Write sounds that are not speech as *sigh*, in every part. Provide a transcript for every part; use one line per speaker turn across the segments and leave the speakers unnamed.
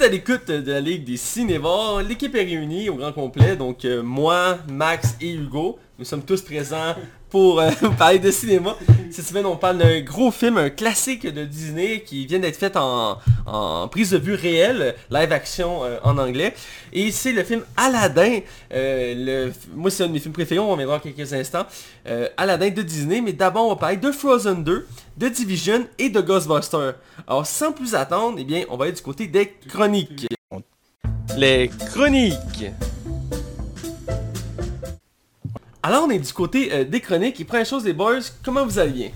à l'écoute de la Ligue des Cinévores. L'équipe est réunie au grand complet, donc euh, moi, Max et Hugo, nous sommes tous présents pour euh, *laughs* vous parler de cinéma. Cette semaine, on parle d'un gros film, un classique de Disney qui vient d'être fait en, en prise de vue réelle, live action euh, en anglais. Et c'est le film Aladdin. Euh, le, moi, c'est un de mes films préférés, on reviendra en quelques instants. Euh, Aladdin de Disney, mais d'abord, on va parler de Frozen 2, de Division et de Ghostbusters. Alors, sans plus attendre, eh bien, on va aller du côté des chroniques. Les chroniques. Alors, on est du côté euh, des chroniques. Et première chose, les boys, comment vous allez bien?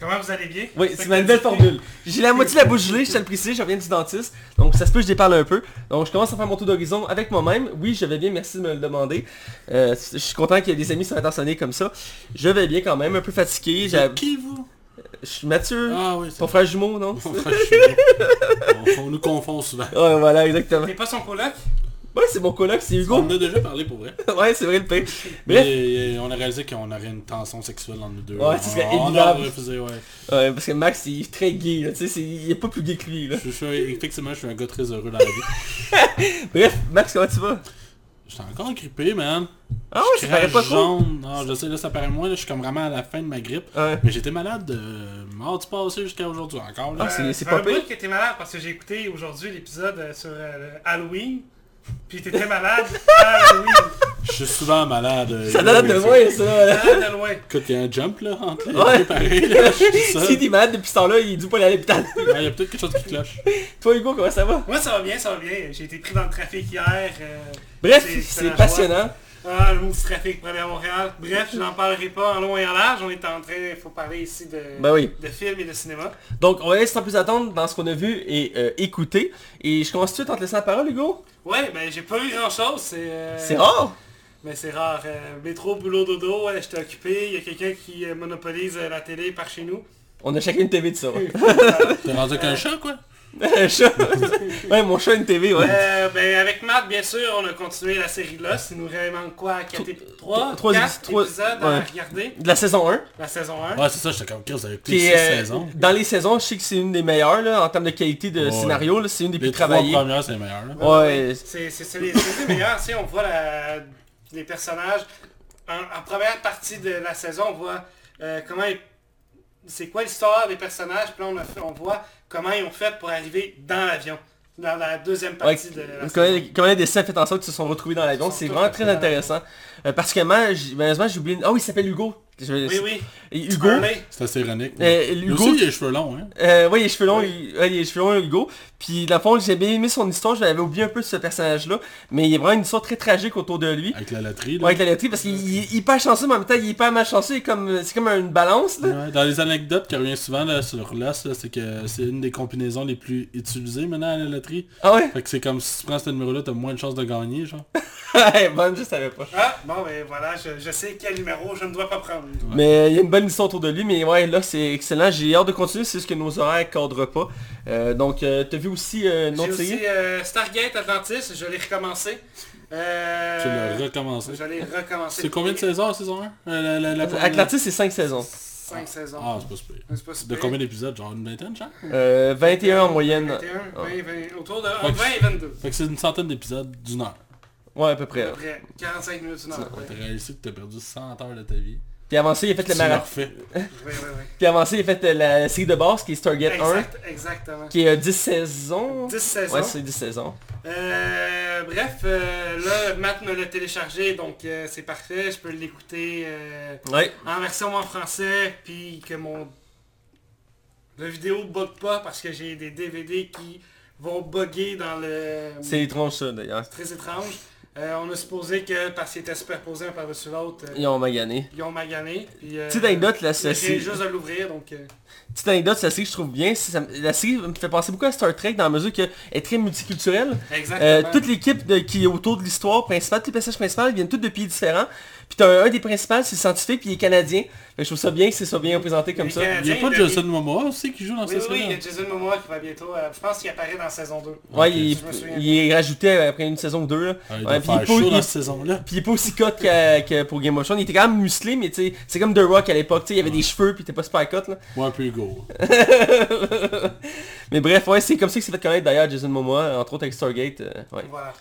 Comment vous allez bien?
Oui,
Ça
c'est
que
ma
t'as
nouvelle
dit.
formule. J'ai la moitié de la bouche gelée, je tiens à le préciser, je reviens du dentiste. Donc ça se peut que je déparle un peu. Donc je commence à faire mon tour d'horizon avec moi-même. Oui, je vais bien, merci de me le demander. Euh, je suis content qu'il y ait des amis qui sont intentionnés comme ça. Je vais bien quand même, un peu fatigué. J'ai-
Qui vous
Je suis Mathieu,
Ah oui, c'est
ton frère jumeau, non
*laughs* Franchement, on, on nous confond souvent.
Ouais, voilà, exactement.
T'es pas son coloc?
Ouais, c'est mon coloc, c'est
On
Hugo.
en a déjà parlé pour vrai.
*laughs* ouais, c'est vrai le pire. Bref,
Mais euh, on a réalisé qu'on aurait une tension sexuelle entre nous deux.
Ouais, ce serait
on, on a
évident.
refusé, ouais.
ouais, parce que Max, il est très gay, là, tu sais, c'est- il est pas plus gay que lui, là.
Je, suis- effectivement, je suis un gars très heureux dans la vie.
Bref, Max, comment tu vas
J'étais encore grippé, man.
Ah ouais, ça paraît
Crash
pas trop.
jaune. Non, je sais, là, ça paraît moins. là, je suis comme vraiment à la fin de ma grippe.
Ouais.
Mais j'étais malade de mardi passé jusqu'à aujourd'hui encore. Là.
Ah, c'est- c'est
un
pas pire.
bout que t'es malade parce que j'ai écouté aujourd'hui l'épisode euh, sur euh, le Halloween. Puis t'étais malade *laughs* à Halloween.
Je suis souvent malade. euh,
Ça date de
gars.
moi, ça. *laughs* là.
Malade de loin.
Écoute, il y a un jump là entre les
Ouais.
deux pareil. Là, je
*laughs*
dis ça.
S'il est malade depuis ce temps-là, il dit pas aller à l'hôpital.
Ouais, Il y a peut-être quelque chose qui cloche.
Toi Hugo, comment ça va
Moi ça va bien, ça va bien. J'ai été pris dans le trafic hier. euh,
Bref,
C'est- c'est
c'est
la
passionnant.
Ah, le mot du trafic pour aller à Montréal. Bref, je n'en parlerai pas en long et en large. On est en train, il faut parler ici de,
Ben oui.
de films et de cinéma.
Donc, on va aller sans plus attendre dans ce qu'on a vu et euh, écouté. Et je commence tout de suite en te laissant la parole, Hugo.
Ouais, ben j'ai pas vu grand chose. C'est euh,
C'est rare.
Mais c'est rare. Euh, métro, boulot, dodo, ouais, j'étais occupé. Il y a quelqu'un qui euh, monopolise euh, la télé par chez nous.
On a chacun une TV de ça. ouais. *laughs*
T'es rendu avec un chat, quoi?
Un chat. ouais, mon chat a une TV, ouais.
Euh, ben avec Matt, bien sûr, on a continué la série là. Il nous manque quoi 4 3,
trois-
4
trois-
épisodes à
ouais.
regarder.
De la saison 1.
La saison 1.
Ouais, c'est ça, j'étais comme Chris, vous avez écouté
Puis,
6
euh,
saisons.
dans les saisons, je sais que c'est une des meilleures là, en termes de qualité de
Ouais.
scénario. là, C'est une des plus
Les trois
travaillées.
premières, c'est les meilleures. là.
Ouais.
C'est c'est- c'est les, c'est les meilleurs, tu sais, on voit la- les personnages. En, en première partie de la saison, on voit euh, comment ils- C'est quoi l'histoire des personnages, puis là on, a fait- on voit comment ils ont fait pour arriver dans l'avion. Dans la deuxième
Ouais,
partie de la
comment,
saison.
comment les dessins fait en sorte qu'ils se sont retrouvés dans l'avion,
Ils sont
c'est
tous
vraiment très
retrouvés dans
intéressant. Euh, particulièrement, j'ai- malheureusement, j'ai oublié... Ah oui, il s'appelle Hugo. Je-
Oui, oui.
Et Hugo,
Hurley.
C'est assez ironique.
euh,
Lui
Hugo
aussi, il a les cheveux longs, hein.
Euh, ouais, il a les cheveux longs, il, ouais, il a les cheveux longs, Hugo. Puis, dans le fond, j'ai bien aimé son histoire, je l'avais oublié un peu ce personnage-là. Mais il y a vraiment une histoire très tragique autour de lui.
Avec la loterie,
Ouais,
là.
avec la loterie, parce qu'il il est hyper chanceux, mais en même temps, il est hyper malchanceux. il est comme- C'est comme, une balance, là.
Ouais, Dans les anecdotes qui reviennent souvent là, sur l'os, là, c'est que c'est une des combinaisons les plus utilisées maintenant à la loterie.
Ah ouais?
Fait que c'est comme si tu prends ce numéro-là, t'as moins de chances de gagner, genre.
*laughs* ouais, bon, je savais pas.
Ah, bon, ben voilà, je, je sais quel numéro je ne dois pas prendre.
Mais il y a une bonne histoire autour de lui, mais ouais, là, c'est excellent. J'ai hâte de continuer, c'est juste que nos horaires cadrent pas. Euh, donc, euh, t'as vu aussi euh, une
J'ai
autre
aussi
série?
euh, Stargate Atlantis, je l'ai recommencé.
Tu l'as
Euh,
recommencé.
je l'ai recommencé.
C'est combien de saisons, la saison 1 la, la-
euh,
la première?
Atlantis, c'est 5 saisons.
5 saisons.
Ah, c'est pas super.
C'est pas
De
super.
combien d'épisodes? Genre une vingtaine, genre?
Euh, 21 en moyenne.
21,
Ah.
20, 20, autour de
Ouais.
20 et 22.
Fait que c'est une centaine d'épisodes d'une heure.
Ouais, à peu près.
À peu près 45 minutes, une heure. Ouais,
T'as réalisé que t'as perdu 100 heures de ta vie.
Puis avant ça, il a fait le
Tu l'as
marathon.
refait.
ouais, ouais.
Puis avant ça, il a fait euh, la série de base qui est Stargate 1.
Exact, exactement.
qui est euh, 10 saisons.
10 saisons.
Ouais, c'est 10 saisons.
Euh, bref, euh, là, Matt me l'a téléchargé, donc euh, c'est parfait. Je peux l'écouter euh,
Ouais.
en version en français, puis que mon... La vidéo bug pas parce que j'ai des DVD qui vont bugger dans le...
C'est étrange ça d'ailleurs.
très étrange. Euh, on a supposé que parce qu'ils étaient superposés un par-dessus l'autre, euh,
Ils ont magané.
ils ont magané. Puis, euh,
Petite anecdote, la
J'ai
série.
juste à l'ouvrir, donc... euh,
Petite anecdote, la série que je trouve bien, c'est- ça me- la série me fait penser beaucoup à Star Trek dans la mesure qu'elle est très multiculturelle. Euh,
Exactement.
toute l'équipe de- qui est autour de l'histoire principale, tous les personnages principaux viennent tous de pays différents. Puis t'as un, un des principaux, c'est le scientifique, puis il est canadien. Fait que je trouve ça bien que c'est soit bien représenté comme
Il est
ça.
canadien,
Il y a pas de
il a-
Jason Momoa aussi qui joue dans
Oui,
cette
oui, il y a
série
Jason Momoa qui va bientôt... euh, je pense qu'il apparaît dans saison 2.
Ouais,
Ok,
il,
je me souviens.
il est rajouté après une saison ou deux. Là.
Ah, il
Ouais, puis
doit
il
faire
peut-
chaud dans
il-
cette saison-là.
Puis il est pas aussi cut qu'à- que pour Game of Thrones. Il était quand même musclé, mais tu sais, c'est comme The Rock à l'époque. tu sais, Il avait des cheveux, puis il était pas super cut. Là.
Moi, un peu Hugo.
Mais bref, ouais, c'est comme ça que s'est fait connaître d'ailleurs Jason Momoa, entre autres avec Stargate. euh, ouais.
Voilà.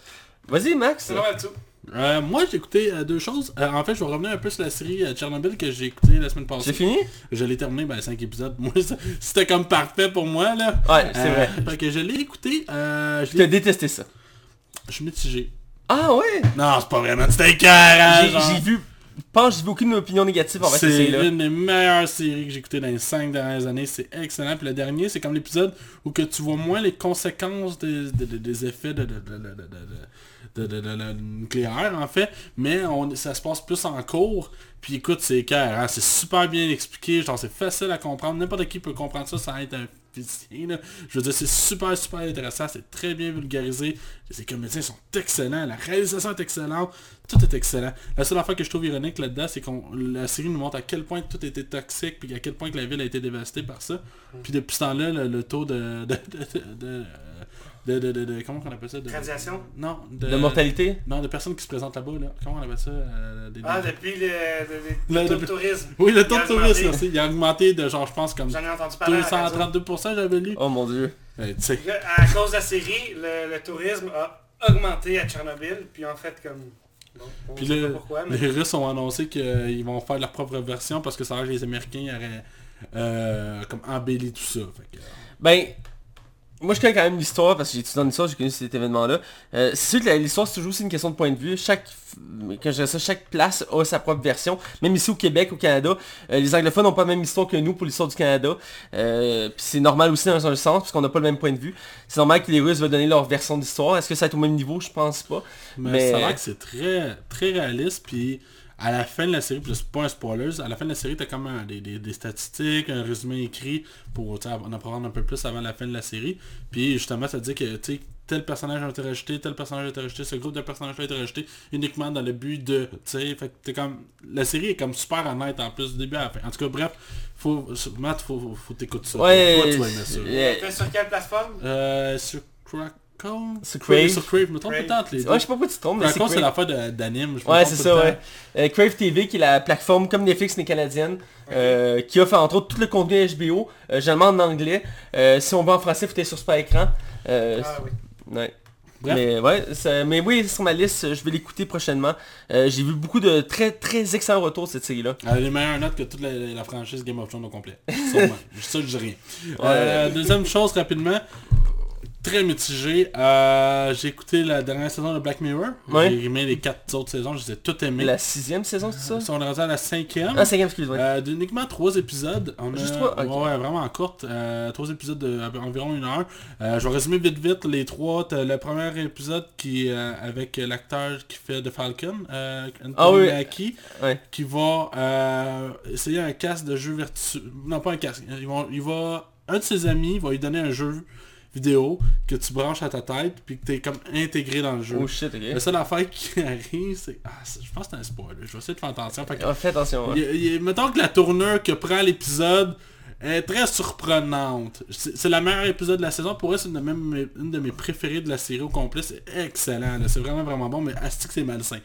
Vas-y Max.
C'est normal tout.
Euh, moi, j'ai écouté euh, deux choses. Euh, en fait, je vais revenir un peu sur la série euh, Tchernobyl que j'ai écouté la semaine
C'est
passée.
fini
Je l'ai terminé, ben, 5 épisodes. *laughs* Moi, ça- c'était comme parfait pour moi, là.
Ouais, c'est
Euh,
vrai.
Fait que je l'ai écouté, euh, je
Tu as
l'ai...
détesté ça.
Je suis mitigé.
Ah ouais
Non, c'est pas vraiment, c'était écœurant,
J'ai
Ah, genre.
j'ai vu... Je pense que j'ai vu aucune opinion négative en fait.
C'est
C'est là.
une des meilleures séries que j'ai écoutées dans les 5 dernières années. C'est excellent. Puis le dernier, c'est comme l'épisode où que tu vois moins les conséquences des, des- des- des effets de, de- de- de- de- de- de- de- de- de- nucléaire, en fait. Mais on, ça se passe plus en cours. Puis écoute, c'est écœurant. C'est super bien expliqué. Genre, c'est facile à comprendre. N'importe qui peut comprendre ça sans être un physicien. là. Je veux dire, c'est super, super intéressant. C'est très bien vulgarisé. Les comédiens sont excellents. La réalisation est excellente. Tout est excellent. La seule affaire que je trouve ironique là-dedans, c'est qu'on la série nous montre à quel point tout était toxique, puis à quel point que la ville a été dévastée par ça.
Mm.
Puis depuis ce temps-là, le, le taux de... de, de, de, de, de- de- de- comment on appelle ça de,
Radiation.
Non, de,
De mortalité
Non, de personnes qui se présentent là-bas, là. Comment on appelle ça euh, des-
Ah,
des-
depuis le, le-
Le-
le- le
depuis-
tourisme.
Oui, le
Il
taux de
a augmenté.
tourisme, merci. Il a augmenté de genre, je pense, comme
J'en ai entendu parler. à la radio.
232%, j'avais lu.
Oh mon dieu.
Eh, tu sais,
À cause de la série, le, le tourisme a augmenté à Tchernobyl, puis en fait, comme... Bon, on
Puis
sait
le-
pas pourquoi, mais...
Les Russes ont annoncé qu'ils vont faire leur propre version parce que ça a l'air que les Américains auraient euh, comme embelli tout ça. Fait que, euh,
Ben, moi je connais quand même l'histoire parce que j'ai étudié dans l'histoire, j'ai connu cet événement-là. Euh, c'est sûr que la- l'histoire c'est toujours aussi une question de point de vue. Chaque, quand je dirais ça, chaque place a sa propre version. Même ici au Québec, au Canada, euh, les anglophones n'ont pas la même histoire que nous pour l'histoire du Canada. Euh, Puis c'est normal aussi dans un sens parce qu'on n'a pas le même point de vue. C'est normal que les Russes vont donner leur version de l'histoire. Est-ce que ça va être au même niveau Je pense pas.
mais,
Mais-
ça a l'air que c'est très, très réaliste. Puis à la fin de la série, puis là, c'est pas un spoiler, à la fin de la série, t'as comme un- des, des- des statistiques, un résumé écrit pour tu sais, en apprendre un peu plus avant la fin de la série. Puis justement, ça dit que tu sais, tel personnage a été rajouté, tel personnage a été rajouté, ce groupe de personnages a été rajouté uniquement dans le but de... tu sais, Fait que t'es comme... La série est comme super honnête en plus du début à la fin. En tout cas, bref, faut, Matt, faut, faut, faut t'écouter ça.
Ouais.
Toi, tu vas aimer ça.
euh,
T'es sur quelle plateforme
Euh, sur Crackle
Sur Crave.
Sur Crave, je me trompe
Crave.
peut-être entre les deux.
ouais, je sais pas pourquoi tu te trompes, mais c'est
Crackle, c'est
Crave.
l'affaire de- d'anime, je me
Ouais,
trompe
c'est
tout le
ça, ouais.
temps.
Euh, Crave TV, qui est la plateforme comme Netflix mais canadienne, euh, qui offre entre autres tout le contenu HBO, euh, généralement en anglais. Euh, si on va en français, faut être sur super écran. Euh,
Ah oui.
*laughs* ouais.
Bref.
Mais ouais, ça- mais oui, c'est sur ma liste, je vais l'écouter prochainement. Euh, J'ai vu beaucoup de très très excellents retours de cette série-là.
Elle a Euh, les meilleures notes que toute la, la franchise Game of Thrones au complet. *laughs* Sûrement. ça, je dis rien.
Ouais.
Euh, deuxième chose, rapidement. Très mitigé. Euh, j'ai écouté la dernière saison de Black Mirror.
Ouais.
J'ai aimé les quatre autres saisons. Je les ai toutes aimées.
La sixième saison, c'est ça
Si on est rendu à la cinquième.
Ah, cinquième, excuse-moi.
Euh, d'uniquement trois épisodes. On
Juste
a-
trois, ok.
Ouais, vraiment courte. Euh, trois épisodes d'environ une heure. Euh, je vais résumer vite vite les trois. T'as le premier épisode qui est euh, avec l'acteur qui fait The Falcon, euh, Anthony
Ah oui.
Mackie,
Ouais.
qui va euh, essayer un casque de jeu vertu... Non, pas un casque. Ils vont- il va... Un de ses amis va lui donner un jeu vidéo que tu branches à ta tête puis que t'es comme intégré dans le jeu.
Oh shit,
La
ok.
seule affaire qui *laughs* arrive, c'est... Ah, c'est- je pense que c'est un spoiler. Je vais essayer de faire attention. Fait que
Ah, fais attention. ouais.
il y a- il y a- mettons que la tournure que prend l'épisode est très surprenante. C'est c'est la meilleure épisode de la saison. Pour elle, c'est une, de mes- une de mes préférées de la série au complet. C'est excellent. là. C'est vraiment, vraiment bon, mais asti que c'est malsain.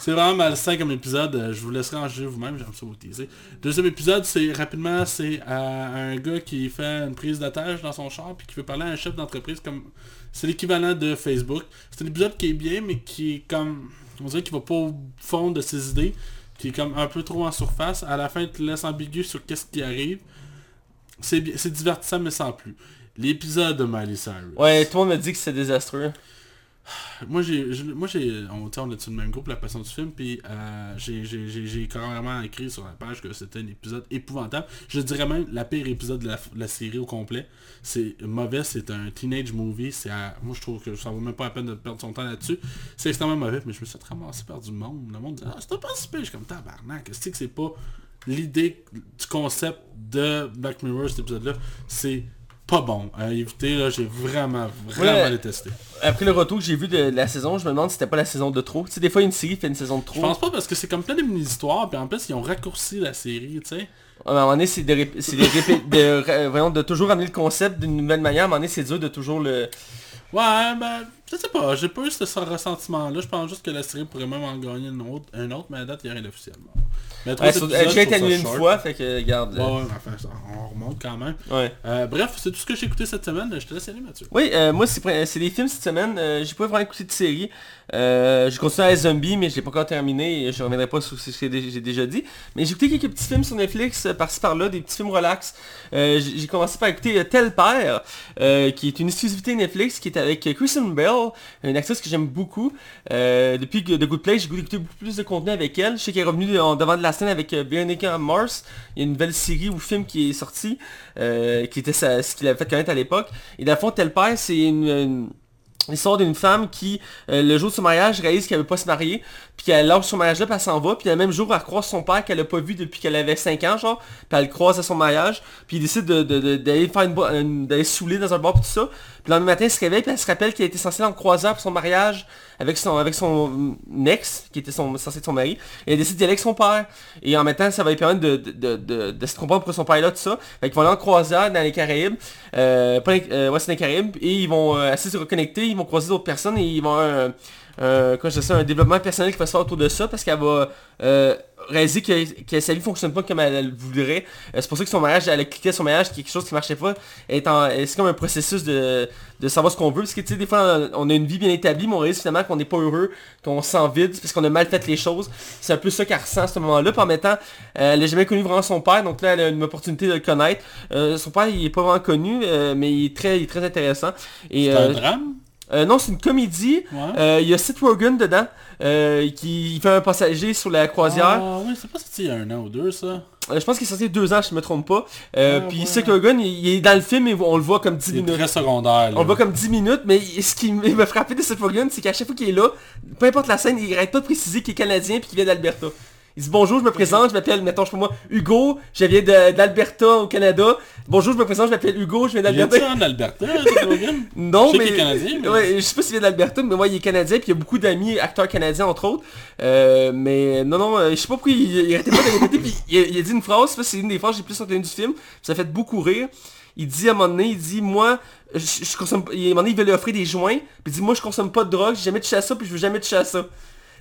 C'est vraiment malsain comme épisode. Euh, Je vous laisserai en juger vous-même. J'aime ça vous teaser. Deuxième épisode, c'est rapidement, c'est euh, un gars qui fait une prise d'attache dans son char puis qui veut parler à un chef d'entreprise comme... C'est l'équivalent de Facebook. C'est un épisode qui est bien, mais qui est comme... On dirait qu'il va pas au fond de ses idées qui est comme un peu trop en surface. À la fin, tu laisse ambigu sur qu'est-ce qui arrive. C'est bi- c'est divertissant, mais sans plus. L'épisode de Miley Cyrus.
Ouais, tout le monde me dit que c'est désastreux.
Moi, j'ai, je- moi, j'ai, on, tu sais, on est sur le même groupe, la passion du film, puis euh, j'ai, j'ai, j'ai, j'ai carrément écrit sur la page que c'était un épisode épouvantable. Je dirais même la pire épisode de la, f- la série au complet. C'est mauvais, c'est un teenage movie. C'est, à- moi, je trouve que ça vaut même pas la peine de perdre son temps là-dessus. C'est extrêmement mauvais, mais je me suis fait ramasser par du monde. Le monde dit, ah, c'était pas si pire. Je suis comme tabarnak. Est-ce que c'est pas l'idée du concept de Black Mirror, cet épisode-là, c'est pas bon. À éviter, là, j'ai vraiment, vraiment
Ouais.
détesté.
Après le retour que j'ai vu de la saison, je me demande si c'était pas la saison de trop. Tu sais, des fois une série fait une saison de trop.
Je pense pas parce que c'est comme plein de mini-histoires, puis en plus ils ont raccourci la série, tu sais.
Ouais, mais À un moment donné, c'est de, répé- c'est de, répé- euh, de ra- voyons, de toujours amener le concept d'une nouvelle manière. À un moment donné, c'est dur de toujours le...
Ouais, ben, Je sais pas, j'ai pas eu ce, ce ressentiment-là. Je pense juste que la série pourrait même en gagner une autre, un autre, mais à date, il n'y a rien d'officiel. Bon. Mais trois
Ouais, sur-
épisodes,
elle a déjà
je
été
trouve ça
annulée une
short.
fois, fait que regarde.
Ouais,
euh,
ouais, mais enfin, ça- on remonte quand même.
ouais.
Euh, bref, c'est tout ce que j'ai écouté cette semaine. Je te laisse aller, Mathieu.
Oui, euh, moi c'est pr- c'est des films cette semaine. Euh, j'ai pas vraiment écouté de série. Euh, je continue à les zombies, mais je l'ai pas encore terminé. Et je reviendrai pas sur ce que j'ai dé- j'ai déjà dit. Mais j'ai écouté quelques petits films sur Netflix euh, par-ci par-là, des petits films relax. Euh, j'ai j'ai commencé par écouter euh, Tel Père, euh, qui est une exclusivité Netflix, qui est avec euh, Kristen Bell, une actrice que j'aime beaucoup. Euh, depuis que The Good Place, j'ai goût d'écouter beaucoup plus de contenu avec elle. Je sais qu'elle est revenue en devant de la scène avec euh, Veronica Mars. Il y a une nouvelle série ou film qui est sorti, euh, qui était sa- ce qu'il avait fait connaître à l'époque. Et dans le fond, tel père, c'est une, une- l'histoire d'une femme qui, euh, le jour de son mariage, réalise qu'elle veut pas se marier, puis qu'elle lâche son mariage là, puis elle s'en va, puis le même jour, elle croise son père qu'elle a pas vu depuis qu'elle avait 5 ans, genre, puis elle le croise à son mariage, puis il décide de- de- de- d'aller faire une bo- une- d'aller se saouler dans un bar, puis tout ça. Puis le lendemain matin, elle se réveille, puis elle se rappelle qu'elle était censée en croiser pour son mariage avec son, avec son euh, ex, qui était son, censé être son mari, et elle décide d'aller avec son père. Et en même temps, ça va lui permettre de, de, de, de- de se comprendre pour son père là, tout ça. Fait qu'ils vont aller en croisade dans les Caraïbes, euh, pas les- euh, ouais, c'est dans les Caraïbes, et ils vont euh, assez se reconnecter, ils vont croiser d'autres personnes, et ils vont avoir un, un- comment Euh, je dis ça, un développement personnel qui va se faire autour de ça, parce qu'elle va euh, réaliser que, que sa vie fonctionne pas comme elle, elle voudrait. Euh, c'est pour ça que son mariage, elle a cliqué à son mariage, quelque chose qui marchait pas, est en- et c'est comme un processus de, de savoir ce qu'on veut, parce que tu sais, des fois, on a une vie bien établie, mais on réalise finalement qu'on n'est pas heureux, qu'on se sent vide, parce qu'on a mal fait les choses. C'est un peu ça qu'elle ressent à ce moment-là, par mettant, euh, elle n'a jamais connu vraiment son père, donc là, elle a une opportunité de le connaître. Euh, son père, il est pas vraiment connu, euh, mais il est très, il est très intéressant. Et,
C'est un
euh,
drame.
euh, non, c'est une comédie.
Ouais.
Euh, Il y a Seth Rogen dedans, euh, qui il fait un passager sur la croisière.
Ah oui, c'est pas sorti il y a un an ou deux, ça.
Euh, je pense qu'il est sorti il y a deux ans, je me trompe pas. Euh,
Ah,
puis
ouais.
Seth Rogen, il, il est dans le film et on le voit comme 10
C'est
minutes.
très secondaire. là.
On le voit comme 10 minutes, mais il- ce qui m- m'a frappé de Seth Rogen, c'est qu'à chaque fois qu'il est là, peu importe la scène, il arrête pas de préciser qu'il est canadien puis qu'il vient d'Alberta. Il dit bonjour, je me présente, je m'appelle, mettons, je sais pas moi, Hugo, je viens de- d'Alberta au Canada. Bonjour, je me présente, je m'appelle Hugo, je viens
Il y a
d'Alberta.
dit en Alberta,
*laughs*
Seth Rogen?
Non,
Je sais
Oh, mais...
qu'il est canadien, mais-
Ouais, je sais pas s'il vient d'Alberta, mais moi, il est canadien, puis il y a beaucoup d'amis acteurs canadiens, entre autres. Euh, mais non, non, euh, je sais pas pourquoi il, il arrêtait pas de répéter, puis il, a- il a dit une phrase, ça, c'est une des phrases que j'ai plus retenue du film, puis ça a fait beaucoup rire. Il dit à un moment donné, il dit, moi, je, je consomme... pas- Il, à un moment donné, il veut lui offrir des joints, puis il dit, moi, je consomme pas de drogue, j'ai jamais touché à ça, puis je veux jamais toucher à ça.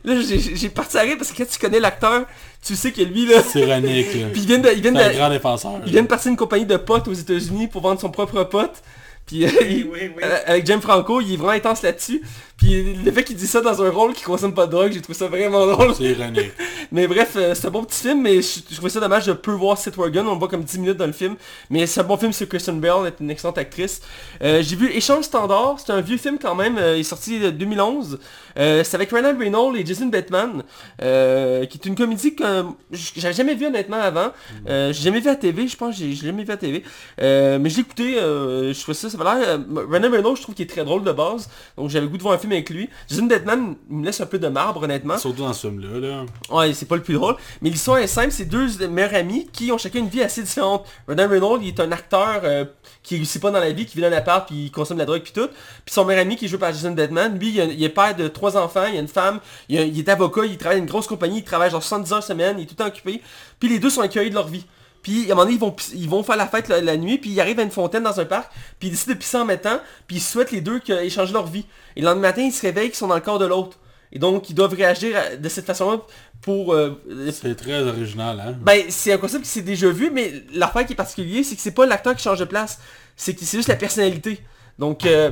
Là, j'ai- j'ai j'ai parti à rire, parce que quand tu connais l'acteur, tu sais que lui, là... *laughs*
C'est ironique, là.
Puis il vient de... Il vient de,
C'est un grand défenseur.
il vient de partir d'une compagnie de potes aux États-Unis pour vendre son propre pote. Puis euh, il-
oui, oui.
euh, avec James Franco, il est vraiment intense là-dessus. Puis le fait qu'il dit ça dans un rôle qui consomme pas de drogue, j'ai trouvé ça vraiment *laughs* drôle.
C'est ironique.
Mais bref, euh, c'est un bon petit film, mais je, je trouvais ça dommage de peu voir Seth Rogen, on le voit comme 10 minutes dans le film. Mais c'est un bon film sur Kristen Bell, elle est une excellente actrice. Euh, j'ai vu Échange Standard, c'est un vieux film quand même, euh, il est sorti de 2011. Euh, c'est avec Ryan Reynolds et Jason Bateman, euh, qui est une comédie que euh, j- j'avais jamais vue honnêtement avant. Euh, j'ai jamais vu à TV, je pense, que j'ai j'ai jamais vu à TV. Euh, mais je l'ai écouté, euh, je trouvais ça, ça va l'air... euh, Ryan Reynolds, je trouve qu'il est très drôle de base, donc j'avais le goût de voir un film avec lui. Jason Bateman, il me laisse un peu de marbre honnêtement.
Surtout dans ce film-là, là.
Ouais, c'est pas le plus drôle. Mais l'histoire est simple, c'est deux meilleurs amis qui ont chacun une vie assez différente. Ryan Reynolds, il est un acteur euh, qui réussit pas dans la vie, qui vit dans un appart, puis il consomme de la drogue, puis tout. Puis son meilleur ami qui est joué par Jason Bateman, lui, il, a- il est père de trois enfants, il a une femme, il, a- il est avocat, il travaille dans une grosse compagnie, il travaille genre 70 heures semaine, il est tout le temps occupé. Puis les deux sont accueillis de leur vie. Puis à un moment donné, ils vont, pis- ils vont faire la fête la, la nuit, puis ils arrivent à une fontaine dans un parc, puis ils décident de pisser en même temps, puis ils souhaitent les deux qu'ils échangent leur vie. Et le lendemain matin, ils se réveillent qu'ils sont dans le corps de l'autre. Et donc, ils doivent réagir à- de cette façon-là pour... euh, euh,
C'est très original, hein.
ben, c'est un concept qui s'est déjà vu, mais l'affaire qui est particulière, c'est que c'est pas l'acteur qui change de place, c'est que c'est juste la personnalité. Donc, euh,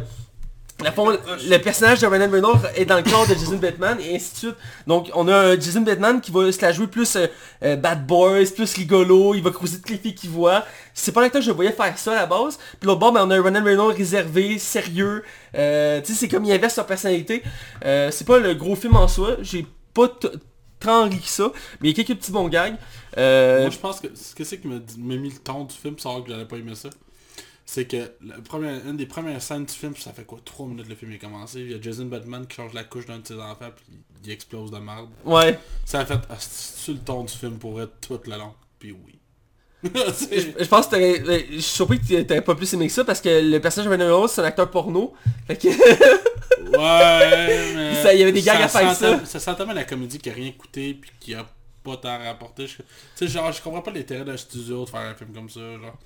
la fond- le personnage de Renan Reynolds est dans le corps de Jason Bateman et ainsi de suite. Donc, on a un Jason Bateman qui va se la jouer plus euh, euh, bad boys, plus rigolo, il va croiser toutes les filles qu'il voit. C'est pas l'acteur que je voyais faire ça à la base. Puis l'autre bord, ben, on a un Renan Reynolds réservé, sérieux. Euh, tu sais, c'est comme il inverse sa personnalité. Euh, c'est pas le gros film en soi. J'ai pas t- tant ri que ça, mais il y a quelques petits bons gags. Euh,
Moi, je pense que ce que c'est qui m'a dit- m'a mis le ton du film, sans que j'allais pas aimer ça, c'est que la première, une des premières scènes du film, ça fait quoi 3 minutes le film est commencé, il y a Jason Batman qui change la couche d'un de ses enfants, puis il explose de merde.
ouais.
Ça a fait, ah, c'est le ton du film pour être tout le long. Puis oui. *laughs*
Je,
C'est-
je pense que t'aurais... euh, Je suis surpris que t'a- t'aurais pas plus aimé que ça parce que le personnage de Ryan Reynolds c'est un acteur porno. Fait que... *laughs*
ouais, mais...
Ça, il y avait des gags à faire
sentait- Ça sentait mal la comédie qui a rien coûté, puis qui a pas tant rapporté. Je- Tu sais, genre, je comprends pas l'intérêt d'un studio de faire un film comme ça, genre.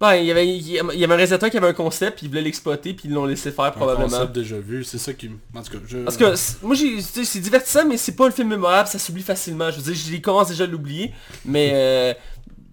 Ben, il y avait, il y avait un réalisateur qui avait un concept, puis il voulait l'exploiter, puis ils l'ont laissé faire
Un
probablement.
concept déjà vu, c'est ça qui... me- En tout cas, je...
Parce que c'est- moi j'ai- tu sais, c'est divertissant mais c'est pas un film mémorable, ça s'oublie facilement. Je veux dire, j'ai commence déjà à l'oublier, mais euh,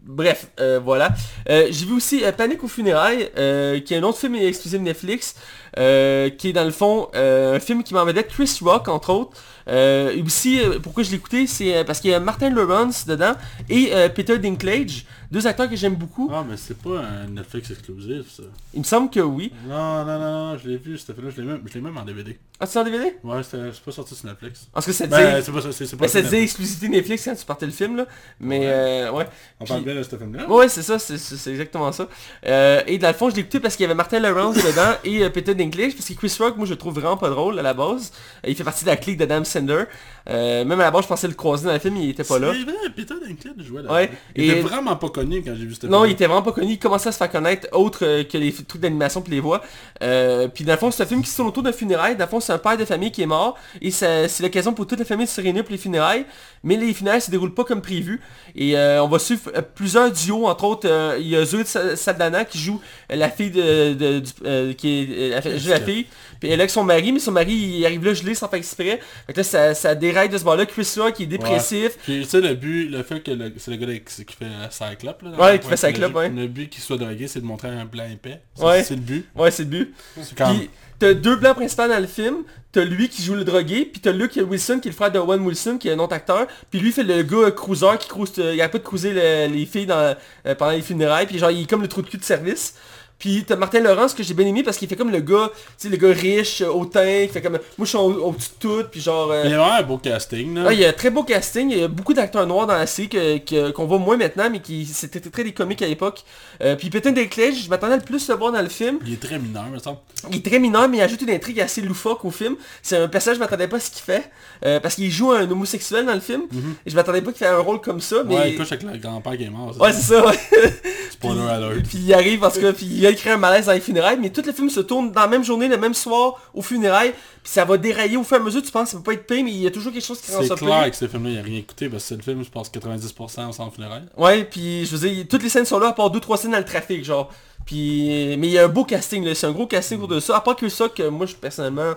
bref, euh, voilà. Euh, j'ai vu aussi euh, Panique aux funérailles, euh, qui est un autre film exclusif Netflix, euh, qui est dans le fond euh, un film qui m'en vedette Chris Rock entre autres. Euh, et aussi, euh, pourquoi je l'ai écouté, c'est euh, parce qu'il y a Martin Lawrence dedans et euh, Peter Dinklage, deux acteurs que j'aime beaucoup.
Ah, mais c'est pas un Netflix exclusif, ça.
Il me semble que oui.
Non, non, non, non, je l'ai vu, cette là je l'ai même, je l'ai même en DVD.
Ah, c'est en DVD
Ouais, c'était- c'est pas sorti sur Netflix.
Parce que ça dit...
Ben, c'est pas ça, c'est c'est pas
Ben, ça
sur
disait
Netflix.
exclusivité Netflix quand tu partais le film là, mais
Ouais.
euh, ouais.
On parle bien de ce film-là.
Ouais, c'est ça, c'est- c'est c'est exactement ça. Euh, et dans le fond, je l'ai écouté parce qu'il y avait Martin Lawrence dedans et euh, Peter Dinklage, parce que Chris Rock, moi, je le trouve vraiment pas drôle à la base. Euh, il fait partie de la clique d'Adam Sandler. Euh, même à la base, je pensais le croiser dans le film, il était pas là.
C'est vrai, Peter Dinklage jouait là.
Ouais,
Il
et-
était vraiment pas connu quand j'ai vu ce film.
Non, il était vraiment pas connu. Il commençait à se faire connaître autre euh, que les f- trucs d'animation puis les voix. Euh, puis dans le fond, c'est un film qui se tourne autour d'un funérail. Dans le fond, c'est un père de famille qui est mort. Et ça- c'est l'occasion pour toute la famille de se réunir pour les funérailles. Mais les funérailles se déroulent pas comme prévu. Et euh, on va suivre euh, plusieurs duos. Entre autres, euh, il y a Zoé Sa- Saldana qui joue euh, la fille de... de- du- euh, qui est, euh, la, joue la fille. Puis elle est avec son mari, mais son mari, il arrive là gelé sans faire exprès. Fait que là, ça, ça déraille de ce bord-là. Chris Rock, qui est dépressif.
Puis tu sais, le but, le fait que le- c'est le gars qui qui fait euh, Cyclope. Là, dans
Ouais,
le
qui
coin,
fait
puis
Cyclope,
le,
ouais.
Le but qu'il soit drogué, c'est de montrer un blanc épais. Ça,
Ouais.
C'est le but.
Ouais, c'est le but.
C'est quand
Puis t'as deux plans principaux dans le film. T'as lui qui joue le drogué, puis t'as Luke Wilson qui est le frère de Owen Wilson qui est un autre acteur. Puis lui fait le gars euh, cruiser qui cruise, euh, il a pas de cruiser le- les filles dans- euh, pendant les funérailles. Puis genre il est comme le trou de cul de service. Puis t'as Martin Laurence que j'ai bien aimé parce qu'il fait comme le gars, tu sais le gars riche, euh, hautain, qui fait comme moi je suis au, au-dessus de tout, puis genre. euh,
Il y a vraiment un beau casting. Là.
ah, il y a un très beau casting, il y a beaucoup d'acteurs noirs dans la série que- que- qu'on voit moins maintenant, mais qui c'était très des comiques à l'époque. Euh, puis Pétain des Clés, je m'attendais le plus le voir dans le film.
Il est très mineur, me semble.
Il est très mineur, mais il ajoute une intrigue assez loufoque au film. C'est un personnage, je m'attendais pas à ce qu'il fait. euh, parce qu'il joue un homosexuel dans le film. Et je m'attendais pas qu'il fasse un rôle comme ça, mais...
Mhm. Ouais, il couche avec le grand-père qui est mort.
Ouais, c'est ça, ouais. *laughs*
Spoiler alert.
Puis il arrive, parce que puis il vient créer un malaise dans les funérailles, mais tout le film se tourne dans la même journée, le même soir, aux funérailles, puis ça va dérailler au fur et à mesure, tu penses que ça peut pas être payé, mais il y a toujours quelque chose qui rend
C'est
ça
clair
pire.
que ce film-là, il a rien écouté parce que c'est le film, je pense, 90% sans funéraire.
Ouais, puis je veux dire, toutes les scènes sont là, à part deux, trois scènes dans le trafic, genre. Puis, mais il y a un beau casting, là, c'est un gros casting autour de ça, à part que ça, que moi, je personnellement...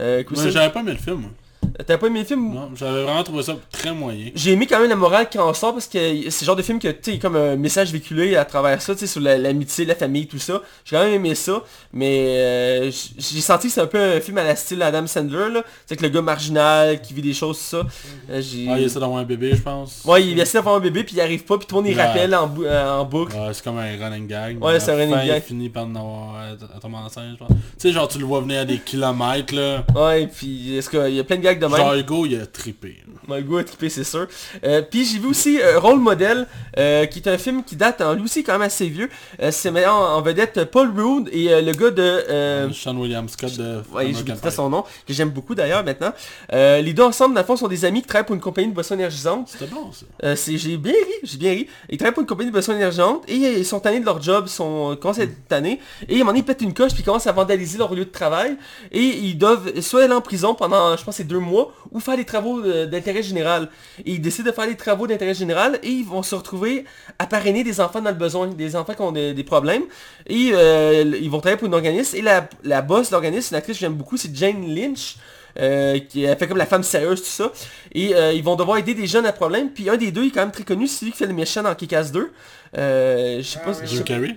Euh,
Moi,
Christian,
j'avais pas aimé le film. moi.
T'as pas aimé le film
Non, j'avais vraiment trouvé ça très moyen.
J'ai aimé quand même la morale qui en sort parce que c'est le genre de film que tu sais comme un message véhiculé à travers ça, tu sais, sur la- l'amitié, la, famille, tout ça. J'ai quand même aimé ça, mais euh, j- j'ai senti que c'est un peu un film à la style Adam Sandler là, c'est que le gars marginal qui vit des choses tout ça. Euh, j'ai-
Ah, il essaie d'avoir un bébé, je pense.
ouais, il essaie d'avoir un bébé puis il arrive pas puis tout le monde il
Ouais.
rappelle en, bou- euh, en boucle.
Ouais, c'est comme un running gag.
Ouais, c'est un
À la
running
fin,
gag.
Il finit par en avoir à à tomber enceinte, je pense. Tu sais, genre, tu le vois venir à des kilomètres, là.
Ouais, puis est-ce qu'il y a plein de gags de même.
Genre, Hugo, il a trippé.
My goût a trippé, c'est sûr. Euh, Puis j'ai vu aussi euh, Role Model, euh, qui est un film qui date, en lui aussi quand même assez vieux. Euh, c'est mis en, en vedette Paul Rudd et euh, le gars de... euh,
Sean William Scott de...
Ouais, j'ai
American
oublié
Pie.
son nom, que j'aime beaucoup d'ailleurs maintenant. Euh, les deux ensemble, dans le fond, sont des amis qui travaillent pour une compagnie de boissons énergisantes.
C'était bon, ça.
Euh, c'est- j'ai bien ri, j'ai bien ri. Ils travaillent pour une compagnie de boissons énergisantes et euh, ils sont tannés de leur job, ils sont, ils commencent à être tannés. Et à un moment donné, ils pètent une coche puis ils commencent à vandaliser leur lieu de travail. Et ils doivent soit aller en prison pendant, je pense, c'est deux mois, ou faire des travaux euh, d'intérêt général. Et ils décident de faire des travaux d'intérêt général et ils vont se retrouver à parrainer des enfants dans le besoin, des enfants qui ont des, des problèmes. Et euh, ils vont travailler pour une organisme. Et la, la boss de l'organisme, une actrice que j'aime beaucoup, c'est Jane Lynch. euh, qui elle fait comme la femme sérieuse, tout ça. Et euh, ils vont devoir aider des jeunes à problème. Puis un des deux est quand même très connu, c'est lui qui fait le méchant dans Kick-Ass 2. Euh, je sais
Ah
pas...
oui,
je sais
oui.
Drew
pas-
Carey?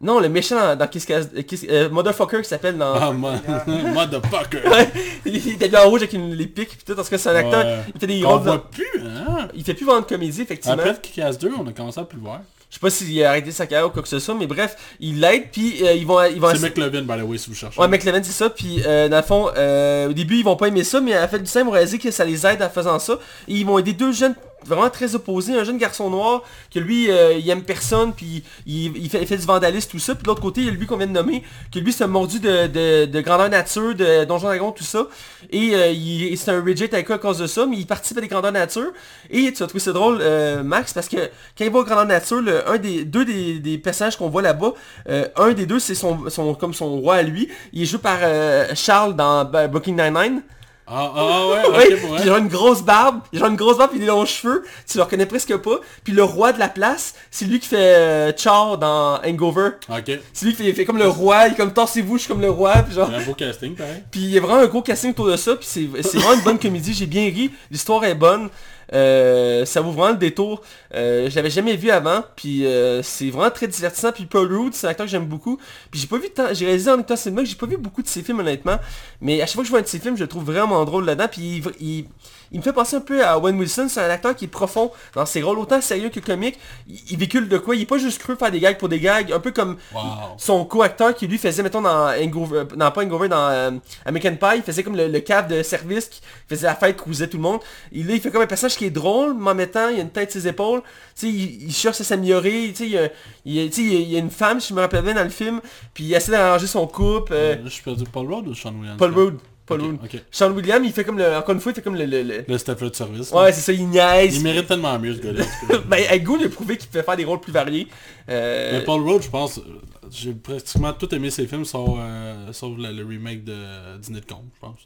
Non, le méchant dans, dans Kick-Ass... Kiss- euh, Motherfucker qui s'appelle dans...
Ah, mo- *laughs* motherfucker!
*laughs* il était bien en rouge avec une- les pics. Puis tout, parce que c'est un acteur...
Ouais.
Il fait des
On
rôles... dans-
voit plus, hein?
Il fait plus vraiment de comédie, effectivement.
Après Kick-Ass 2, on a commencé à plus le voir.
Je sais pas s'il a arrêté sa carrière ou quoi que ce soit, mais bref, il l'aide, puis euh, ils vont... Ils vont
C'est McLevin, by the way, si vous cherchez.
Ouais, McLevin, c'est ça. Puis, euh, dans le fond, euh, au début, ils vont pas aimer ça, mais à la fin du temps, ils vont réaliser que ça les aide en faisant ça. Et ils vont aider deux jeunes vraiment très opposés. Un jeune garçon noir, que lui, euh, il aime personne, puis il, il fait, il fait du vandalisme, tout ça. Puis de l'autre côté, il y a lui qu'on vient de nommer, que lui, c'est un mordu de, de- de grandeur nature, de Donjon Dragon, tout ça. Et euh, il- et c'est un rigid avec eux à cause de ça, mais il participe à des grandeurs nature. Et tu vas trouver ça drôle, euh, Max, parce que quand il va aux grandeurs nature, le- un des, deux des, des personnages qu'on voit là-bas, euh, un des deux, c'est son, son- comme son roi à lui. Il est joué par euh, Charles dans Bucking bah, Nine-Nine.
Ah, ah ouais,
Oui,
ok, pour
puis il
vrai.
a une grosse barbe, il a une grosse barbe, puis des longs cheveux, tu le reconnais presque pas. Puis le roi de la place, c'est lui qui fait euh, Char dans Hangover.
Ok.
C'est lui qui fait, il fait comme le roi, il est comme torsez-vous, je suis comme le roi, puis genre.
Un beau casting, pareil.
Puis il y a vraiment un gros casting autour de ça, puis c'est c'est vraiment une bonne comédie, j'ai bien ri, l'histoire est bonne, euh, ça vaut vraiment le détour. Euh, je l'avais jamais vu avant, puis euh, c'est vraiment très divertissant, puis Paul Rudd, c'est un acteur que j'aime beaucoup. Puis j'ai pas vu tant, j'ai réalisé en étant cinéma que j'ai pas vu beaucoup de ses films honnêtement, mais à chaque fois que je vois un de ses films, je le trouve vraiment drôle là-dedans, puis il, il- il me fait penser un peu à Owen Wilson, c'est un acteur qui est profond dans ses rôles, autant sérieux que comique, il, il véhicule de quoi, il est pas juste cru faire des gags pour des gags, un peu comme
Wow.
son co-acteur qui lui faisait mettons dans Hangover, dans pas Hangover dans euh, American Pie il faisait comme le, le cave de service qui faisait la fête cruisait tout le monde il, là, il fait comme un personnage qui est drôle mais en même temps il a une tête sur ses épaules tu sais il, il cherche à s'améliorer tu sais il, y a- il, y a- tu sais, il y a- il y a une femme si je me rappelle bien dans le film puis il essaie d'arranger son couple euh,
Je suis perdu Paul Rudd ou Sean Williams
Paul Rudd Paul
Mm. Ok,
Rudd
ok.
Sean William il fait comme le encore une fois il fait comme le, le- le-
Le staff de service. là.
ouais c'est ça il niaise *laughs*
Il mérite tellement mieux ce gars-là. en tout cas.
ben avec goût de prouver qu'il peut faire des rôles plus variés Euh,
Mais Paul Rudd, je pense, euh, j'ai pratiquement tout aimé ses films, sauf, euh, sauf le, le remake de Dîner de con, je pense.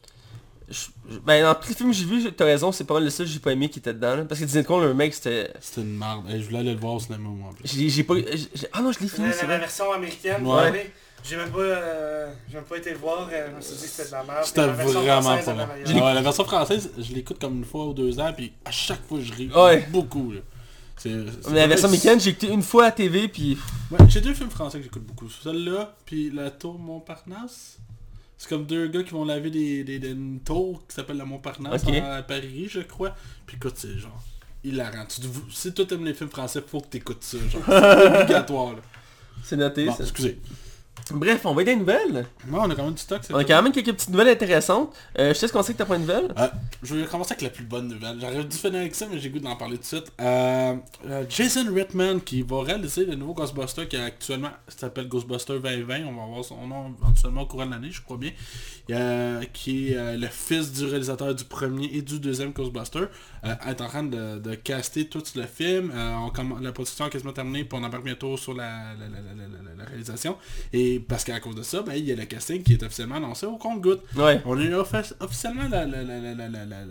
Je- je- ben dans tous les films que j'ai vu, t'as raison, c'est pas mal le seul que j'ai pas aimé qui était dedans. là. Parce que Disney Con, le mec, c'était...
C'était une merde. Et je voulais aller le voir au cinéma, moi, en plus.
J'ai j'ai pas... j'ai- j'ai- Ah non, je l'ai fini,
La,
c'est
la
vrai.
version américaine,
Ouais.
vous savez, j'ai même pas, euh, j'ai même pas été le voir, euh, je me suis dit que c'était de la merde.
C'était
puis la version
vraiment
française
pas
est
bon. Ah
la meilleure.
Ouais, la version française, je l'écoute comme une fois ou deux ans, puis à chaque fois, je ris
Ouais.
beaucoup. là. C'est- c'est-
Mais la version
c'est-
américaine, j'ai écouté une fois à TV, puis...
Ouais, j'ai deux films français que j'écoute beaucoup. Celle-là, puis la tour Montparnasse. C'est comme deux gars qui vont laver des, des, des- une tour qui s'appelle la Montparnasse
Ok.
à Paris, je crois. Puis écoute, c'est genre hilarant. Tu te- si toi t'aimes les films français, faut que t'écoutes ça. Genre,
*laughs*
c'est obligatoire. Là.
C'est noté.
Bon,
ça.
excusez.
Bref, on va aider des nouvelles.
Moi, on a quand même du stock. c'est
On a
tout.
quand même quelques petites nouvelles intéressantes. Euh, je sais ce qu'on sait que t'as pas une nouvelle.
Euh, je vais commencer avec la plus bonne nouvelle. J'aurais dû finir avec ça, mais j'ai goût d'en parler tout de suite. Euh, euh, Jason Reitman qui va réaliser le nouveau Ghostbuster qui actuellement s'appelle Ghostbuster 2020. On va avoir son nom éventuellement au courant de l'année, je crois bien. Euh, qui est euh, le fils du réalisateur du premier et du deuxième Ghostbuster. Euh, est en train de, de caster tout le film. Euh, on comm- la production est quasiment terminée, puis on embarque bientôt sur la, la- la- la- la- la- la réalisation. Et parce qu'à cause de ça, ben, il y a le casting qui est officiellement annoncé au compte-goutte.
Ouais.
On a eu offi- officiellement la, la, la, la, la, la, la- la-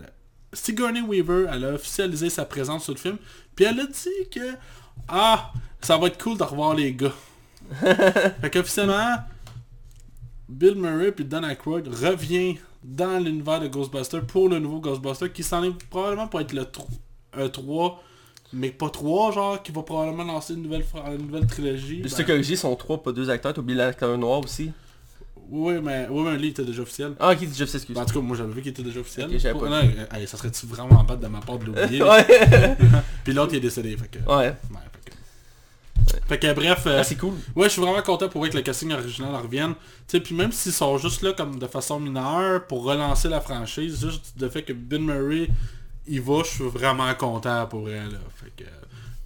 Sigourney Weaver, elle a officialisé sa présence sur le film, puis elle a dit que ah, ça va être cool de revoir les gars. fait qu'officiellement, Bill Murray puis Dan Aykroyd revient dans l'univers de Ghostbusters pour le nouveau Ghostbuster qui s'en est probablement pour être le tr- un 3 mais pas 3 genre qui va probablement lancer une nouvelle, fra- une nouvelle trilogie.
Juste
Ben,
que corriger, sont trois, pas deux acteurs. T'as oublié l'acteur noir aussi.
oui, mais, oui, mais lui il était déjà officiel.
Ah, ok, je s'excuse.
Ben, en tout cas, moi j'avais vu qu'il était déjà officiel.
Ok, j'avais pas
Oh, non, euh, allez, ça serait-tu vraiment bad de ma part de l'oublier? là?
ouais.
Puis l'autre il est décédé, fait que...
ouais.
ouais, fait que- Fait que bref, euh,
Ah, c'est cool.
ouais, je suis vraiment content pour vrai que le casting original en revienne. Tu sais, puis même s'ils sont juste là comme de façon mineure pour relancer la franchise, juste de fait que Bill Murray il va, je suis vraiment content pour vrai là. Fait que...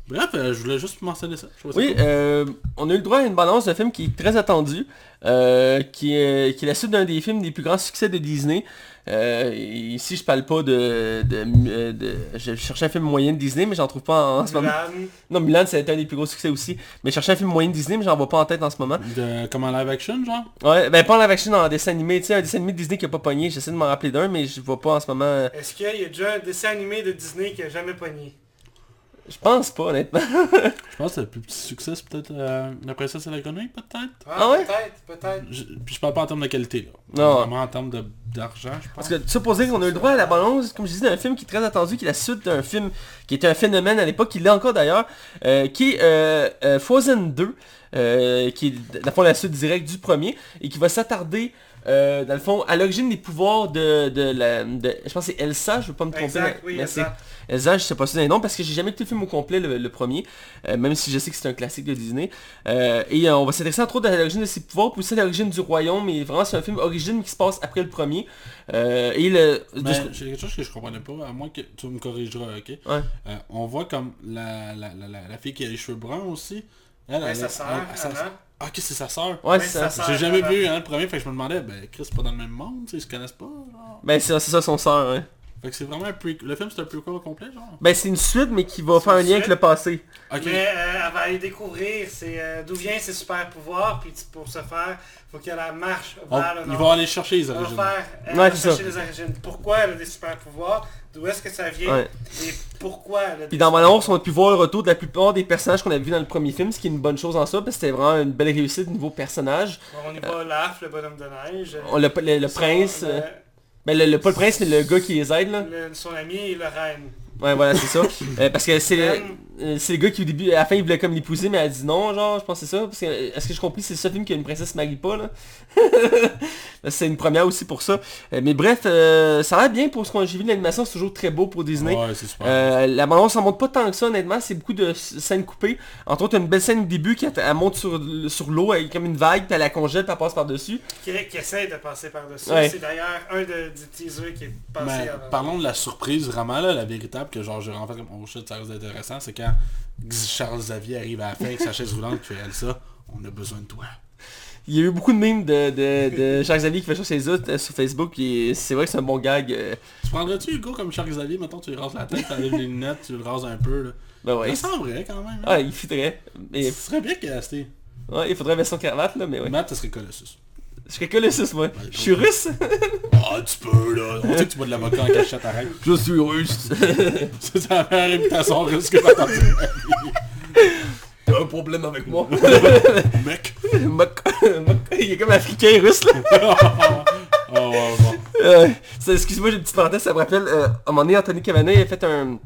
Bref, euh, je voulais juste mentionner ça. Je trouvais ça
Oui,
cool.
euh, on a eu le droit à une balance d'un film qui est très attendu, euh, qui, est, qui est la suite d'un des films des plus grands succès de Disney. Euh, ici, je parle pas de, de, euh, de- Je cherchais un film moyen de Disney, mais j'en trouve pas en, en ce moment.
Mulan,
Non, Mulan, ça a été un des plus gros succès aussi. Mais je cherchais un film moyen de Disney, mais j'en vois pas en tête en ce moment.
De, comme en live action genre?
Ouais, ben pas en live action, en dessin animé. Tu sais, un dessin animé de Disney qui a pas pogné. J'essaie de m'en rappeler d'un, mais je vois pas en ce moment... euh,
Est-ce qu'il y a déjà un dessin animé de Disney qui a jamais pogné
Je pense pas, honnêtement.
Je pense que le plus petit succès c'est peut-être euh, La princesse et la grenouille peut-être?
Ah ouais?
Peut-être, peut-être.
Je- puis je parle pas en termes de qualité là.
Non.
Vraiment en termes de- d'argent, je pense.
Parce que tout ça pour dire qu'on a eu le droit à la balance, comme je disais, d'un film qui est très attendu, qui est la suite d'un film qui était un phénomène à l'époque, qui l'est encore d'ailleurs, euh, qui est euh, euh, Frozen 2, euh, qui est dans le fond la suite directe du premier, et qui va s'attarder, euh, dans le fond, à l'origine des pouvoirs de, de la... de- je pense que c'est Elsa, je veux pas me tromper.
Exact, oui,
mais c'est-
exact.
Elsa, je sais pas si c'est un nom parce que j'ai jamais écouté le film au complet, le, le premier, euh, même si je sais que c'est un classique de Disney. Euh, et euh, on va s'intéresser entre autres à l'origine de ses pouvoirs, puis aussi à l'origine du royaume, et vraiment c'est un film origine qui se passe après le premier. Euh, et le... de
Ben,
Mais
ce-
j'ai quelque chose que je comprenais pas, à moins que tu me corrigeras, ok?
Ouais.
Euh, on voit comme la, la, la, la, la fille qui a les cheveux bruns aussi. Elle,
Ouais,
elle-
sa
elle-
sœur,
elle- sa-
Anna.
Ah, ok, c'est sa sœur.
Ouais,
Mais
c'est ça.
hein? ben, ça-
J'ai
Sœur,
jamais
Anna.
vu hein, le premier, fait que je me demandais, ben Chris, c'est pas dans le même monde, tu sais, ils se connaissent pas. genre.
Ben c'est ça, c'est ça son sœur, hein.
Fait que c'est vraiment un prequel. Le film, c'est un prequel au complet, genre.
Ben c'est une suite mais qui va
C'est
faire un
une
lien avec
suite.
le passé.
Ok.
Mais euh, elle va aller découvrir c'est, euh, d'où vient ses super pouvoirs, puis tu- pour ce faire, faut qu'elle la marche
On-
vers le
ils
nord.
vont aller chercher les
Elle va
origines.
faire elle
Ouais,
va
c'est
chercher
ça.
les origines. Pourquoi elle a des super pouvoirs, d'où est-ce que ça vient,
Ouais.
et pourquoi elle a des
Puis dans
super-
ma annonce, on a pu voir le retour de la plupart des personnages qu'on avait vu dans le premier film, ce qui est une bonne chose en ça, parce que c'était vraiment une belle réussite niveau personnage.
Bon, On y voit Laf, le bonhomme de neige.
On, le, le- le
Son-
prince, euh,
le-
ben le, le- pas le prince, mais le gars qui les aide là.
le- son ami et la reine.
Ouais, voilà, c'est ça. Euh, parce que c'est le, euh, c'est le gars qui au début, à la fin, il voulait comme l'épouser, mais elle a dit non, genre, je pense que c'est ça. Parce que, euh, est-ce que je compris, c'est le seul film qui a une princesse marie pas, là. *laughs* Ben, c'est une première aussi pour ça. Euh, mais bref, euh, ça a l'air bien pour ce qu'on j'ai vu de l'animation, c'est toujours très beau pour Disney.
Ouais, c'est super.
Euh, la bande s'en montre pas tant que ça honnêtement, c'est beaucoup de s- scènes coupées. Entre autres, une belle scène au début qui elle, elle monte sur, le- sur l'eau avec comme une vague, puis elle la congèle, puis elle passe par-dessus.
Qui, qui essaie de passer par-dessus.
Ouais.
C'est d'ailleurs un de, des teasers qui est passé
Mais
avant.
parlons de la surprise vraiment là, la véritable que genre j'ai en fait comme oh shit ça risque d'être intéressant, c'est quand X- Charles Xavier arrive à la fin avec sa chaise roulante qui fait elle ça, on a besoin de toi.
Il y a eu beaucoup de mimes de, de,
*laughs*
de Jacques Xavier qui fait ça chez les autres euh, sur Facebook, puis c'est vrai que c'est un bon gag. euh,
Tu prendrais-tu Hugo comme Charles Xavier, mettons tu lui rases la tête, t'enlèves les lunettes, tu le rases un peu là.
ben ouais.
Ça semblerait quand même.
Ah,
hein.
il fitterait. Mais,
Ce serait bien casté.
ouais, il faudrait version cravate, là, mais ouais.
Matt, ça serait Colossus.
Je serais que le 6, moi. Je suis russe.
Ah, tu peux, là. On sait que tu bois de l'avocat en cachette, arrête.
Je suis *laughs* russe.
Ça, ça a la réputation russe que t'as entendu.
T'as un problème avec moi.
Mec.
*laughs* Mok- Mok- il est comme africain russe, là.
Oh, ouais, bon.
Euh, ça, Excuse-moi, j'ai une petite parenthèse, ça me rappelle, euh, à un moment donné, Anthony Cavana, il a fait un...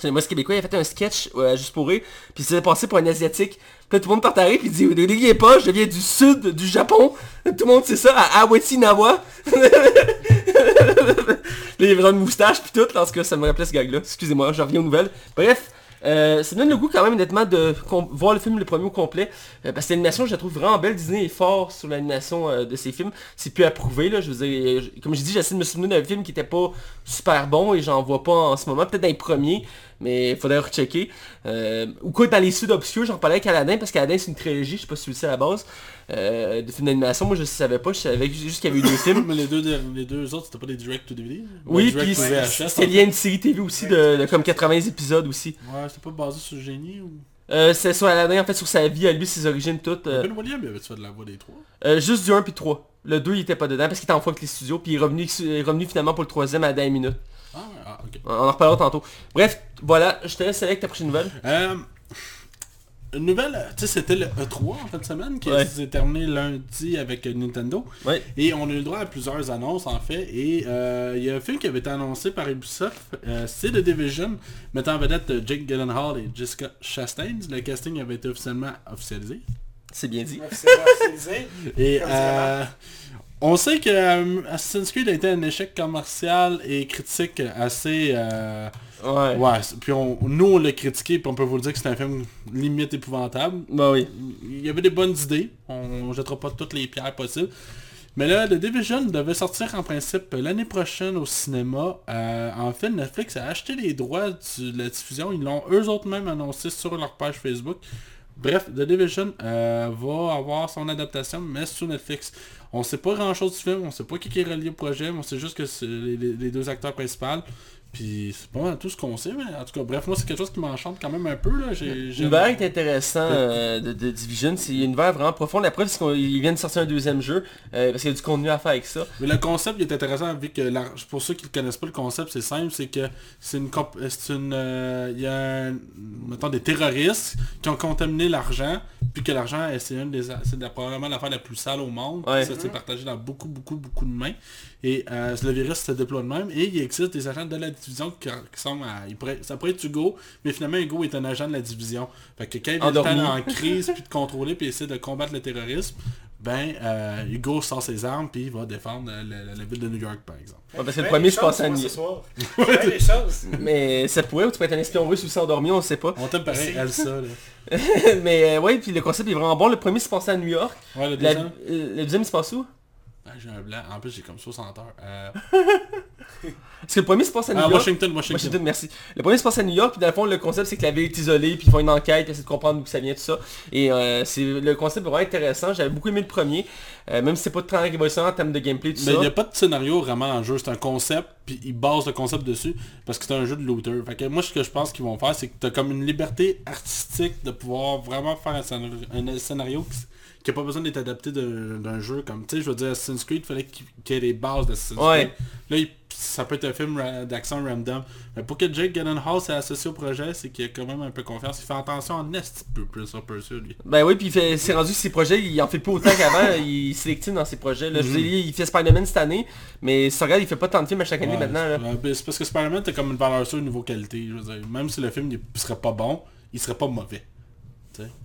C'est moi, ce québécois, il a fait un sketch euh, juste pour rire, puis il s'est passé pour un asiatique. Puis là, tout le monde partait à rire, puis il dit, n'oubliez pas, je viens du sud du Japon. Tout le monde sait ça, à Awetinawa. là, il avait genre une moustache, puis tout, là, en tout cas, ça me rappelait ce gag-là. Excusez-moi, je reviens aux nouvelles. Bref. euh, ça donne le goût quand même honnêtement de com- voir le film le premier au complet Euh, parce que l'animation je la trouve vraiment belle Disney est fort sur l'animation euh, de ses films c'est plus approuvé là je veux dire euh, je- comme je dis j'essaie de me souvenir d'un film qui était pas super bon et j'en vois pas en ce moment peut-être dans les premiers mais il faudrait rechecker Euh, ou quoi dans les sud obscurs j'en parlais avec Aladdin parce qu'Aladdin c'est une trilogie je sais pas si vous le savez à la base euh, de films d'animation moi je savais pas je savais juste qu'il y avait eu deux films
Mais les deux, derni- les deux autres, c'était pas des direct to DVD?
oui
Des
puis
direct to
c'est-
VHS,
c'était lié à une série TV aussi de, de comme 80 épisodes aussi
Ouais, c'était pas basé sur le génie ou...
euh, c'est sur Aladdin en fait sur sa vie à lui ses origines toutes euh,
Ben William, il avait fait de la voix des trois.
Euh, juste du 1 puis 3. Le 2 il était pas dedans parce qu'il était en foi avec les studios puis il est revenu, il est revenu finalement pour le troisième à la dernière minute.
Ah, ouais, ah, ok.
On en reparlera tantôt. Bref, voilà, je te laisse avec ta prochaine nouvelle.
Euh, une nouvelle, euh, tu sais, c'était le E3 en fin de semaine qui
Ouais.
s'est terminé lundi avec euh, Nintendo.
Ouais.
Et on a eu le droit à plusieurs annonces en fait. Et euh, il y a un film qui avait été annoncé par Ubisoft, euh, c'est The Division, mettant en vedette euh, Jake Gyllenhaal et Jessica Chastain. Le casting avait été officiellement officialisé.
C'est bien dit.
Officiellement
*laughs*
officialisé.
Et
Comme
euh, on sait que euh, Assassin's Creed a été un échec commercial et critique assez... euh,
Ouais.
ouais, c'est- puis on, nous on l'a critiqué, puis on peut vous le dire que c'est un film limite épouvantable.
Bah oui.
Il y avait des bonnes idées, on, on jettera pas toutes les pierres possibles. Mais là, The Division devait sortir en principe l'année prochaine au cinéma. Euh, en fait, Netflix a acheté les droits de la diffusion. Ils l'ont eux autres même annoncé sur leur page Facebook. Bref, The Division euh, va avoir son adaptation, mais sur Netflix. On sait pas grand chose du film, on sait pas qui qui est relié au projet, mais on sait juste que c'est les, les- les deux acteurs principaux. Puis c'est pas mal tout ce qu'on sait, mais en tout cas, bref, moi c'est quelque chose qui m'enchante quand même un peu. Là. J'ai, j'ai-
L'univers est intéressant euh, de, de Division, c'est un univers vraiment profond. La preuve c'est qu'ils viennent de sortir un deuxième jeu euh, parce qu'il y a du contenu à faire avec ça.
Mais le concept il est intéressant vu que la- pour ceux qui ne connaissent pas le concept c'est simple c'est que c'est une comp- c'est une euh, il y a un- mettons des terroristes qui ont contaminé l'argent puis que l'argent eh, c'est une des c'est la- probablement l'affaire la plus sale au monde
Ouais.
ça c'est partagé dans beaucoup beaucoup beaucoup de mains et euh, le virus se déploie de même et il existe des agents de la division qui, qui sont à- il pourrait- ça pourrait être Hugo mais finalement Hugo est un agent de la division fait que quand il est
Endormi.
en crise puis de contrôler puis essayer de combattre le terrorisme ben euh, Hugo sort ses armes puis il va défendre euh, la, la- la ville de New York par exemple.
Ouais, parce que
Fais
le premier
des
je passais à
choses,
une-
moi, ce soir. Fais des choses.
Mais ça pourrait ou tu pourrais être un espion russe ou s'endormir, on sait pas.
On t'aime pareil Elsa là.
*laughs* Mais euh, ouais, puis le concept est vraiment bon. Le premier se passait à New York.
Ouais le
La-
deuxième.
euh, le deuxième il se passe où
Ah, j'ai un blanc. En plus j'ai comme 60 heures. Euh,
Parce que le premier se passe à New
Ah,
York.
Washington,
Washington,
Washington.
merci. Le premier se passe à New York, puis dans le fond, le concept, c'est que la ville est isolée, puis ils font une enquête, puis essaient de comprendre d'où ça vient, tout ça. Et euh, c'est le concept est vraiment intéressant. J'avais beaucoup aimé le premier, euh, même si c'est pas très révolutionnaire en termes de gameplay, tout ça.
Mais il n'y a pas de scénario vraiment en jeu, c'est un concept, puis ils basent le concept dessus, parce que c'est un jeu de looter. Fait que moi, ce que je pense qu'ils vont faire, c'est que tu as comme une liberté artistique de pouvoir vraiment faire un scénario, un scénario qui- qui n'a pas besoin d'être adapté d'un d'un jeu comme, tu sais, je veux dire, Assassin's Creed, fallait qu'il qu'il y ait des bases d'Assassin's
Ouais.
Creed. Là, il- ça peut être un film ra- d'action random. Mais pour que Jake Gyllenhaal s'est associé au projet, c'est qu'il a quand même un peu confiance. Il fait attention en est, peu plus sur Pursuit, lui.
Ben oui, puis il fait- s'est rendu que ses projets, il en fait plus autant
*laughs*
qu'avant, il sélective dans ses projets. Là, Je vous
Mm.
ai dit, il fait Spider-Man cette année, mais si on regarde, il fait pas tant de films à chaque année
Ouais,
maintenant. là.
c'est- ouais, ben, c'est parce que Spider-Man t'as comme une valeur sûre niveau qualité. Je veux dire. Même si le film il serait pas bon, il serait pas mauvais.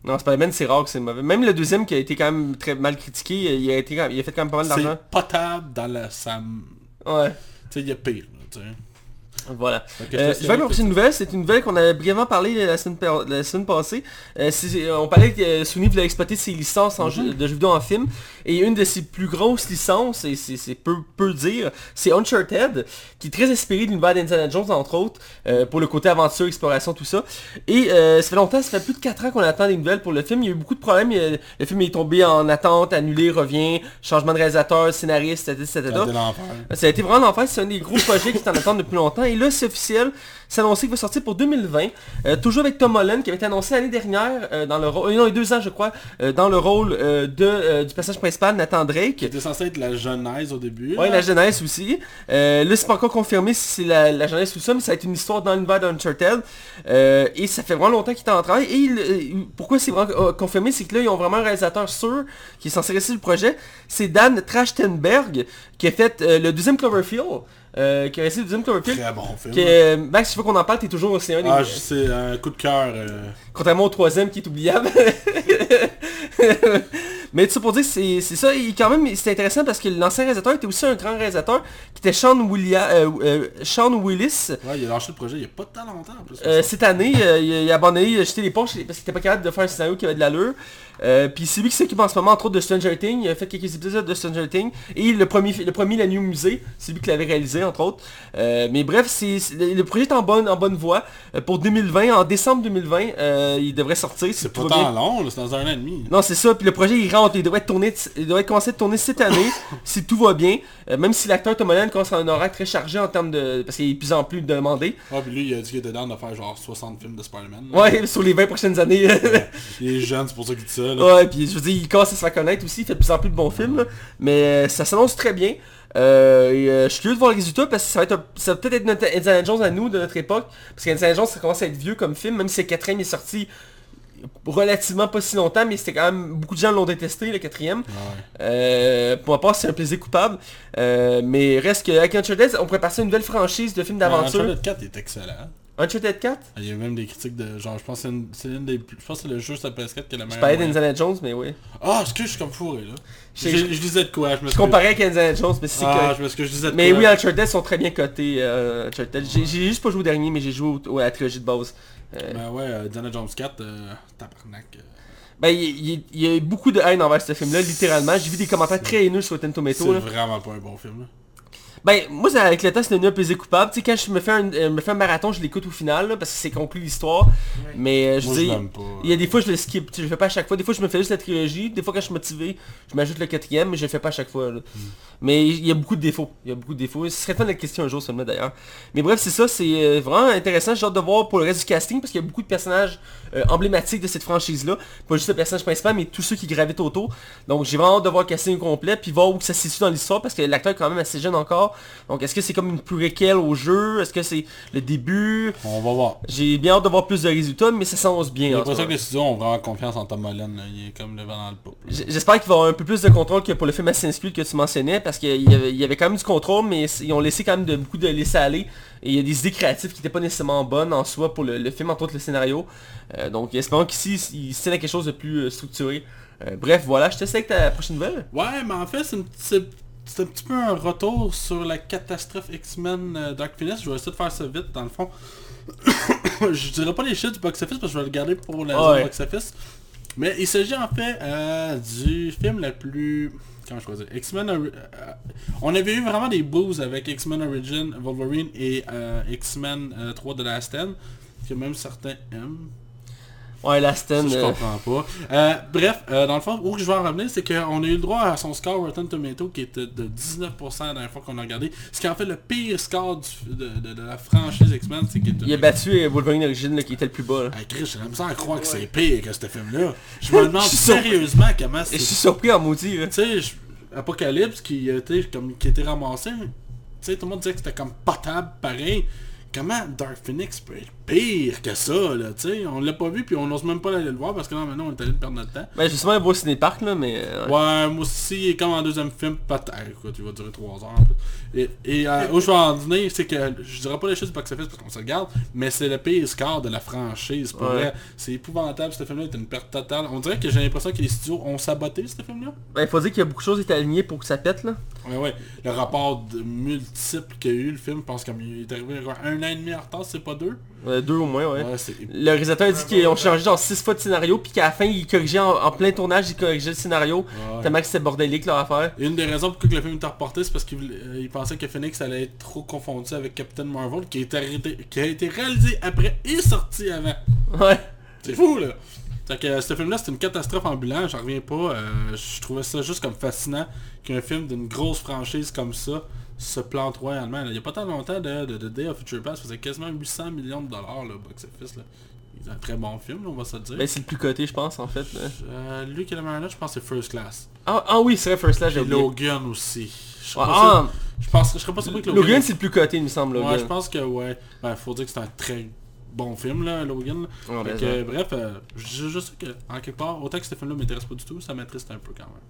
Non, Spider-Man, c'est rare que c'est mauvais. Même le deuxième qui a été quand même très mal critiqué, il a, été, quand- il a fait quand même pas mal
C'est
d'argent.
potable dans la sam.
Ouais,
Tu sais, il y a pire. là, tu sais.
voilà.
Fait que
Euh,
ça,
je vais aller
c'est-
voir une nouvelle, c'est une nouvelle qu'on avait brièvement parlé euh, la semaine, par- la semaine passée. Euh, c'est- euh, on parlait que euh, Sony voulait exploiter ses licences en jeu- de jeux vidéo en film. Et une de ses plus grosses licences, et c'est c'est peu, peu dire, c'est Uncharted, qui est très inspiré de l'univers d'Indiana Jones, entre autres, euh, pour le côté aventure, exploration, tout ça. Et euh, ça fait longtemps, ça fait plus de 4 ans qu'on attend des nouvelles pour le film. Il y a eu beaucoup de problèmes. Il y a- le film est tombé en attente, annulé, revient, changement de réalisateur, scénariste, etc. etc.
c'est l'enfer.
Ça a été vraiment l'enfer, c'est un des gros projets qui est en attente depuis longtemps. Et là, c'est officiel, c'est annoncé qu'il va sortir pour 2020. euh, toujours avec Tom Holland, qui avait été annoncé l'année dernière, euh, dans le rôle, euh, non, il y a deux ans je crois, euh, dans le rôle euh, de, euh, du personnage principal, Nathan Drake.
C'était censé être la genèse au début.
Ouais,
là.
la jeunesse aussi. Euh, là, c'est pas encore confirmé si c'est la, la jeunesse ou ça, mais ça va être une histoire dans l'univers d'Uncharted. Euh, et ça fait vraiment longtemps qu'il est en travail. Et il- euh, pourquoi c'est vraiment euh, confirmé, c'est que là, ils ont vraiment un réalisateur sûr qui est censé rester le projet. C'est Dan Trachtenberg qui a fait euh, le deuxième Cloverfield. euh, qui a réalisé le deuxième Cloverfield.
Très bon film.
Que, euh, Max, il faut qu'on en parle, t'es toujours au C1.
Ah, je- c'est un coup de cœur. euh.
Contrairement au troisième qui est oubliable. *laughs* Mais tout ça pour dire que c'est c'est ça, et quand même c'est intéressant parce que l'ancien réalisateur était aussi un grand réalisateur qui était Sean, Willia- euh, euh, Sean Willis.
Ouais, il a lâché le projet il y a pas tant longtemps. en plus,
Euh,
ça.
cette année, euh, il, a- il a abandonné, il a jeté les poches parce qu'il était pas capable de faire un scénario qui avait de l'allure. Euh, Puis c'est lui qui s'occupe en ce moment entre autres de Stranger Things, il a fait quelques épisodes de Stranger Things et le premier, le premier La Nuit au Musée, c'est lui qui l'avait réalisé entre autres. Euh, mais bref, c'est c'est- le le projet est en bonne, en bonne voie. Euh, pour 2020, en décembre 2020, euh, il devrait sortir. si
C'est
tout
pas
va bien.
tant long, là, c'est dans un an et demi.
Non, c'est ça. Puis le projet, il rentre. Il devrait être tourné, il devrait commencer à être tourné cette année, si tout va bien. Euh, même si l'acteur Tom Holland commence à un horaire très chargé en termes de... Parce qu'il est de plus en plus demandé.
Ah, puis lui, il a dit qu'il était dedans de faire genre 60 films de Spider-Man. là.
Ouais, *laughs* sur les 20 prochaines années. *laughs*
Il est jeune, c'est pour ça qu'il dit ça. là.
ouais, puis je veux dire, il commence à se faire connaître aussi. Il fait de plus en plus de bons films. là. Mais euh, ça s'annonce très bien. Euh, et, euh, je suis curieux de voir le résultat parce que ça va, être un- ça va peut-être être notre Indiana Jones à nous de notre époque. Parce qu'Indiana Jones, ça commence à être vieux comme film. Même si le quatrième est sorti relativement pas si longtemps, mais c'était quand même... Beaucoup de gens l'ont détesté, le quatrième.
Ouais.
Euh, pour ma part, c'est un plaisir coupable. Euh, mais reste que avec Uncharted, on pourrait passer à une nouvelle franchise de films
Ouais,
d'aventure.
Uncharted 4 est excellent.
Uncharted 4
Il y a même des critiques de genre, je pense que c'est une, c'est une des plus- je pense que c'est le jeu sur la PS4 qui est la
Je parlais
meilleure.
d'Indiana
moyenne.
Jones, mais oui.
Ah, est-ce que je suis comme fourré là
Je-
Je,
je-
je, disais de quoi, je me
Je comparais avec Indiana Jones, mais c'est
Ah,
que...
je me suis je disais de
Mais
quoi.
oui, Uncharted sont très bien cotés. euh, Uncharted. J'ai j'ai juste pas joué au dernier, mais j'ai joué au- au- à la trilogie de base. Euh,
Ben ouais, euh, Indiana Jones 4, euh, tabarnak. euh.
ben, il il- il y, a eu beaucoup de haine envers ce film-là, littéralement. J'ai vu des commentaires très haineux sur Rotten
c'est
Tomatoes. là.
vraiment pas un bon film là.
Ben, moi, ça, avec le temps, c'est devenu un plaisir coupable. Tu sais, quand je me fais un, euh, me fais un marathon, je l'écoute au final, là, parce que c'est conclu l'histoire. Mais euh, je
Moi,
veux
je
dire,
l'aime pas.
Il y a des fois je le skip, tu sais, je le fais pas à chaque fois. Des fois je me fais juste la trilogie, des fois quand je suis motivé, je m'ajoute le quatrième, mais je le fais pas à chaque fois. là.
Mm.
Mais il y a beaucoup de défauts. Il y a beaucoup de défauts. Ce serait le fun de la question un jour seulement d'ailleurs. Mais bref, c'est ça, c'est euh, vraiment intéressant. J'ai hâte de voir pour le reste du casting parce qu'il y a beaucoup de personnages euh, emblématiques de cette franchise-là. Pas juste le personnage principal, mais tous ceux qui gravitent autour. Donc j'ai vraiment hâte de voir le casting au complet, puis voir où que ça se situe dans l'histoire parce que l'acteur est quand même assez jeune encore. Donc est-ce que c'est comme une préquelle au jeu Est-ce que c'est le début
On va voir.
J'ai bien hâte de voir plus de résultats, mais ça s'annonce bien.
J'ai
en tout cas.
l'impression que les studios ont vraiment confiance en Tom Holland, là. il est comme le vent dans le pot. là.
J- J'espère qu'il va y avoir un peu plus de contrôle que pour le film Assassin's Creed que tu mentionnais, parce qu'il y, avait- il y avait quand même du contrôle, mais c- ils ont laissé quand même de, beaucoup de laisser aller. Et il y a des idées créatives qui n'étaient pas nécessairement bonnes en soi pour le, le film, entre autres le scénario. Euh, donc espérons qu'ici, ils se tiennent à quelque chose de plus euh, structuré. Euh, bref, voilà, je te sais avec ta prochaine nouvelle.
Ouais, mais en fait, c'est une- c'est c'est un petit peu un retour sur la catastrophe X-Men euh, Dark Phoenix. Je vais essayer de faire ça vite, dans le *coughs* fond. je dirais pas les chiffres du box-office parce que je vais le garder pour la
Ouais.
box-office. Mais il s'agit en fait euh, du film le plus... Comment je peux dire X-Men... Ori- euh, on avait eu vraiment des boosts avec X-Men Origin, Wolverine et euh, X-Men euh, 3 de la Stand, que même certains aiment.
Ouais, la
Ça,
Sten,
je
euh,
comprends pas. Euh, bref, euh, dans le fond, où je vais en revenir, c'est qu'on a eu le droit à son score Rotten Tomato qui était de 19% la dernière fois qu'on a regardé. Ce qui en fait le pire score du- de, de- de la franchise X-Men, c'est qu'il
il a battu euh, Wolverine Origin là, qui était le plus bas. là.
Ah, Chris, j'ai l'impression à croire que c'est pire que ce film-là. Je me
*laughs*
demande sérieusement comment
Et je suis
c'est...
surpris en maudit. là.
Tu sais, je- Apocalypse qui a été comme- qui a été ramassé, tu sais, tout le monde disait que c'était comme potable, pareil. Comment Dark Phoenix peut être pire que ça, là, tu sais? On l'a pas vu, puis on n'ose même pas aller le voir, parce que là, maintenant, on est allé perdre notre temps.
Ben, j'ai sûrement un beau cinépark, là, mais... euh,
Ouais, moi aussi, et comme en deuxième film, peut-être, quoi, tu vas durer 3 heures. en plus. Et,
*laughs*
et euh, où je vais en venir, c'est que je dirais pas les choses du box-office parce qu'on se regarde, mais c'est le pire score de la franchise, pour
Ouais.
vrai. C'est épouvantable, ce film-là est une perte totale. On dirait que j'ai l'impression que les studios ont saboté ce film-là.
Ben, faut dire qu'il y a beaucoup de choses qui étaient alignées pour que ça pète, là.
Ouais, ouais. Le rapport de multiple qu'a eu le film, je pense qu'il est arrivé quoi, un an et demi en retard, c'est pas deux.
Euh, deux au moins, ouais.
Ouais, c'est
Le réalisateur a dit
Ouais,
qu'ils
ouais,
ont
ouais.
changé genre 6 fois de scénario, puis qu'à la fin, ils corrigeaient en, en plein tournage, ils corrigeaient le scénario,
Ouais.
tellement que c'était bordélique leur affaire. *laughs*
Et Une des raisons pourquoi que le film était reporté, c'est parce qu'il voulait- euh, il pensait que Phoenix allait être trop confondu avec Captain Marvel, qui, est arrêté- qui a été réalisé après et sorti avant.
Ouais.
C'est fou, là! Fait que euh, ce film-là, c'est une catastrophe ambulante, j'en reviens pas. euh, je trouvais ça juste comme fascinant qu'un film d'une grosse franchise comme ça se plante royalement. là. Il y a pas tant longtemps, de, de, de Day of Future Past faisait quasiment 800 millions de dollars, là, au box-office. là. C'est un très bon film, là, on va se le dire.
Ben, c'est le plus coté, je pense, en fait. là.
Euh, lui qui est le meilleur là, je pense que c'est First Class.
Ah, ah oui, c'est vrai, First Lash, j'ai
Et
oublié.
Logan aussi. Je serais
Ouais,
pas sûr-
ah,
je pense, je serais pas surpris que Logan...
Logan, c'est le plus coté, il me semble, Logan.
Ouais, je pense que, ouais. Ben, faut dire que c'est un très bon film, là, Logan. là.
Ouais, ben,
Fait que, bref, euh, je, je sais que, en quelque part, autant que ce film-là m'intéresse pas du tout, ça m'attriste un peu quand même.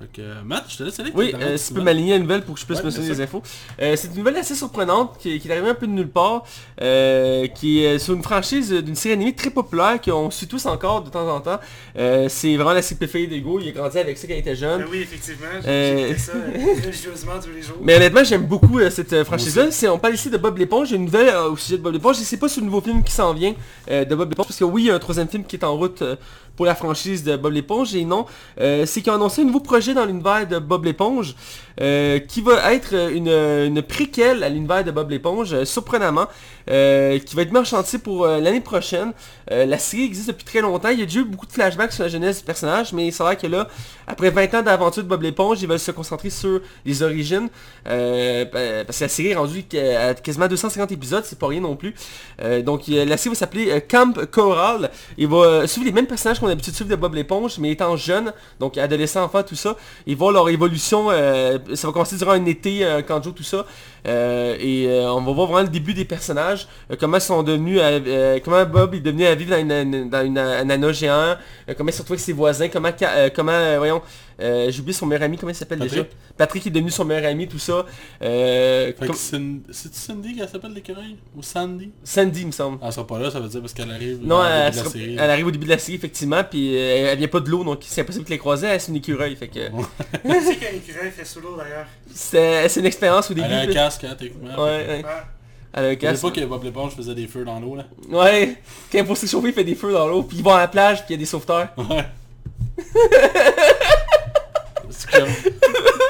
Fait que, euh, Matt, je te laisse aller.
Oui,
t'as
euh,
d'autres
si tu peux
notes.
m'aligner une nouvelle pour que je puisse
Ouais,
mentionner
bien
les
sûr.
infos. Euh, c'est une nouvelle assez surprenante qui, qui est arrivée un peu de nulle part, euh, qui est sur une franchise d'une série animée très populaire qu'on suit tous encore de temps en temps. Euh, c'est vraiment la série préférée d'Ego, il a grandi avec ça quand il était jeune.
Ben oui, effectivement,
Euh.
j'ai- j'écoutais ça
*laughs*
euh, religieusement tous les jours.
Mais honnêtement, j'aime beaucoup euh, cette euh, franchise-là. C'est- On parle ici de Bob l'éponge. J'ai une nouvelle euh, au sujet de Bob l'éponge. Je sais pas si le nouveau film qui s'en vient euh, de Bob l'éponge. Parce que oui, il y a un troisième film qui est en route euh, pour la franchise de Bob l'éponge. Et non, euh, c'est qu'ils ont annoncé un nouveau projet dans l'univers de Bob l'éponge euh, qui va être euh, une, une préquelle à l'univers de Bob l'éponge, euh, surprenamment, euh, qui va être mis en chantier pour euh, l'année prochaine. Euh, la série existe depuis très longtemps. Il y a déjà eu beaucoup de flashbacks sur la jeunesse du personnage, mais c'est vrai que là, après 20 ans d'aventure de Bob l'éponge, ils veulent se concentrer sur les origines. euh, pa- parce que la série est rendue qu'à- à quasiment 250 épisodes, c'est pas rien non plus. Euh, donc euh, la série va s'appeler euh, Camp Coral. Il va euh, suivre les mêmes personnages qu'on a l'habitude de suivre de Bob l'éponge, mais étant jeune, donc adolescent, enfant, tout ça. Ils vont leur évolution, euh, ça va commencer durant un été, euh, quand joue tout ça. Euh, et euh, on va voir vraiment le début des personnages, euh, comment ils sont devenus, à- euh, comment Bob est devenu à vivre dans, une, dans une- un anneau géant, euh, comment il se retrouve avec ses voisins, comment, ca- euh, comment euh, voyons, euh, j'ai oublié son meilleur ami, comment il s'appelle
Patrick.
déjà Patrick est devenu son meilleur ami, tout ça. Euh,
Fait que
comme-
Cin- c'est-tu Cindy qu'elle s'appelle l'écureuil Ou Sandy
Sandy, il me semble.
Elle sera pas là, ça veut dire parce qu'elle arrive
Non,
dans le
elle,
début de
sera-
la série.
elle arrive au début de la série, effectivement, puis euh, elle, elle vient pas de l'eau, donc c'est impossible de les croiser, elle c'est une écureuil, fait que...
Tu sais qu'un écureuil fait solo d'ailleurs.
C'est c'est une expérience au début.
Elle a un
puis-
casque, hein, techniquement.
Ouais, ouais.
Ah,
Elle a un
Je
casque.
sais pas que Bob Léponge faisait des feux dans
*laughs*
l'eau, là.
Ouais, quand pour s'échauffer, il fait des feux dans l'eau, puis ils vont à la plage, puis il y a des sauveteurs.
Ouais.
*laughs*
C'est comme...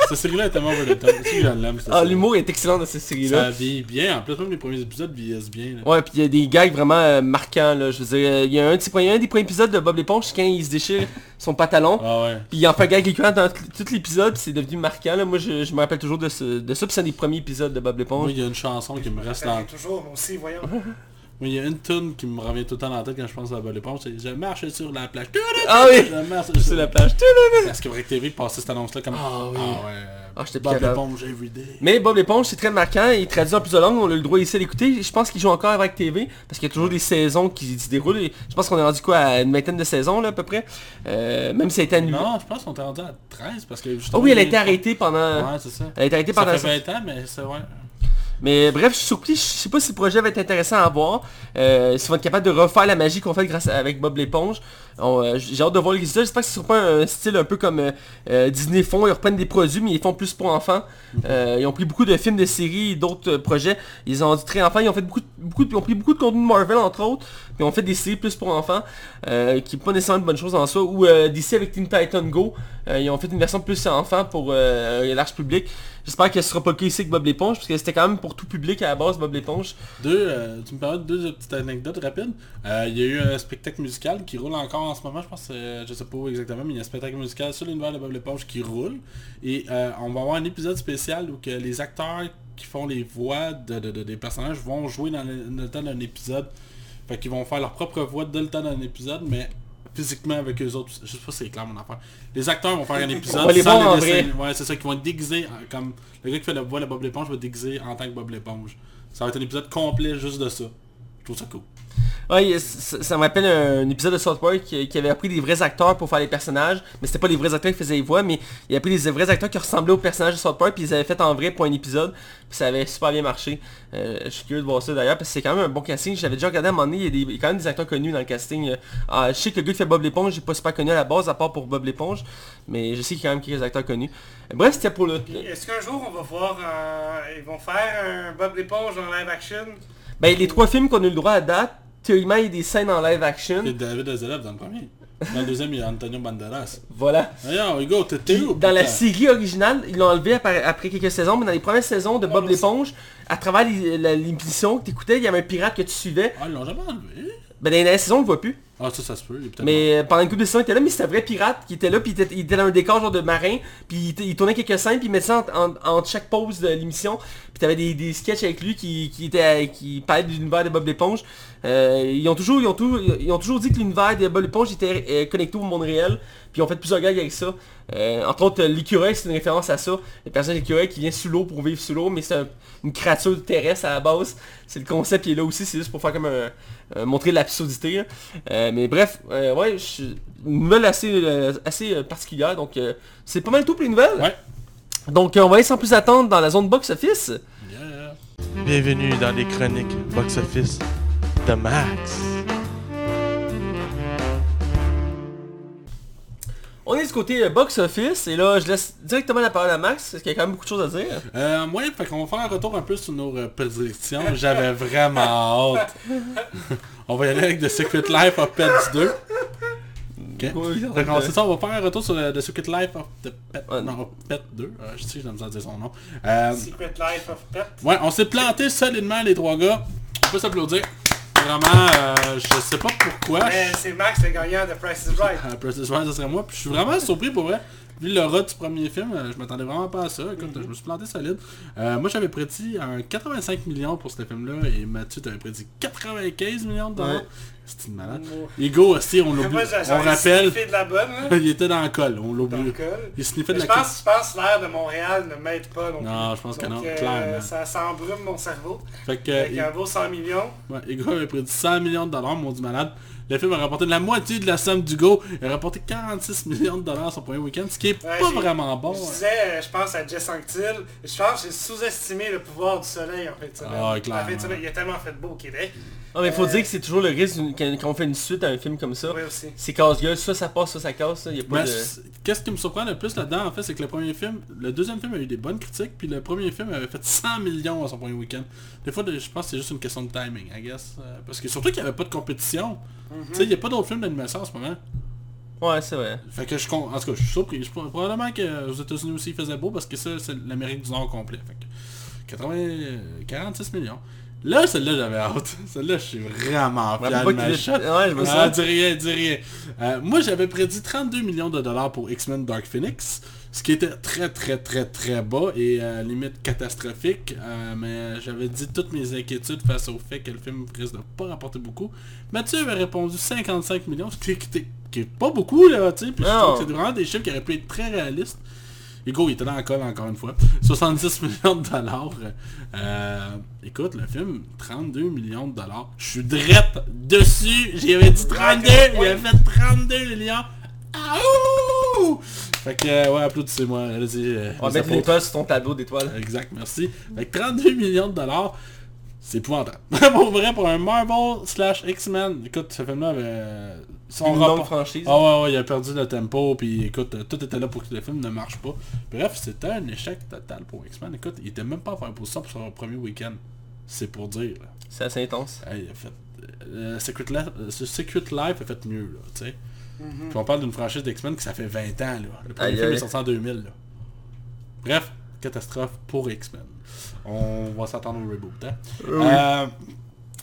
Cette série-là est tellement over the top. Si je l'aime, cette
Ah,
série.
l'humour est excellent dans cette série-là.
Ça vieillit bien. En plus, même les premiers épisodes vieillissent bien. Là.
Ouais, puis il y a des gags vraiment euh, marquants, là. Je veux dire, euh, il y a un, petit- il y a un des premiers épisodes de Bob l'éponge, c'est quand il se déchire son pantalon.
Ah ouais.
Puis il en fait un gag récurrent dans t- tout l'épisode, puis c'est devenu marquant, là. Moi, je, je me rappelle toujours de, ce, de ça, puis c'est un des premiers épisodes de Bob l'éponge.
Moi, il y a une chanson qui me reste
ça
dans...
arrive toujours, moi aussi,
*laughs*
voyons.
Moi, il y a une tune qui me revient tout le temps dans la tête quand je pense à Bob Léponge. C'est « Je marche sur la plage.
Ah
*laughs*
oui!
Je marche
C'est
sur
la
la plage.
plage. »
Parce que Break TV passait cette annonce-là comme...
Ah oui.
ouais.
Ah, j'étais
Bob
plus capable.
Léponge, everyday.
Mais Bob l'éponge, c'est très marquant, il est traduit en plusieurs langues, on a le droit ici à l'écouter. Je pense qu'il joue encore avec TV, parce qu'il y a toujours des saisons qui se déroulent. et Je pense qu'on est rendu quoi à une vingtaine de saisons là à peu près. Euh, même si ça a été annulé.
Non, je pense qu'on est rendu à 13 parce que...
Oh
justement,
oui, elle a été
les-
arrêtée euh, pendant.
Ouais, c'est ça.
Elle a été arrêtée
Ça
pendant.
fait 20 ans, mais c'est... Ouais.
Mais bref, je suis surpris, je sais pas si le projet va être intéressant à voir. Euh, S'ils vont être capables de refaire la magie qu'on fait grâce à- avec Bob l'éponge. On, euh, J'ai hâte de voir le résultat. J'espère que ce sera pas un style un peu comme euh, euh, Disney font, ils reprennent des produits mais ils font plus pour enfants. Euh, ils ont pris beaucoup de films, de séries, d'autres euh, projets. Ils ont dit très enfants, ils ont fait beaucoup, de- beaucoup de- ils ont pris beaucoup de contenu de Marvel entre autres. Puis on fait des séries plus pour enfants, euh, qui n'est pas nécessairement une bonne chose en soi, ou euh, des séries avec Teen Titan Go, euh, ils ont fait une version plus enfant pour euh, un large public. J'espère qu'elle sera pas que ici avec Bob l'éponge, parce que c'était quand même pour tout public à la base, Bob l'éponge.
Deux, euh, tu me parlais de deux petites anecdotes rapides. Euh, Il y a eu un spectacle musical qui roule encore en ce moment, je pense, euh, je sais pas où exactement, mais il y a un spectacle musical sur l'univers de Bob l'éponge qui roule. Et euh, on va avoir un épisode spécial où que les acteurs qui font les voix de, de- de- des personnages vont jouer dans le, dans le temps d'un épisode. Fait qu'ils vont faire leur propre voix dans le temps d'un épisode, mais physiquement avec eux autres. Je sais pas si c'est clair mon affaire. Les acteurs
*laughs*
vont faire un épisode
On va les
sans
voir en
dessins-
vrai.
Ouais, c'est ça, qui vont être déguisés, en- comme le gars qui fait la voix de Bob l'éponge va être déguisé en tant que Bob l'éponge. Ça va être un épisode complet juste de ça. Je trouve ça cool.
Ouais, il y a- ça, ça me rappelle un, épisode de South Park qui, qui avait appris des vrais acteurs pour faire les personnages, mais c'était pas les vrais acteurs qui faisaient les voix, mais il a pris des vrais acteurs qui ressemblaient aux personnages de South Park, puis ils avaient fait en vrai pour un épisode, puis ça avait super bien marché. Euh, je suis curieux de voir ça d'ailleurs, parce que c'est quand même un bon casting. J'avais déjà regardé à un moment donné, il y a, des- il y a quand même des acteurs connus dans le casting. Euh, ah, je sais que le gars qui fait Bob l'éponge, j'ai pas super connu à la base, à part pour Bob l'éponge, mais je sais qu'il y a quand même quelques acteurs connus. Euh, Bref, c'était pour le...
Puis, Est-ce qu'un jour on va voir, euh, ils vont faire un Bob l'éponge en live action
Ben, les trois films qu'on a eu le droit à date, théoriquement, il y a des scènes en live action.
C'est David Azelov dans le premier. Dans le deuxième, il y a Antonio Banderas.
Voilà.
Voyons, Hugo, t'es- t'es où
Dans la
putain?
série originale, ils l'ont enlevé après, après quelques saisons, mais dans les premières saisons de Bob
mais
l'éponge, à travers les- la- l'émission que t'écoutais, il y avait un pirate que tu suivais.
Ah, ils l'ont jamais enlevé.
Ben dans les dernières saisons, on le voit plus.
Ah, ça, ça se peut. il est peut-être mort.
Mais euh, pendant une couple de saisons, il était là, mais c'était un vrai pirate qui était là, puis il était, il était dans un décor genre de marin, puis il, t- il tournait quelques scènes, puis il mettait ça en- en- entre chaque pause de l'émission, puis t'avais des, des sketchs avec lui qui, qui, étaient- euh, qui parlaient de l'univers de Bob l'éponge. Euh, ils, ont toujours, ils, ont tou- ils ont toujours dit que l'univers de Bob l'éponge était euh, connecté au monde réel, puis ils ont fait plusieurs gags avec ça. Euh, entre autres, euh, l'écureuil, c'est une référence à ça. Le personnage d'écureuil qui vient sous l'eau pour vivre sous l'eau, mais c'est un- une créature terrestre à la base. C'est le concept qui est là aussi, c'est juste pour faire comme un, un- Euh, montrer l'absurdité. là. Euh, mais bref, euh, ouais, je- une nouvelle assez, euh, assez euh, particulière, donc euh, c'est pas mal tout pour les nouvelles.
Ouais.
Donc euh, on va aller sans plus attendre dans la zone box-office.
Yeah.
Bienvenue dans les chroniques Box Office de Max.
On est du côté euh, box-office, et là je laisse directement la parole à Max, parce qu'il y a quand même beaucoup de choses à
*laughs*
dire.
Euh, moi, fait qu'on va faire un retour un peu sur nos euh, prédictions. J'avais vraiment hâte. *laughs* On va y aller avec The Secret Life of Pets 2. Ok. Fait qu'on- c'est ça, on va faire un retour sur le- The Secret Life of the Pet,
Ouais.
non, of Pet 2. Euh, je sais que j'ai la misère à dire son nom. Euh,
Secret Life of Pet
Ouais, on s'est planté solidement les trois gars. On peut s'applaudir. Vraiment, euh, je sais pas pourquoi.
Mais c'est Max le gagnant de Price is Right.
Euh, Princess Bride, ça serait moi. Puis je suis vraiment surpris pour vrai. Vu le rat du premier film, euh, je m'attendais vraiment pas à ça. Écoute, je me suis planté solide. Euh, moi, j'avais prédit un 85 millions pour ce film-là et Mathieu t'avais prédit 95 millions de dollars.
Ouais.
C'est une malade.
Moi,
Ego aussi, on l'oublie.
moi, j'ai-
On
j'aurais
rappelle,
sniffé de la bonne, là,
*laughs* il était dans le col, on
dans
l'oublie.
le col.
Il sniffait de
Mais Je
la colle.
pense, je pense que l'air de Montréal ne m'aide pas non plus.
Non, je pense que non,
Donc, euh,
clairement.
ça, ça embrume mon cerveau.
Fait que,
Avec
il-
un beau 100 millions.
Ouais, Ego avait prédit 100 millions de dollars, mon dieu malade. Le film a rapporté la moitié de la somme du Go. Il a rapporté 46 millions de dollars son premier week-end, ce qui est
Ouais,
pas
j'ai-
vraiment bon.
Je
hein.
disais, euh, je pense à Jess Anquetil, je pense que j'ai sous-estimé le pouvoir du soleil en fait.
Ah, clairement.
il a tellement fait beau au Québec.
Non mais faut
Euh,
dire que c'est toujours le risque d'une- quand quand on fait une suite à un film comme ça.
Oui aussi.
C'est casse-gueule, soit ça passe, soit ça casse, là, y a pas
Ben,
de...
c'est- Qu'est-ce qui me surprend le plus là-dedans, en fait, c'est que le premier film, le deuxième film a eu des bonnes critiques, puis le premier film avait fait 100 millions à son premier week-end. Des fois, de- je pense que c'est juste une question de timing, I guess. Euh, parce que surtout qu'il n'y avait pas de compétition.
Mm-hmm.
Tu sais, il n'y a pas d'autres films d'animation en ce moment.
Ouais, c'est vrai.
Fait que je con- En tout cas, je suis surpris. Je- Probablement que euh, aux États-Unis aussi il faisait beau parce que ça, c'est l'Amérique du Nord complet. Fait que 80... euh, 46 millions. Là, celle-là, j'avais hâte. *laughs* Celle-là, je suis vraiment
Ouais,
fier de
pas
ma
qu'il-
shot.
Ouais, je me
Ah,
sens.
*laughs* dis rien, dis rien. Euh, moi, j'avais prédit 32 millions de dollars pour X-Men Dark Phoenix, ce qui était très, très, très, très bas et euh, limite catastrophique. Euh, mais j'avais dit toutes mes inquiétudes face au fait que le film risque de pas rapporter beaucoup. Mathieu avait répondu 55 millions, ce qui qui était- qui est pas beaucoup, là, tu sais. Puis je
Non.
trouve que c'est vraiment des chiffres qui auraient pu être très réalistes. Hugo, il était dans la colle encore une fois. 70 millions de dollars. Euh, écoute, le film, 32 millions de dollars. Je suis drette dessus. J'avais dit 32. Il a fait 32 millions. Aouh! Fait que, euh, ouais, applaudissez-moi. Allez-y. euh,
On va
les
mettre
applaudissements.
l'étoile sur ton tableau d'étoiles.
Exact, merci. Avec 32 millions de dollars, c'est épouvantable. *laughs* pour vrai, pour un Marvel slash X-Men, écoute, ce film-là avait... euh, Son
Une longue
rapport...
franchise.
Ah ouais, ouais, il a perdu le tempo, puis écoute, euh, tout était là pour que le film ne marche pas. Bref, c'était un échec total pour X-Men. Écoute, il était même pas en faire pour ça pour son premier week-end. C'est pour dire. là.
C'est assez intense.
Hey, il a fait euh, Secret, Life, euh, Secret Life a fait mieux, là, tu sais. Puis on parle d'une franchise d'X-Men qui ça fait 20 ans, là. Le premier
Aïe,
film est
aïe.
sorti en 2000, là. Bref, catastrophe pour X-Men. On va s'attendre au reboot, hein. Euh,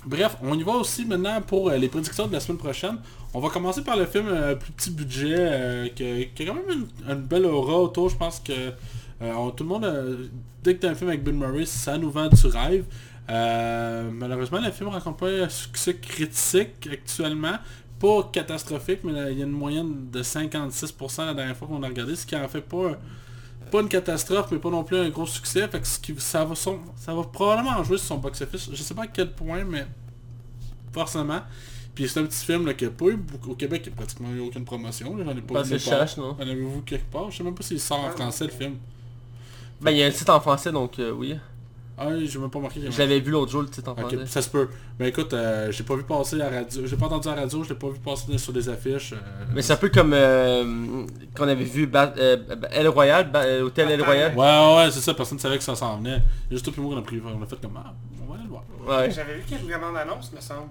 bref, on y va aussi maintenant pour euh, les prédictions de la semaine prochaine. On va commencer par le film euh, plus petit budget, euh, qui, a- qui a quand même une, une belle aura autour. Je pense que euh, on- tout le monde, euh, dès que t'as un film avec Bill Murray, ça nous vend du rêve. Euh, malheureusement, le film rencontre pas un succès critique actuellement. Pas catastrophique, mais là, il y a une moyenne de 56% la dernière fois qu'on a regardé, ce qui en fait pas un- pas une catastrophe, mais pas non plus un gros succès. Fait que ce qui, ça, va son- ça va probablement en jouer sur son box-office. Je sais pas à quel point, mais forcément. Puis c'est un petit film là, qui a pas eu beaucoup- Au Québec, il n'y a pratiquement eu aucune promotion. là. J'en ai pas
Pas
vu
que Bah, je
nulle part.
cherche, non?
En avez-vous quelque part? Je sais même pas s'il sort en français le film.
Ben, il y a un titre en français, donc euh, oui.
Ah, j'ai même pas marqué. qu'il y
Je
avait-
l'avais vu l'autre jour, le titre en
Ok,
français.
ça se peut. Ben écoute, euh, j'ai pas vu passer à la radio. J'ai pas entendu à la radio, je l'ai pas vu passer sur des affiches. euh,
Mais c'est un peu comme euh, qu'on avait vu Bat- euh, El Royal, Ba- euh, Hôtel El Royal.
Ouais, ouais, ouais, c'est ça, personne ne savait que ça s'en venait. Juste toi puis moi qu'on a pris, on a fait comme, ah, on va aller le voir.
Ouais.
J'avais vu quelques commandes annonces, me semble.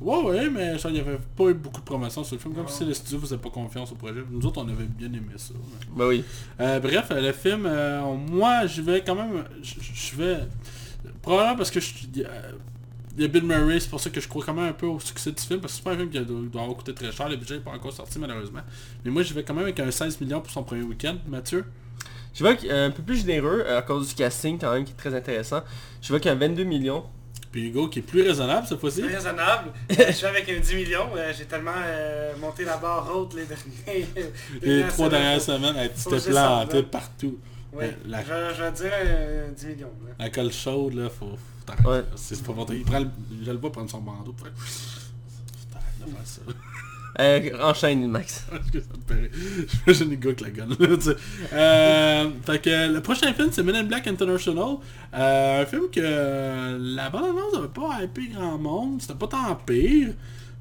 Ouais, ouais, mais ça, il y avait pas eu beaucoup de promotions sur le film, comme si les studios faisaient pas confiance au projet. Nous autres, on avait bien aimé ça. mais-
Ben oui.
Euh, bref, euh, le film, euh, moi, je vais quand même... Je je vais... Probablement parce que je... euh, Il y a Bill Murray, c'est pour ça que je crois quand même un peu au succès du film, parce que c'est pas un film qui doit doit avoir coûté très cher, le budget n'est pas encore sorti malheureusement. Mais moi je vais quand même avec un 16 millions pour son premier week-end, Mathieu.
Je vois qu'un peu plus généreux, euh, à cause du casting quand même, qui est très intéressant. Je vois qu'un 22 millions.
Puis Hugo qui est plus raisonnable cette fois-ci.
C'est
*laughs*
raisonnable. Euh, je suis avec un 10 millions. euh, J'ai tellement euh, monté la barre haute les derniers. *laughs*
Les trois dernières semaines, hey, tu
faut
t'es
juste
planté
s'en
partout.
Oui,
Euh, la-
je, je vais dire euh, 10 millions. là.
La colle chaude là, faut, faut t'arrêter.
Ouais.
là. C'est c'est pas bon. Il prend le- Je le vois prendre son bandeau. puis faire- Faut t'arrêter de faire ça.
Euh, enchaîne, Max.
Parce que ça me paraît. J'imagine les gars qui la gueule. là, tu sais. Euh, fait que le prochain film, c'est Men in Black International. Euh, un film que euh, la bande-annonce n'avait pas hypé grand monde. C'était pas tant pire.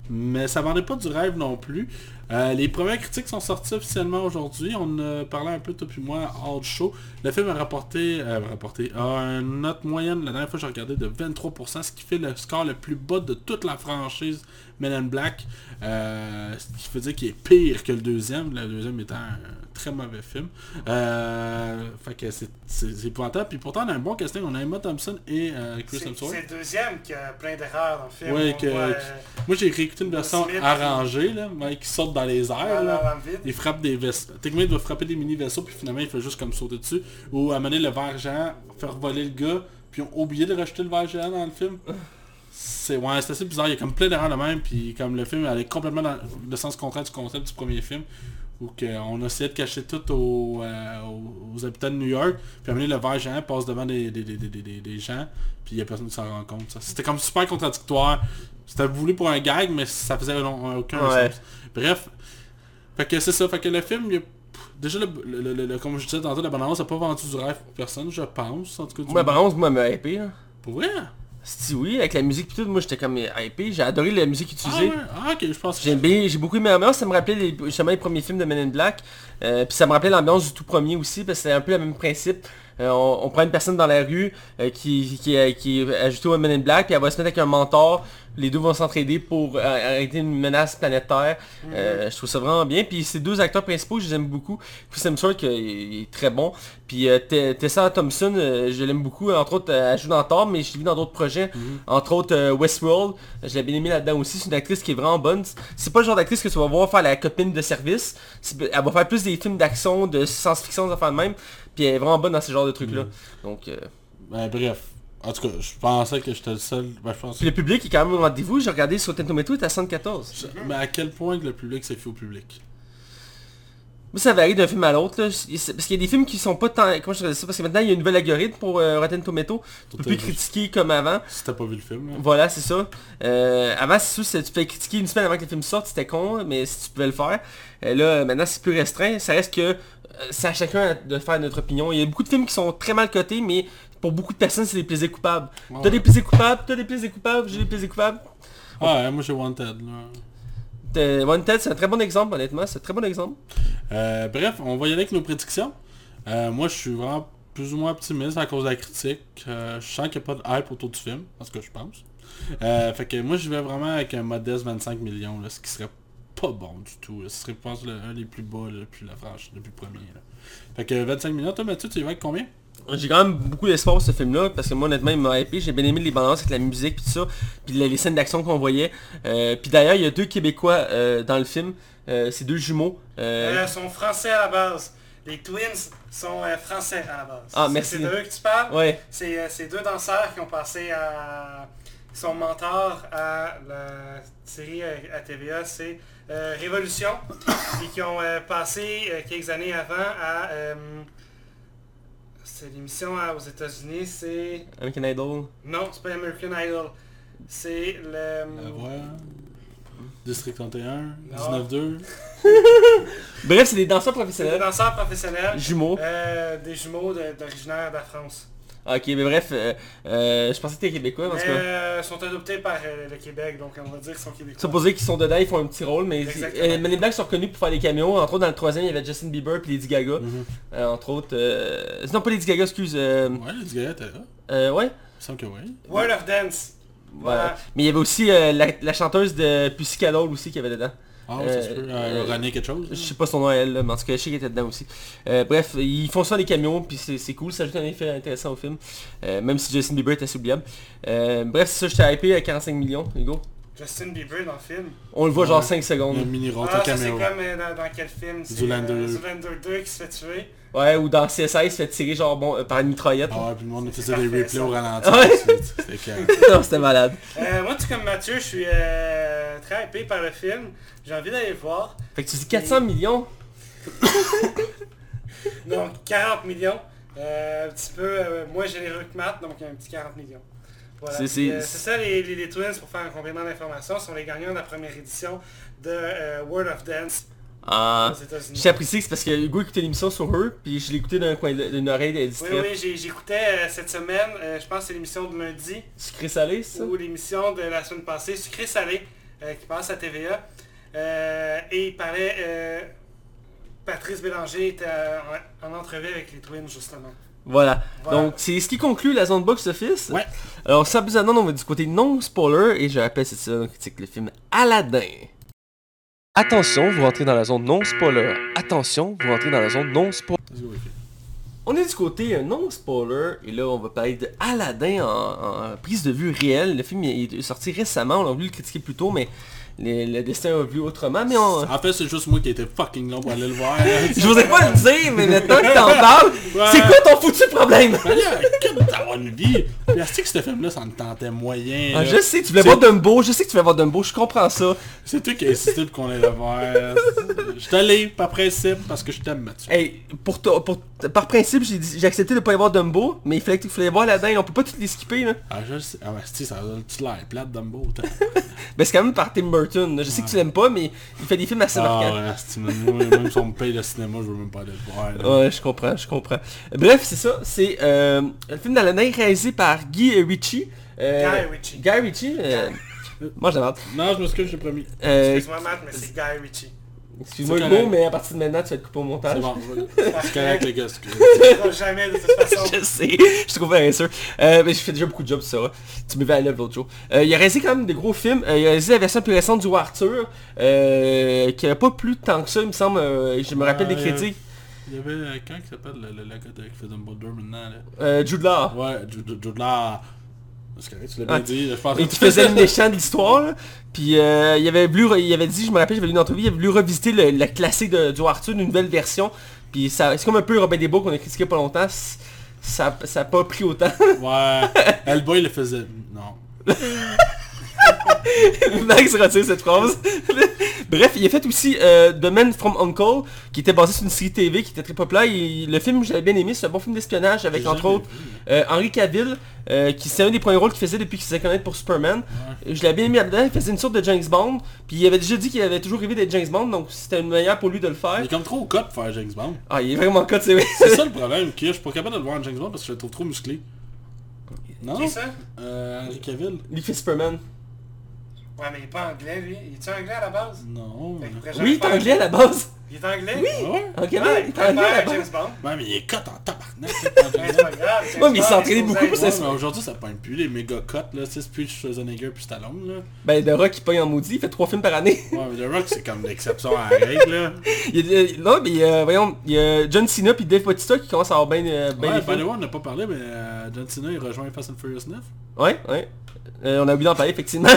Mais ça vendait pas du rêve non plus. Euh, les premières critiques sont sorties officiellement aujourd'hui. On a parlé un peu toi puis moi hors show. Le film a rapporté, euh, rapporté a une note moyenne, la dernière fois que j'ai regardé, de 23%, ce qui fait le score le plus bas de toute la franchise Men in Black. Euh, ce qui veut dire qu'il est pire que le deuxième, le deuxième étant un très mauvais film. Euh, fait que c'est c'est- c'est épouvantable. Puis pourtant, on a un bon casting. On a Emma Thompson et euh, Chris
C'est
Hemsworth.
c'est le deuxième qui a plein d'erreurs dans le film.
Ouais,
On
que-
voit, euh,
Moi, j'ai réécouté une version
Smith.
arrangée, là, mais qui sort dans les airs.
dans
là.
la lame vide.
Il frappe des vaisseaux. Techniquement, il doit frapper des mini-vaisseaux, puis finalement, il fait juste comme sauter dessus. Ou amener le verre géant, faire voler le gars, puis on oublié de rejeter le verre géant dans le film. C'est ouais, c'est assez bizarre. Il y a comme plein d'erreurs de même, puis comme le film allait complètement dans le sens contraire du concept du premier film, où que on essayait de cacher tout aux, euh, aux- aux habitants de New York, puis amener le verre géant, passe devant des, des, des, des, des- des- des gens, puis il n'y a personne qui s'en rend compte. ça. C'était comme super contradictoire. C'était voulu pour un gag, mais ça faisait non- aucun
Ouais.
sens. Bref, fait que c'est ça, fait que le film, il y a- pff, déjà, le, le- le- le- comme je disais tantôt, la bande-annonce a pas vendu du rêve pour personne, je pense, en tout cas. du-
Moi, bronze, moi, m'a hypé, là.
Pour vrai?
Si oui, avec la musique pis tout, moi j'étais comme hypé, j'ai adoré la musique
Ah,
utilisée.
ouais. Ah, ok, je pense que...
J'ai bien- j'ai beaucoup aimé l'ambiance, ça me rappelait les- justement les premiers films de Men in Black. Euh, puis ça me rappelait l'ambiance du tout premier aussi, parce que c'est un peu le même principe. Euh, on, on prend une personne dans la rue euh, qui, qui, euh, qui est ajoutée au Men in Black, puis elle va se mettre avec un mentor. Les deux vont s'entraider pour euh, arrêter une menace planétaire. Euh, je trouve ça vraiment bien. Puis ces deux acteurs principaux, je les aime beaucoup. Chris Hemsworth, qui est est très bon. Puis euh, Te- Tessa Thompson, euh, je l'aime beaucoup. Entre autres, euh, elle joue dans Thor, mais je l'ai vu dans d'autres projets. Entre autres, euh, Westworld. Je l'ai bien aimé là-dedans aussi. C'est une actrice qui est vraiment bonne. C'est pas le genre d'actrice que tu vas voir faire la copine de service. C'est- Elle va faire plus des films d'action, de science-fiction, des affaires de même. Puis elle est vraiment bonne dans ce genre de trucs-là. Donc, euh,
Ben, bref. En tout cas, je pensais que j'étais le seul... Ben, je pense
Puis le public est quand même au rendez-vous. J'ai regardé sur Rotten Tomatoes, il est à 114.
Je- Mais à quel point que le public s'est fait au public?
Moi, ça varie d'un film à l'autre. là. C'est- Parce qu'il y a des films qui sont pas tant... Comment je dirais ça Parce que maintenant, il y a un nouvel algorithme pour euh, Rotten Tomatoes. Tu peux plus
Totalement.
critiquer comme avant.
Si t'as pas vu le film, là.
Voilà, c'est ça. Euh, avant, c'est sûr, c'est- tu pouvais critiquer une semaine avant que le film sorte, c'était con, mais si tu pouvais le faire. Euh, là, maintenant, c'est plus restreint. Ça reste que euh, c'est à chacun de faire notre opinion. Il y a beaucoup de films qui sont très mal cotés, mais pour beaucoup de personnes, c'est des plaisirs coupables.
Ouais.
T'as des plaisirs coupables, t'as des plaisirs coupables, j'ai des plaisirs coupables.
Ah, ouais, moi j'ai Wanted, là.
Euh, Wanted, c'est un très bon exemple, honnêtement. C'est un très bon exemple.
Euh, bref, on va y aller avec nos prédictions. Euh, moi, je suis vraiment plus ou moins optimiste à cause de la critique. Euh, je sens qu'il n'y a pas de hype autour du film, en ce que je pense. Euh, fait que moi, je vais vraiment avec un modeste 25 millions, là, ce qui serait pas bon du tout. là. Ce serait, je pense, le- un des plus bas là, depuis la franchise, depuis le premier. là. Fait que 25 millions, toi, Mathieu, tu y vas avec combien
J'ai quand même beaucoup d'espoir pour ce film-là, parce que moi honnêtement il m'a hypé, j'ai bien aimé les bandes avec la musique puis tout ça, puis les, les scènes d'action qu'on voyait. Euh, puis d'ailleurs il y a deux Québécois euh, dans le film, euh, c'est deux jumeaux. euh,
Euh, sont français à la base. Les Twins sont euh, français à la base.
Ah,
C'est-
merci.
C'est de eux que tu parles.
ouais.
C'est euh, ces deux danseurs qui ont passé à... qui sont mentors à la série euh, à TVA, c'est euh, Révolution, *coughs* et qui ont euh, passé euh, quelques années avant à... euh, c'est l'émission à- aux États-Unis, c'est...
American Idol.
Non, c'est pas American Idol. C'est le...
La voix. District 31,
Non.
19-2.
Bref, c'est des danseurs
c'est des
professionnels.
danseurs professionnels.
Jumeaux.
Euh, des jumeaux de- d'originaire de, la France.
Ok, mais bref, euh, euh, je pensais que t'es québécois, en
Mais
tout cas.
euh, sont adoptés par euh, le Québec, donc on va dire qu'ils sont québécois.
Supposé qu'ils sont dedans, ils font un petit rôle, mais
Exactement.
euh, Men in Black sont reconnus pour faire des caméos. Entre autres, dans le troisième, il y avait Justin Bieber puis Lady Gaga.
Mhm.
Euh, entre autres, euh... non pas Lady Gaga, excuse. Euh...
Ouais, le gars était là.
euh, ouais.
Il me semble que oui.
World of Dance.
Voilà. Mais il y avait aussi euh, la, la chanteuse de Pussycat Doll aussi qui avait dedans.
Ah,
Euh,
ça se peut.
euh,
Euh, René quelque chose.
Je
là.
sais pas son nom à elle, là, mais en tout cas, je sais qu'elle était dedans aussi. Euh, bref, ils font ça les camions, puis c'est c'est cool, ça ajoute un effet intéressant au film. Euh, même si Justin Bieber était oubliable. Euh, bref, c'est ça, j'étais hypé à 45 millions, Hugo.
Justin Bieber dans le film.
On le voit genre
Ouais.
5 secondes.
Un mini rôle
ah, ça c'est
caméo.
comme euh, dans, dans quel film C'est,
Zoolander.
euh, Zoolander 2 qui se fait tuer.
Ouais, ou dans CSI, il se fait tirer genre bon, euh, par une mitraillette.
Ah ouais, puis le monde nous
C'est
faisait des
parfait,
replays
ça.
au ralenti.
Ouais.
tout de suite. C'était clair.
*laughs* non, c'était malade.
Euh, moi, tout comme Mathieu, je suis euh, très hypé par le film. J'ai envie d'aller le voir.
Fait que tu dis 400 millions
Donc 40 millions. Euh, un petit peu euh, moins généreux que Matt, donc un petit 40 millions. Voilà.
C'est-
Puis,
c'est-
euh, C'est ça les, les, les Twins, pour faire un complément d'information, sont les gagnants de la première édition de euh, World of Dance
Ah.
aux États-Unis.
J'ai apprécié que c'est parce que Hugo écoutait l'émission sur eux, puis je l'écoutais d'un coin de- d'une oreille elle
Oui,
distrait.
oui, j'ai- j'écoutais euh, cette semaine, euh, je pense que c'est l'émission de lundi,
Sucré salé, c'est ça
ou l'émission de la semaine passée, Sucré Salé, euh, qui passe à TVA. Euh, et il parlait, euh, Patrice Bélanger était euh, en, en entrevue avec les Twins, justement.
Voilà.
Voilà.
Donc c'est ce qui conclut la zone box office.
Ouais.
Alors sans plus attendre, on va du côté non spoiler et je rappelle c'est ça on critique le film Aladdin. Attention, vous rentrez dans la zone non spoiler. Attention, vous rentrez dans la zone non spoiler.
Let's go, ok.
On est du côté euh, non spoiler et là on va parler de Aladdin en, en prise de vue réelle. Le film il est sorti récemment, on a voulu le critiquer plus tôt mais le, le destin a vu autrement mais on...
En fait, c'est juste moi qui était fucking long pour aller le voir. Euh,
Je vous ai pas le dire mais maintenant que t'en parles, c'est quoi ton foutu problème
Fallait un cul d'avoir une vie. Puis est-ce que ce film-là, ça me tentait moyen.
Ah,
là.
Je sais, tu voulais
C'est-
voir Dumbo, je sais que tu voulais voir Dumbo, je comprends ça.
C'est toi qui as insisté pour qu'on aille le voir. Je t'allais par principe parce que je t'aime, Mathieu.
Hey, pour toi, pour, par principe, j'ai dit- j'ai accepté de pas y voir Dumbo, mais il fallait que tu fallait voir Aladdin, on peut pas toutes les skipper là.
Ah, je sais. Ah, ben, si, ça donne tout l'air plate, Dumbo.
*laughs*
t'as-
Ben c'est quand même par Tim Burton, là. je sais que tu l'aimes pas, mais il fait des films assez marquants.
Ah, ouais, si, moi, même si on me paye le cinéma, je veux même pas aller le voir. là.
Ouais, je comprends, je comprends. Bref, c'est ça, c'est euh, le film d'Aladdin réalisé par Guy Ritchie. euh,
Guy Ritchie.
Guy Ritchie. euh, moi j'avance.
Non, je m'excuse, j'ai promis.
Euh,
Excuse-moi, Matt, mais c'est Guy Ritchie.
Excuse-moi
C'est
le mot,
correct.
mais à partir de maintenant tu vas te couper au montage.
C'est bon, je- c'est correct,
Parfait.
les gars. c'est
*laughs*
correct.
Je ne jamais de toute façon.
je sais, je trouve bien sûr. Euh, mais je fais déjà beaucoup de jobs sur ça. Tu me fais à l'œuvre l'autre jour. Euh, il a réalisé quand même des gros films. Euh, il a réalisé la version plus récente du War Arthur, euh, qui n'a pas plu tant que ça, il me semble. Euh, je me rappelle
Ouais,
des
il y a-
critiques.
Il y avait euh, quand qui s'appelle le, le, le gars de- qui fait Dumbo 2 maintenant là.
Euh, Jude Law.
Ouais, Jude Jude Law. C'est correct, tu l'as bien
Ah.
dit. Je pense
Et qui faisait le méchant de l'histoire. là. Puis euh, il, avait voulu, re- il avait dit, je me rappelle, j'avais lu une entrevue, il avait voulu revisiter le, la classique de, du War Arthur, une nouvelle version. Puis ça, c'est comme un peu Robin des Bois qu'on a critiqué pas longtemps. C- Ça n'a pas pris autant.
*laughs* Ouais. Elboy le faisait. Non.
*laughs* Max retire cette phrase. *laughs* Bref, il a fait aussi euh, The Man from Uncle, qui était basé sur une série TV qui était très populaire. Et le film, j'avais bien aimé, c'est un bon film d'espionnage avec
J'ai
entre
jamais
autres
vu.
euh, Henry Cavill, euh, qui c'est un des premiers rôles qu'il faisait depuis qu'il s'est connaître pour Superman.
Ouais.
Je l'avais bien aimé là-dedans, il faisait une sorte de James Bond, puis il avait déjà dit qu'il avait toujours rêvé d'être James Bond, donc c'était une manière pour lui de le
Il
faire.
est comme trop au cop pour faire James
*laughs*
Bond.
Ah, il est vraiment cut,
*laughs*
c'est vrai.
C'est ça le problème, que je suis pas capable de le voir en James Bond parce que je le trouve trop musclé. Non?
Qui ça
Euh, Henry Cavill?
Il fait Superman.
Ouais, mais il est pas anglais, lui. Il est-tu anglais à la base
Non.
Fait qu'il pourrait jamais
Oui, il est
faire-
anglais à la base.
Il est anglais
Oui.
Ah ouais?
En Québec, il
Ah, il
est anglais à
préfère
la base.
James Bond.
Ouais, mais il est cut en tabarnak.
*laughs*
tabarnak, c'est pas
Mais
vrai.
c'est pas grave.
Ouais, mais il s'est entraîné
exposé.
beaucoup pour ça.
Ouais, mais aujourd'hui, ça pointe plus les méga cotes, là. Tu sais, c'est plus Schwarzenegger puis Stallone, là.
Ben, The Rock, il paye en maudit, il fait trois films par année.
Ouais, mais The Rock, c'est comme l'exception à la règle,
*laughs*
là.
Il y a- non, mais euh, voyons, il y a John Cena puis Dave Bautista qui commencent à avoir bien euh, bien
ouais,
des
by the way,
films.
on n'a pas parlé, mais euh, John Cena, il rejoint Fast and Furious 9.
Ouais, ouais. Euh, on a oublié d'en parler, effectivement.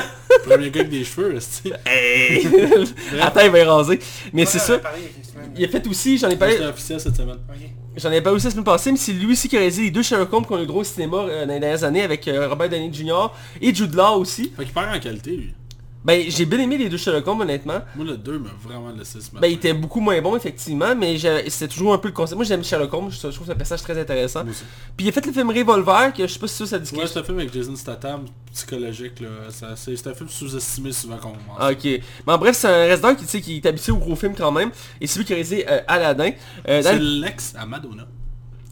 Premier gars avec des cheveux, c'est
Ben, Hey! *laughs* Attends, il va y raser. Mais
Ouais,
c'est
on en
ça.
a parlé il y a quelques semaines.
Il a fait aussi, j'en ai parlé,
C'était officiel cette semaine.
Ok.
j'en ai parlé aussi la semaine passée, mais c'est lui aussi qui a réalisé les deux Sherlock Holmes qu'on a eu gros au cinéma euh, dans les dernières années avec euh, Robert Downey Jr. et Jude Law aussi.
Fait qu'il perd en qualité, lui.
Ben, j'ai bien aimé les deux Sherlock Holmes, honnêtement.
Moi, le 2 m'a vraiment laissé ce matin.
Ben, il était beaucoup moins bon, effectivement, mais j'ai- c'était toujours un peu le concept. Moi, j'aime Sherlock Holmes, je je trouve que c'est un personnage très intéressant.
Moi aussi.
Puis il a fait le film Revolver, que je sais pas si ça, ça discute.
Ouais, c'est un film avec Jason Statham, psychologique, là. Ça- C'est c'est un film sous-estimé souvent qu'on commence.
Ah, Ok. Mais en bref, c'est un résident qui, tu sais, qui est habitué aux gros films quand même. Et c'est lui qui a réalisé euh, Aladdin. Euh, dans
C'est
le-
l'ex à Madonna.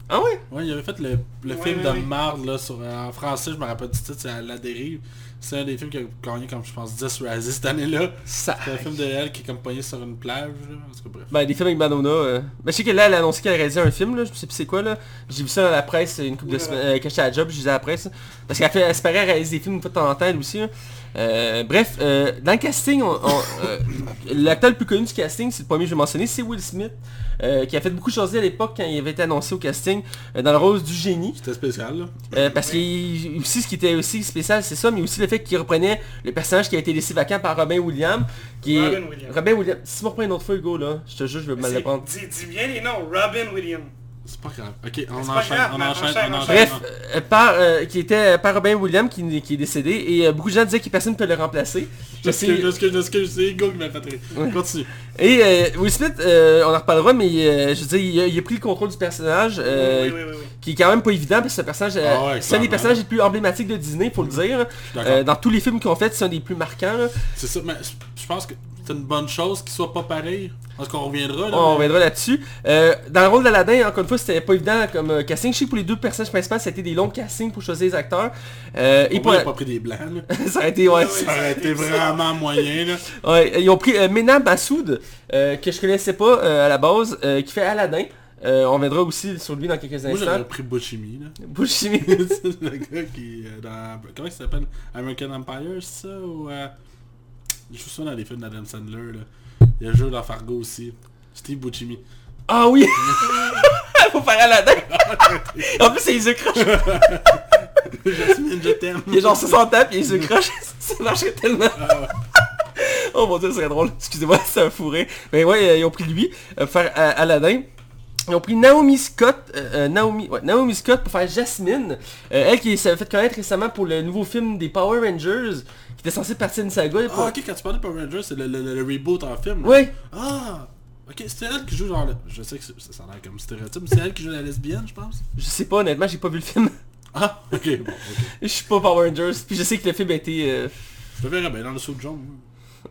Ah ouais
Ouais, il avait fait le, le
Ouais,
film
ouais,
de
ouais.
marde là, sur, euh, en français, je me rappelle du titre, c'est à La Dérive. C'est un des films qui a gagné comme je pense 10 Razzies cette année-là.
Ça.
C'est un film de elle qui est comme pogné sur une plage, là. En tout cas, bref.
Ben, des films avec Madonna. euh. Ben, je sais qu'elle elle a annoncé qu'elle réalisait un film, là. Je sais plus c'est quoi, là. J'ai vu ça dans la presse une couple de
Ouais.
semaines. euh, quand j'étais à la job, je disais à la presse. Parce qu'elle fait, elle se paraît réaliser des films une fois de temps en temps, elle aussi, là. Euh, bref, euh, dans le casting, on- on- euh, l'acteur le plus connu du casting, c'est le premier que je vais mentionner, c'est Will Smith, euh, qui a fait beaucoup de choses à l'époque quand il avait été annoncé au casting, euh, dans le rôle du génie.
C'était spécial, là.
Euh, parce que il- aussi ce qui était aussi spécial c'est ça mais aussi le fait qu'il reprenait le personnage qui a été laissé vacant par Robin Williams qui est
Robin Williams.
Robin Williams si tu me reprends une autre fois Hugo là je te jure je vais mal
C'est-
le prendre
Dis, dis bien les noms, Robin Williams.
C'est pas grave. Ok, on
C'est pas
enchaîne,
grave,
on
mais
enchaîne,
enchaîne,
on
enchaîne.
enchaîne.
Bref, euh, par, euh, qui était euh, par Robin Williams qui, qui est décédé et euh, beaucoup de gens disaient que personne ne peut le remplacer. Je sais-
J'excuse, j'excuse, j'excuse, c'est Hugo qui m'a fait rire. Continue.
Et euh, Will Smith, euh, on en reparlera, mais euh, je veux dire, il a, il a pris le contrôle du personnage, euh,
oui, oui, oui, oui.
qui est quand même pas évident parce que ce personnage, euh,
Ah ouais,
c'est un des
clairement.
personnages les plus emblématiques de Disney, faut le dire.
D'accord.
Euh, dans tous les films qu'on fait, c'est un des plus marquants. là.
C'est ça, mais je- je pense que c'est une bonne chose qu'il soit pas pareil. Parce qu'on reviendra, là.
On
mais-
reviendra là-dessus. Euh, dans le rôle d'Aladin, encore une fois, c'était pas évident comme euh, casting. Je sais que pour les deux personnages principaux, ça a été des longs castings pour choisir les acteurs. Euh, et
Au moins,
pour...
il a pas pris des blancs, là.
ça a été, *laughs* ouais.
Ça aurait été vraiment moyen, là.
Ouais, ils ont pris euh, Mena Massoud, euh, que je connaissais pas euh, à la base, euh, qui fait Aladdin. Euh, on reviendra aussi sur lui dans quelques
Moi, j'aurais
instants.
pris Bouchimi, là.
Bouchimi.
*laughs* C'est le gars qui est euh, dans... Comment il s'appelle American Empire, c'est ça Ou... euh, Je suis sûr dans les films d'Adam Sandler, là. Il a joué dans Fargo aussi. Steve Buscemi.
Ah oui *laughs* Faut faire *laughs* Aladdin En plus, c'est les yeux crochent.
Jasmine, *laughs* je t'aime.
Il a genre 60 ans, puis les yeux crochent. *laughs* ça marchait tellement.
Ah ouais.
*laughs* Oh mon dieu, c'est drôle. Excusez-moi, *laughs* c'est un fourré. Mais ouais, euh, ils ont pris lui euh, pour faire euh, Aladdin. Ils ont pris Naomi Scott, euh, euh, Naomi, ouais, Naomi Scott pour faire Jasmine, Euh, elle qui s'est fait connaître récemment pour le nouveau film des Power Rangers, qui était censé partir d'une saga. et pour-
Ah, ok, quand tu parles de Power Rangers, c'est le, le- le- le reboot en film. là.
Ouais,
Ah Ok, c'est elle qui joue genre... le- Je sais que c'est- ça a l'air comme stéréotype, mais c'est elle qui joue la lesbienne, je pense.
je sais pas honnêtement, j'ai pas vu le film. *laughs*
Ah, ok, bon, ok.
Je suis pas Power Rangers, puis je sais que le film a été... euh,
Je te verrais bien dans le saut de jambe. moi.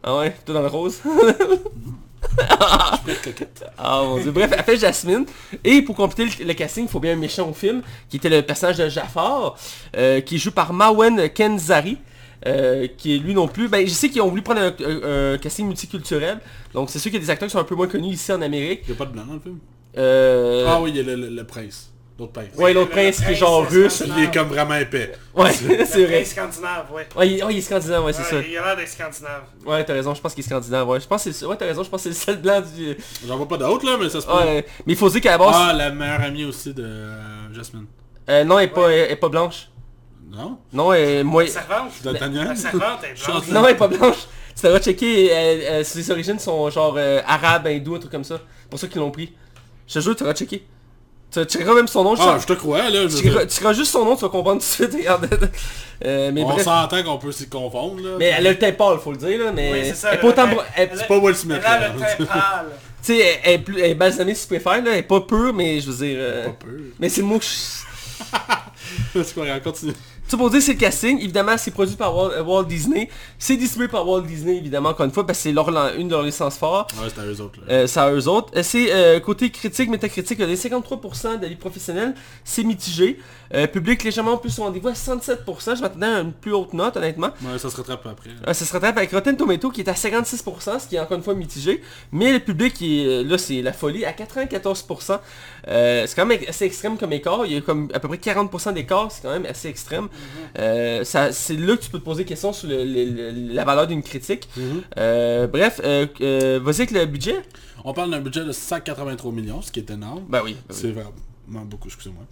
Ah ouais, tout dans le rose. *laughs*
Je suis pas coquette.
Ah mon dieu. Bref, elle fait Jasmine. Et pour compléter le, le casting, il faut bien un méchant au film, qui était le personnage de Jafar, euh, qui est joué par Mawen Kenzari. euh, qui est lui non plus. Ben, je sais qu'ils ont voulu prendre un, un- un casting multiculturel. Donc c'est sûr qu'il y a des acteurs qui sont un peu moins connus ici en Amérique.
Il y a pas de blanc dans le film
Euh...
Ah oui, il y a le, le- le prince. L'autre prince.
ouais, l'autre
le
prince qui est
prince,
genre
le
russe.
prince.
Il est comme vraiment épais.
Ouais, *laughs* c'est
Le
vrai.
pays scandinave, ouais.
Ouais, il, ouais, il est scandinave, ouais, c'est
Ouais,
ça.
Il a l'air d'être scandinave.
Ouais, t'as raison, je pense qu'il est scandinave. Ouais, je pense que c'est Ouais, t'as raison, je pense que c'est le seul blanc du...
J'en vois pas d'autres là, mais ça se peut.
Ouais, mais il faut dire qu'à la base...
Ah, la meilleure amie aussi de euh, Jasmine.
euh, non, elle est pas, elle est pas blanche.
Non
Non, elle est moins...
La servante.
Ben,
D'Artagnan
La
*laughs*
servante est
*laughs*
blanche.
Non, elle est pas blanche. Tu devrais checker, euh, elle- elle- ses origines sont genre euh, arabes, hindous, un truc comme ça. Pour ceux qui l'ont pris. Je te jure, tu vas checker. Tu checkeras même son nom.
Ah,
tu-
je te crois là. je-
tu checkeras- tu checkeras juste son nom, tu vas comprendre tout de suite. Regarde. *laughs* Euh, mais
On
bref.
s'entend qu'on peut s'y confondre là.
Mais elle a le teint pâle, faut le dire, là, mais...
Oui, c'est ça,
elle est
le
pas autant...
teint-
bro- elle-
elle
Tu
a-
pas Will Smith,
Elle a
là.
le teint pâle.
sais, elle, elle est plus- elle est balsamée si tu préfères, là. Elle est pas peu, mais je veux dire... euh,
Pas peu.
Mais c'est le mot que je-
*laughs* C'est pas grave, continue.
Supposé c'est le casting, évidemment c'est produit par Walt, euh, Walt Disney, c'est distribué par Walt Disney évidemment encore une fois parce que c'est leur lan- une de leurs licences fortes,
Ouais, c'est à eux autres. Là.
euh, c'est à eux autres. Euh, C'est euh, côté critique, métacritique, il y a des 53% d'avis professionnels, c'est mitigé. Euh, public légèrement plus au rendez-vous à 67%, je m'attendais à une plus haute note honnêtement.
Ouais, ça se rattrape après. là.
Euh, ça se rattrape avec Rotten Tomato qui est à 56%, ce qui est encore une fois mitigé. Mais le public, il est- là, c'est la folie, à 94%. Euh, c'est quand même assez extrême comme écart. Il y a comme à peu près 40% d'écart, c'est quand même assez
Mhm.
extrême. Euh, ça- c'est là que tu peux te poser question sur le- le- le- la valeur d'une critique.
Mhm.
Euh, bref, euh, euh, vas-y avec le budget.
On parle d'un budget de 183 millions, ce qui est énorme.
Ben oui. ben oui.
C'est vraiment beaucoup, excusez-moi.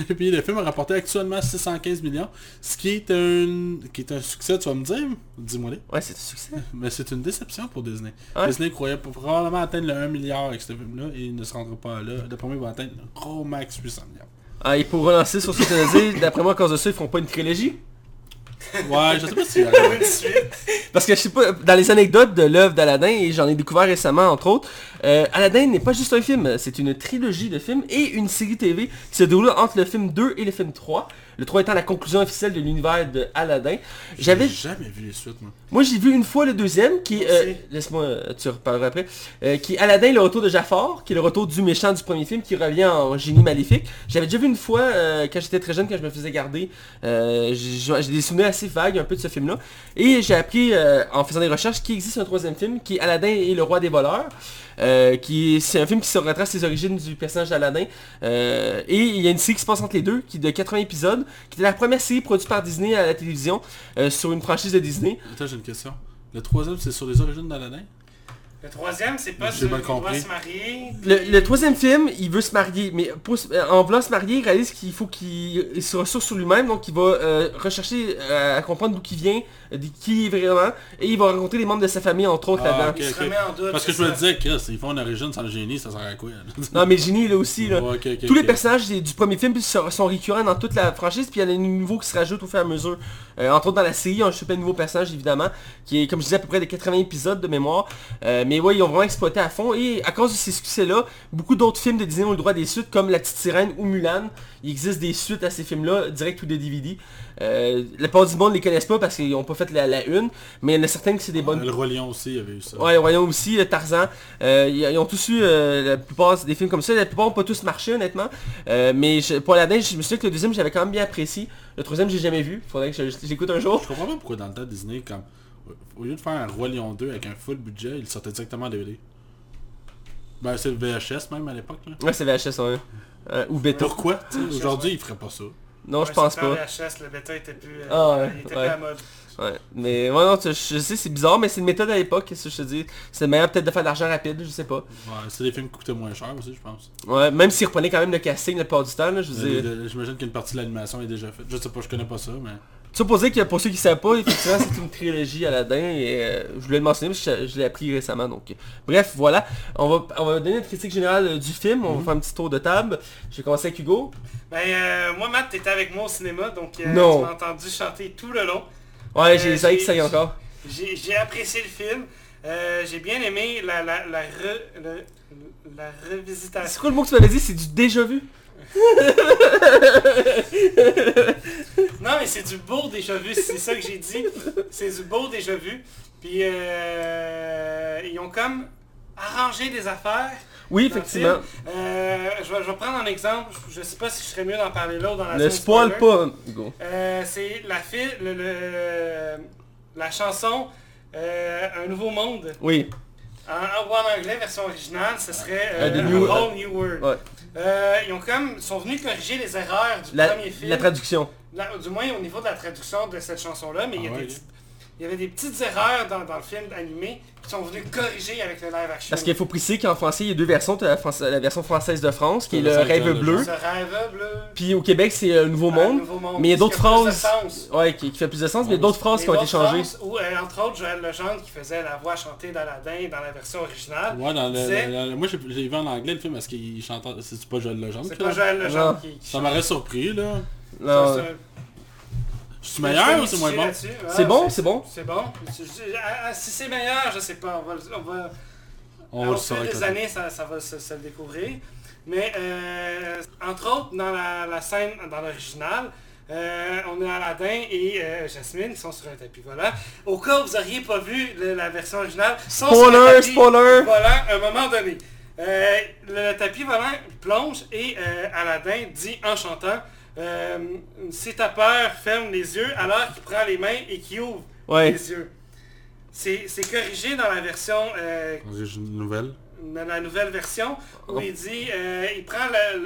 *laughs* Et puis le film a rapporté actuellement 615 millions, ce qui est un, qui est un succès, tu vas me dire, dis-moi les.
Ouais, c'est un succès.
Mais c'est une déception pour Disney.
Ouais.
Disney croyait pour- probablement atteindre le 1 milliard avec ce film-là et il ne se rendra pas là. Le premier va atteindre gros max 800 millions.
Ah, et pour relancer sur ce que tu as dit, d'après moi, à cause de ça, ils feront pas une trilogie.
Ouais, je sais pas
*laughs*
si...
Une suite.
Parce que je sais pas, dans les anecdotes de l'œuvre d'Aladin, et j'en ai découvert récemment entre autres, euh, Aladdin n'est pas juste un film, c'est une trilogie de films et une série TV qui se déroule entre le film 2 et le film 3. Le 3 étant la conclusion officielle de l'univers de Aladdin.
J'avais
J'avais,
jamais vu les suites, moi.
moi j'ai vu une fois le deuxième qui, est, euh,
Merci.
laisse-moi, euh, tu reparleras après, euh, qui est Aladdin le retour de Jafar, qui est le retour du méchant du premier film qui revient en génie maléfique. J'avais déjà vu une fois euh, quand j'étais très jeune, quand je me faisais garder, euh, j'ai j'ai des souvenirs assez vagues un peu de ce film-là. Et j'ai appris euh, en faisant des recherches qu'il existe un troisième film qui est Aladdin et le roi des voleurs. euh, qui est- c'est un film qui se retrace les origines du personnage d'Aladdin Euh, et il y a une série qui se passe entre les deux qui est de 80 épisodes qui était la première série produite par Disney à la télévision euh, sur une franchise de Disney
Attends, j'ai une question. Le troisième, c'est sur les origines d'Aladin
Le troisième, c'est pas
J'ai
sur
mal
le droit de
compris.
se marier.
Le, le troisième film, il veut se marier, mais pour se- euh, en voulant se marier, il réalise qu'il faut qu'il il se ressource sur lui-même, donc il va euh, rechercher euh, à comprendre d'où qu'il vient, euh, de qui il est vraiment, et il va rencontrer les membres de sa famille, entre autres,
Ah,
là-dedans.
ok.
Il se remet en doute.
Parce que je
c'est
me
ça.
disais, Chris, ils font une origine sans le génie, ça sert à quoi là?
Non, mais le génie, là aussi, là.
Ouais, ok, ok,
Tous les
ok.
personnages des- du premier film sont, sont récurrents dans toute la franchise, puis il y en a des nouveaux qui se rajoutent au fur et à mesure. Euh, entre autres dans la série, on chope un nouveau personnage évidemment, qui est comme je disais à peu près de 80 épisodes de mémoire. Euh, mais ouais, ils ont vraiment exploité à fond. Et à cause de ces succès-là, beaucoup d'autres films de Disney ont le droit à des suites, comme La Petite Sirène ou Mulan. Il existe des suites à ces films-là, direct ou des DVD. Euh, la plupart du monde les connaissent pas parce qu'ils n'ont pas fait la, la une, mais il y en a certaines que c'est des bonnes
Le Roi Lion aussi, il y avait eu ça.
Ouais, le Royaume aussi, le Tarzan. Euh, ils ils ont tous eu euh, la plupart des films comme ça. La plupart ont pas tous marché honnêtement. Euh, mais je- pour Aladdin, je me souviens que le deuxième j'avais quand même bien apprécié. Le troisième j'ai jamais vu. Faudrait que je- je- j'écoute un jour.
Je comprends pas pourquoi dans le temps Disney, comme au lieu de faire un Roi Lion 2 avec un full budget, il sortait directement en DVD. Ben c'est le VHS même à l'époque là.
Ouais c'est VHS hein. Euh, ou Beto.
Pourquoi tu sais, Aujourd'hui ils feraient pas ça.
Non je
Ouais,
pense
sur le
pas.
VHS, le bêta était plus... euh,
Ah ouais,
il était
ouais.
plus à la mode.
Ouais. Mais ouais non tu- je sais c'est bizarre mais c'est une méthode à l'époque qu'est-ce que je te dis. C'est meilleur peut-être de faire de l'argent rapide je sais pas.
Ouais, c'est des films qui coûtaient moins cher aussi je pense.
Ouais même s'ils reprenaient quand même le casting la plupart du temps là, je veux
Les-
dire.
les- J'imagine qu'une partie de l'animation est déjà faite. Je sais pas, je connais pas ça, mais.
Supposé que pour ceux qui savent pas, effectivement c'est une trilogie Aladdin et euh, je voulais le mentionner parce que je, je l'ai appris récemment donc. euh, Bref, voilà. On va, on va donner notre critique générale euh, du film, on
Mhm.
va faire un petit tour de table. Je vais commencer avec Hugo.
Ben, euh, moi, Matt, t'étais avec moi au cinéma, donc euh,
Non.
tu m'as entendu chanter tout le long.
Ouais,
Euh,
j'ai les oreilles qui
j'ai-
saignent encore.
J'ai j'ai apprécié le film. Euh, j'ai bien aimé la, la, la, re- le- la
C'est
revisitation.
quoi le mot que tu m'avais dit C'est du déjà vu
Non, mais c'est du beau déjà vu, c'est ça que j'ai dit. C'est du beau déjà vu. Puis, euh, ils ont comme arrangé des affaires.
Oui,
dans le
effectivement.
film. Euh, je, vais, je vais prendre un exemple. Je, je sais pas si je serais mieux d'en parler là ou dans la
Ne
zone
spoil
Ah, spoiler.
pas, Hugo.
Euh, c'est la, fi- le- le- la chanson euh, Un nouveau monde.
Oui.
En, en voix en anglais, version originale, ce serait
Euh,
euh,
the
A
new-
Whole New World.
Ouais.
Euh, ils ont comme, sont venus corriger les erreurs du
La,
premier film,
la traduction.
La- du moins au niveau de la traduction de cette chanson-là, mais il, y a
Ah ouais.
des, petites- il y avait des petites erreurs dans, dans le film animé qui sont venus corriger avec le live action.
Parce qu'il faut préciser qu'en français, il y a deux versions. T'as la, France- la version française de France, qui est
La
le
version
rêve
actuelle de
bleu.
ce rêve bleu,
Puis au Québec, c'est euh, Nouveau Monde.
Ah, nouveau monde.
Mais il y a d'autres
Ce qui plus de
phrases.
sens.
Ouais, qui, qui fait plus de sens, mais d'autres phrases
Mais
qui ont été
d'autres
changées.
phrases Où, euh, entre autres, Joël Legendre qui faisait la voix chantée d'Aladin dans la version originale.
Ouais, dans le,
C'est-
le- le- moi j'ai j'ai vu en anglais le film parce qu'il chante. C'est pas Joël Legendre.
C'est
que-
pas Joël Legendre
Non.
qui, qui
Ça m'aurait surpris là.
Non.
C'est un-
Je suis meilleur ou c'est
mitigé
moins bon
là-dessus.
C'est
Ah,
bon, c'est bon.
C'est bon. Je- je- ah, ah, Si c'est meilleur, je sais pas. On va, le- on va,
On le
au fil
saura
des
quand même.
années, ça, ça va se, se le découvrir. Mais euh, entre autres, dans la, la scène, dans l'original, Euh, on a Aladdin et euh, Jasmine qui sont sur un tapis volant. Au cas où vous n'auriez pas vu le- la version originale, ils sont sur un
Spoiler,
tapis
spoiler.
volant à un moment donné. Euh, le tapis volant plonge et euh, Aladdin dit en chantant euh, Si ta peur, ferme les yeux alors qu'il prend les mains et qu'il ouvre
Ouais.
les yeux. C'est c'est corrigé dans la version euh,
Une nouvelle.
dans la nouvelle version où il dit euh, il prend le-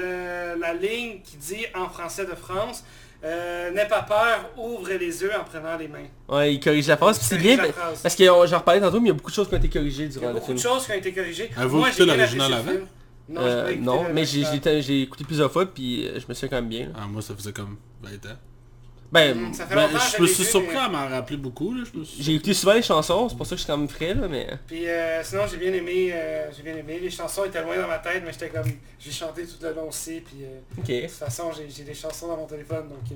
le- la ligne qui dit en français de France euh, n'aie pas peur ouvre les yeux en prenant les mains
Ouais, il corrige la phrase, puis c'est bien,
corrige la
ben,
phrase.
parce que on- j'en reparlais tantôt, mais il y a beaucoup de choses qui ont été corrigées
il y a
durant le
beaucoup
film.
de choses qui ont été corrigées
Avez-vous
moi j'ai
écouté
bien
l'original
apprécié le
avant?
film. non, j'ai pas
Euh,
écouté
non, mais j'ai-
l'original.
j'ai j'ai écouté plusieurs fois, puis euh, je me souviens quand même bien. là.
Ah, moi, ça faisait comme 20 ans.
Ben,
Mm, Hmm, Ça fait
Ben,
longtemps que
je me
l'ai
suis
vu,
surpris
mais-
à m'en rappeler beaucoup. Là. Je me suis...
j'ai écouté souvent les chansons, c'est pour ça que je suis quand même frais, là, mais...
Puis euh, sinon j'ai bien aimé, euh, j'ai bien aimé. Les chansons étaient loin dans ma tête, mais j'étais comme j'ai chanté tout le long aussi. Puis euh,
Ok.
de toute façon j'ai j'ai des chansons dans mon téléphone, donc euh,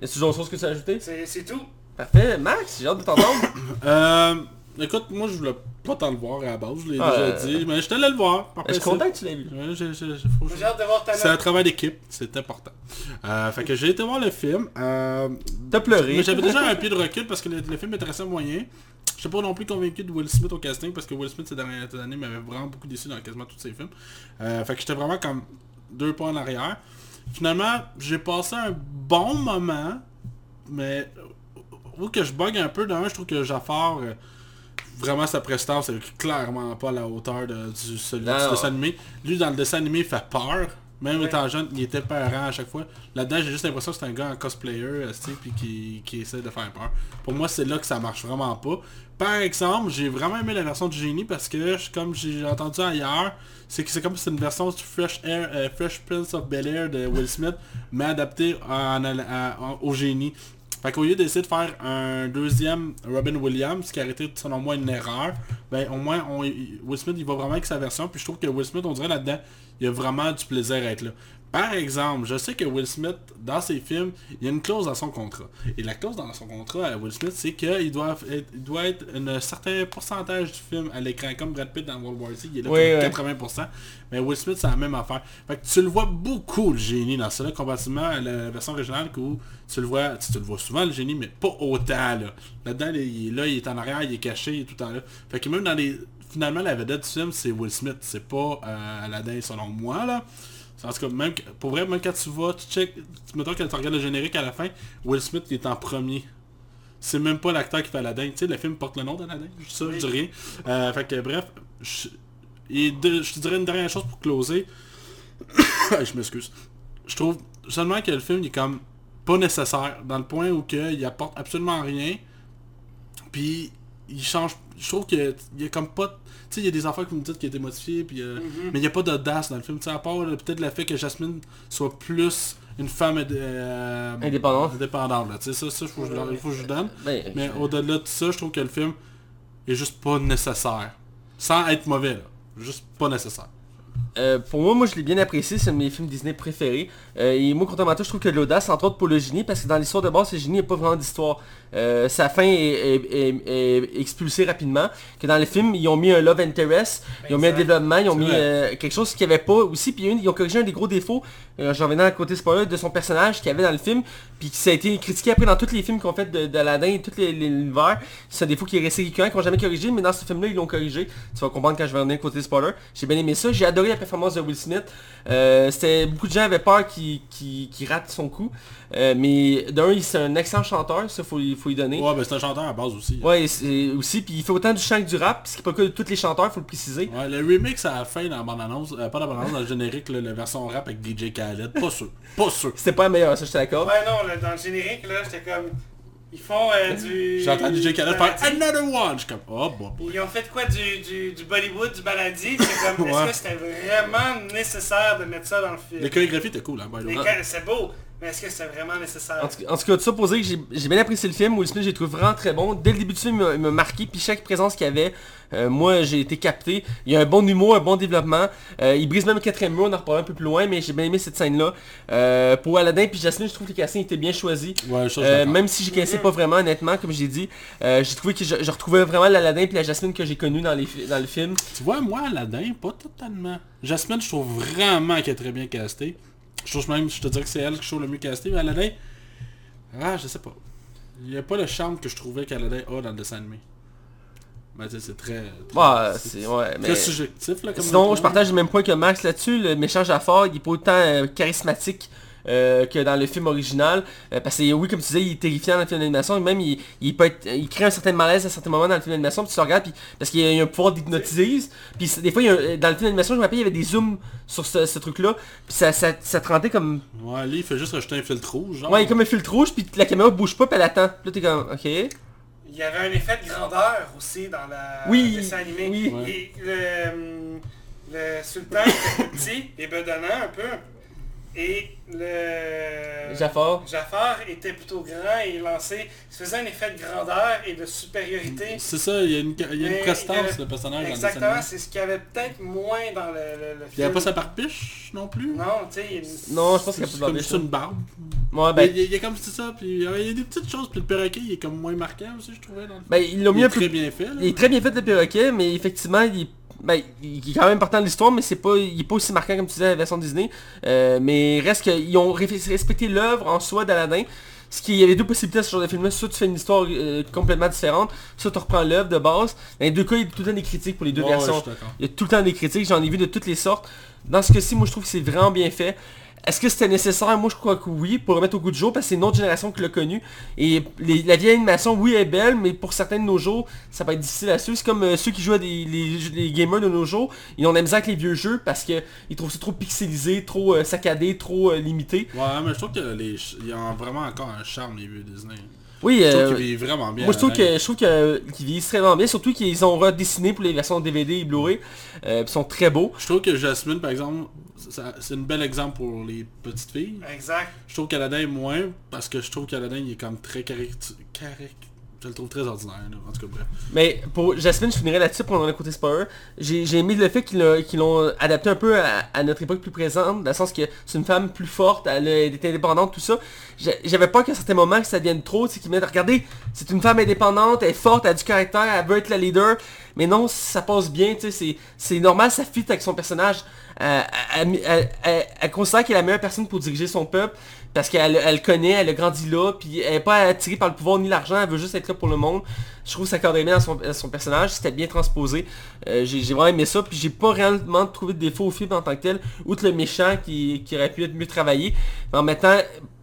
Y a toujours autre chose que tu as Ben, ajouté
c'est c'est tout.
Parfait, Max, j'ai hâte de t'entendre.
Euh, écoute, moi, je voulais pas tant le voir à la base, je l'ai
Ah,
déjà
euh,
dit. Mais je t'allais le voir. par
je suis
principe.
content que tu l'aies vu.
Ouais, j'ai- j'ai- j'ai- faut que je-
J'ai hâte de voir ta
C'est un
note.
travail d'équipe, c'est important. Euh, fait que j'ai été voir le film. euh,
T'as pleuré.
mais j'avais déjà un pied de recul parce que le, le film était assez moyen. Je suis pas non plus convaincu de Will Smith au casting parce que Will Smith ces dernières années m'avait vraiment beaucoup déçu dans quasiment tous ses films. Euh, fait que j'étais vraiment comme deux pas en arrière. Finalement, j'ai passé un bon moment, mais où que je bug un peu, d'un, je trouve que Jafar, euh, vraiment sa prestance, elle est clairement pas à la hauteur de, du, celui du
Non.
dessin animé. Lui, dans le dessin animé, il fait peur. Même
Ouais.
étant jeune, il était peurant à chaque fois. Là-dedans, j'ai juste l'impression que c'est un gars en cosplayer, euh, tu sais, puis qui, qui essaie de faire peur. Pour moi, c'est là que ça marche vraiment pas. Par exemple, j'ai vraiment aimé la version du génie parce que, je- comme j'ai entendu ailleurs, c'est que c'est comme si c'était une version du Fresh, Air, euh, Fresh Prince of Bel Air de Will Smith, mais adaptée en- en- en- au génie. Fait qu'au lieu d'essayer de faire un deuxième Robin Williams, ce qui aurait été selon moi une erreur, ben au moins on- il- Will Smith il va vraiment avec sa version, puis je trouve que Will Smith, on dirait là-dedans, il a vraiment du plaisir à être là. Par exemple, je sais que Will Smith, dans ses films, il y a une clause dans son contrat. Et la clause dans son contrat à Will Smith, c'est qu'il doit être, il doit être un certain pourcentage du film à l'écran, comme Brad Pitt dans World War Z, il est là
Oui,
pour
oui.
80%. Mais Will Smith, c'est la même affaire. Fait que tu le vois beaucoup, le génie, dans cela, comparativement à la version originale où tu le vois, tu, tu le vois souvent, le génie, mais pas autant, là. Là-dedans, il est là, il est en arrière, il est caché, il est tout le temps là. Fait que même dans les... Finalement, la vedette du film, c'est Will Smith, c'est pas euh, Aladdin, selon moi, là. En tout cas, même, que- pour vrai, même quand tu vas, tu check, tu- mettons que tu regardes le générique à la fin, Will Smith, il est en premier c'est même pas l'acteur qui fait Aladdin. Tu sais, le film porte le nom d'Aladdin. Je dis ça, je dis rien. Euh, fait que bref, je, et de- je te dirais une dernière chose pour closer. *coughs* je m'excuse. Je trouve seulement que le film il est comme pas nécessaire, dans le point où que il apporte absolument rien. Puis il change. Je trouve que il y a comme pas. Tu sais, il y a des affaires que vous me dites qui ont été modifiées, puis, euh, mais il n'y a pas d'audace dans le film. Tu sais, à part euh, peut-être le fait que Jasmine soit plus une femme euh,
Indépendante.
indépendante. Là. Tu sais, ça, ça, faut que je leur- faut que je vous donne.
Ben,
Mais
je-
au-delà de ça, je trouve que le film est juste pas nécessaire. Sans être mauvais, là. Juste pas nécessaire.
Euh, pour moi, moi je l'ai bien apprécié, c'est un de mes films Disney préférés. Euh, et moi, contrairement à toi, je trouve que l'audace, entre autres pour le génie, parce que dans l'histoire de base, le génie n'a pas vraiment d'histoire. Euh, sa fin est, est- est- est expulsée rapidement. Que dans le film, ils ont mis un love interest, ils ont mis un
Exact.
développement, ils ont
C'est
mis
vrai.
euh, quelque chose qu'il n'y avait pas aussi. Puis une- ils ont corrigé un des gros défauts, euh, j'en reviens dans le côté spoiler, de son personnage qu'il y avait dans le film, puis qui ça a été critiqué après dans tous les films qu'on fait de- d'Aladdin et tout les- les- l'univers. C'est un défaut qui est resté récurrent, qu'ils n'ont jamais corrigé, mais dans ce film-là, ils l'ont corrigé. Tu vas comprendre quand je vais revenir côté spoiler. J'ai bien aimé ça, j'ai adoré la performance de Will Smith. Euh, c'était- beaucoup de gens avaient peur qu'il qu'il- qu'il rate son coup, Euh, mais d'un, il- c'est un excellent chanteur, ça faut, lui- faut lui donner.
Ouais, ben c'est un chanteur à base aussi. Ouais.
Ouais, c'est- aussi, puis il fait autant du chant que du rap, ce qui est pas le cas de tous les chanteurs, faut le préciser.
le remix à la fin dans la bande-annonce, euh, pas dans la bande-annonce, dans le générique, là, la version rap avec DJ Khaled, pas sûr, pas sûr.
C'était pas la meilleure, ça je suis d'accord.
Ouais non, là, dans le générique là, j'étais comme ils font euh, du.
J'entends DJ Khaled faire
Paradis.
Another One, je suis comme, oh bon.
Ils ont fait quoi du, du, du Bollywood, du maladie C'est comme, est-ce
Ouais.
que c'était vraiment nécessaire de mettre ça dans le film
Les chorégraphies étaient cool, hein, by the
Les
way.
ca- C'est beau, mais est-ce que c'était vraiment nécessaire
En tout, cas- en tout cas, tout ça pour dire que j'ai- j'ai bien apprécié le film. Will Smith, j'ai trouvé vraiment très bon. Dès le début du film, il m'a- il m'a marqué. Puis chaque présence qu'il y avait, euh, moi, j'ai été capté. Il y a un bon humour, un bon développement. Euh, il brise même le quatrième mur, on en reparlera un peu plus loin, mais j'ai bien aimé cette scène-là. Euh, pour Aladdin puis Jasmine, je trouve que les castings étaient bien choisis.
Ouais, ça, je
Euh,
l'attends.
même si je connaissais pas vraiment honnêtement comme j'ai dit euh, j'ai trouvé que je, je retrouvais vraiment l'Aladin et la Jasmine que j'ai connue dans, les fi- dans le film
Tu vois, moi, Aladdin, pas totalement. Jasmine, je trouve vraiment qu'elle est très bien castée. Je trouve même, je te dirais que c'est elle que je trouve le mieux castée, mais Aladdin, Ah, je sais pas. Il n'y a pas le charme que je trouvais Canada a dans le dessin animé. Mais tu sais, c'est très... très-
Ouais, Bah, c'est... Ouais, mais...
Très subjectif, là, comme
Sinon,
opinion.
je partage le même point que Max là-dessus. Le méchant Jafar, il n'est pas autant euh, charismatique euh, que dans le film original. Euh, parce que oui, comme tu disais, il est terrifiant dans le film d'animation. et Même, il, il peut être- il crée un certain malaise à certains moments dans le film d'animation. Puis tu le regardes, puis, parce qu'il y a, il y a un pouvoir d'hypnotiser. Puis c'est- des fois, il y a un- euh, dans le film d'animation, je me rappelle, il y avait des zooms sur ce, ce truc-là. Puis ça, ça, ça te rendait comme...
Ouais, lui, il fait juste rajouter un filtre rouge, genre.
Ouais, il est comme un filtre rouge, puis la caméra bouge pas, puis elle attend. Puis là, t'es comme, ok.
Il y avait un effet de grandeur aussi dans la
Oui,
le dessin animé.
oui.
Ouais.
Et le, hum, le sultan était petit et bedonnant un peu. Et le
Jafar.
Jafar était plutôt grand et lancé. Ça faisait un effet de grandeur et de supériorité.
C'est ça, il y a une, il y a une
Mais il y
prestance,
avait-
le personnage, dans le dessin
Exactement,
animé.
c'est ce qu'il y avait peut-être moins dans le, le- le
Il n'y
film.
a pas sa barbiche, non plus
Non, tu sais, il y a une-
Non, je pense qu'il n'y a
C'est
pas de
comme
barbe.
juste une barbe.
Ouais,
Mais
ben,
il, y a- il y a comme c'est ça, puis euh, il y a des petites choses, puis le perroquet, il est comme moins marquant aussi, je trouvais. Dans le...
ben, ils l'ont
il
mis
est
un peu
très bien fait, là.
Il est très bien fait le perroquet, mais effectivement, il est, ben, il est quand même partant de l'histoire, mais c'est pas, il est pas aussi marquant comme tu disais la version Disney. Euh, mais reste qu'ils ont ré- respecté l'œuvre en soi d'Aladin. Ce qui, il y avait deux possibilités à ce genre de film-là. Soit tu fais une histoire euh, complètement différente, soit tu reprends l'œuvre de base. Dans les deux cas, il y a tout le temps des critiques pour les deux
Ouais,
versions.
ouais, je suis d'accord.
Il y a tout le temps des critiques, j'en ai vu de toutes les sortes. Dans ce cas-ci, moi je trouve que c'est vraiment bien fait. Est-ce que c'était nécessaire Moi je crois que oui, pour le mettre au goût du jour, parce que c'est une autre génération qui l'a connu. Et les- la vieille animation, oui, elle est belle, mais pour certains de nos jours, ça va être difficile à suivre. C'est comme euh, ceux qui jouent à des les, les gamers de nos jours, ils ont de la misère avec les vieux jeux parce que ils trouvent ça trop pixelisé, trop euh, saccadé, trop euh, limité.
Ouais, mais je trouve que les ch- ils ont vraiment encore un charme, les vieux Disney.
Oui,
Je
euh,
trouve qu'ils vivent vraiment bien.
Moi je trouve
là-dedans.
que je trouve que qu'ils vieillissent très bien, surtout qu'ils ont redessiné pour les versions DVD et Blu-ray, euh, ils sont très beaux.
Je trouve que Jasmine, par exemple, ça- c'est un bel exemple pour les petites filles.
Exact.
Je trouve qu'Aladin est moins, parce que je trouve qu'Aladin, il est comme très caricature... Je le trouve très ordinaire, là. en tout cas, bref.
Mais pour Jasmine, je finirai là-dessus pour en côté spoiler. J'ai j'ai aimé le fait qu'ils l'a- qu'ils l'ont adapté un peu à, à notre époque plus présente, dans le sens que c'est une femme plus forte, elle est indépendante, tout ça. J'ai- J'avais peur qu'à certains moments que ça devienne trop, tu sais, qu'ils me disent, regardez, c'est une femme indépendante, elle est forte, elle a du caractère, elle veut être la leader. Mais non, ça passe bien, tu sais, c'est- c'est normal, ça fit avec son personnage. Euh, Elle, elle- elle- elle- elle considère qu'elle est la meilleure personne pour diriger son peuple, parce qu'elle elle connaît, elle a grandi là, puis elle est pas attirée par le pouvoir ni l'argent, elle veut juste être là pour le monde. Je trouve que ça cadrait bien à son, à son personnage, c'était bien transposé. Euh, j'ai j'ai vraiment aimé ça, puis j'ai pas réellement trouvé de défaut au film en tant que tel, outre le méchant qui, qui aurait pu être mieux travaillé. Mais en même temps,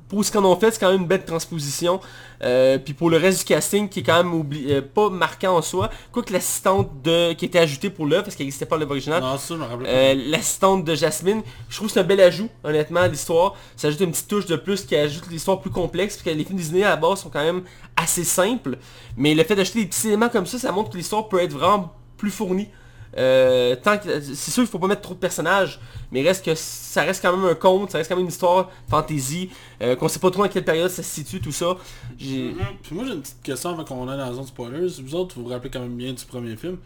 pour ce qu'on ont fait, c'est quand même une belle transposition. Euh, puis pour le reste du casting, qui est quand même oubli- euh, pas marquant en soi, quoique l'assistante de qui était ajoutée pour l'œuvre, parce qu'elle n'existait pas à l'œuvre originale,
Non, ça, je me rappelle pas.
Ah. euh, l'assistante de Jasmine, je trouve que c'est un bel ajout, honnêtement, à l'histoire. Ça ajoute une petite touche de plus qui ajoute l'histoire plus complexe, parce que les films Disney à la base sont quand même assez simples. Mais le fait d'ajouter des petits éléments comme ça, ça montre que l'histoire peut être vraiment plus fournie. Euh, tant que, c'est sûr qu'il faut pas mettre trop de personnages, mais reste que ça reste quand même un conte, ça reste quand même une histoire fantasy, euh, qu'on sait pas trop à quelle période ça se situe, tout ça. J'ai...
Puis moi j'ai une petite question avant qu'on aille dans la zone spoilers. Vous autres, vous vous rappelez quand même bien du premier film.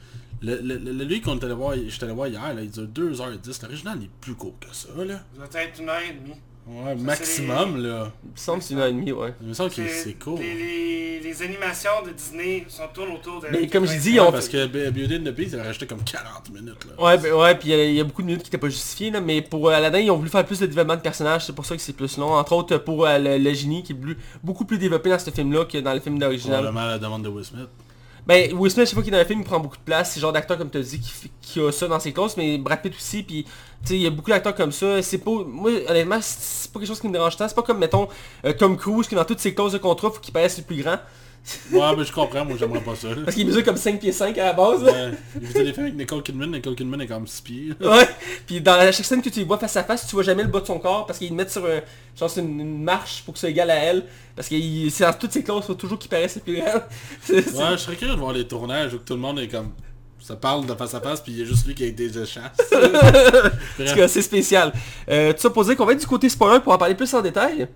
Le, le- le- lui qu'on est allé voir, j'étais allé voir hier, là, il dure 2h10. L'original est plus court que ça là.
Ça doit être une heure et demie.
Ouais,
Ça,
maximum là.
Il me semble que c'est une heure et demie, ouais.
Il me semble que
C'est-
c'est court.
Les, les- les animations de Disney sont tournent autour de...
Mais comme je dis,
Ouais,
ils ont-
parce que Be- Beauty and the Beast, il a rajouté comme 40 minutes là.
Ouais, ben ouais, puis il y a- il y, a beaucoup de minutes qui n'étaient pas justifiées, là, mais pour euh, Aladdin, ils ont voulu faire plus de développement de personnages, c'est pour ça que c'est plus long. Entre autres, pour euh, le, le génie, qui est plus- beaucoup plus développé dans ce film-là que dans le film d'original.
Probablement à la demande de Will Smith.
Ben, Will Smith, je sais pas qu'il est dans le film, il prend beaucoup de place, c'est le genre d'acteur, comme tu as dit, qui, fait- qui a ça dans ses clauses, mais Brad Pitt aussi, puis, tu sais, il y a beaucoup d'acteurs comme ça. C'est pas, moi, honnêtement, c'est- c'est pas quelque chose qui me dérange tant, c'est pas comme, mettons, euh, Tom Cruise, qui dans toutes ses clauses de contrat, faut qu'il paraisse le plus grand,
Ouais, mais je comprends, moi j'aimerais pas
*laughs*
ça. Euh, là.
parce qu'il mesure comme 5 pieds 5 à la base, là.
Ouais, J'ai vu des films avec Nicole Kidman, Nicole Kidman est comme 6 pieds.
Ouais, puis dans la chaque scène que tu les vois face à face, tu vois jamais le bas de son corps parce qu'ils le mettent sur un, genre sur une, une marche pour que ça égale à elle. Parce que il- c'est dans toutes ses classes, faut toujours qu'il paraisse le plus grand. *laughs* C'est- c'est-
Ouais, je serais curieux de voir les tournages où tout le monde est comme... Ça parle de face à face, puis il y a juste lui qui a été
*laughs*
de chasse.
en tout cas, c'est spécial. Euh, tout ça pour dire qu'on va être du côté spoiler pour en parler plus en détail.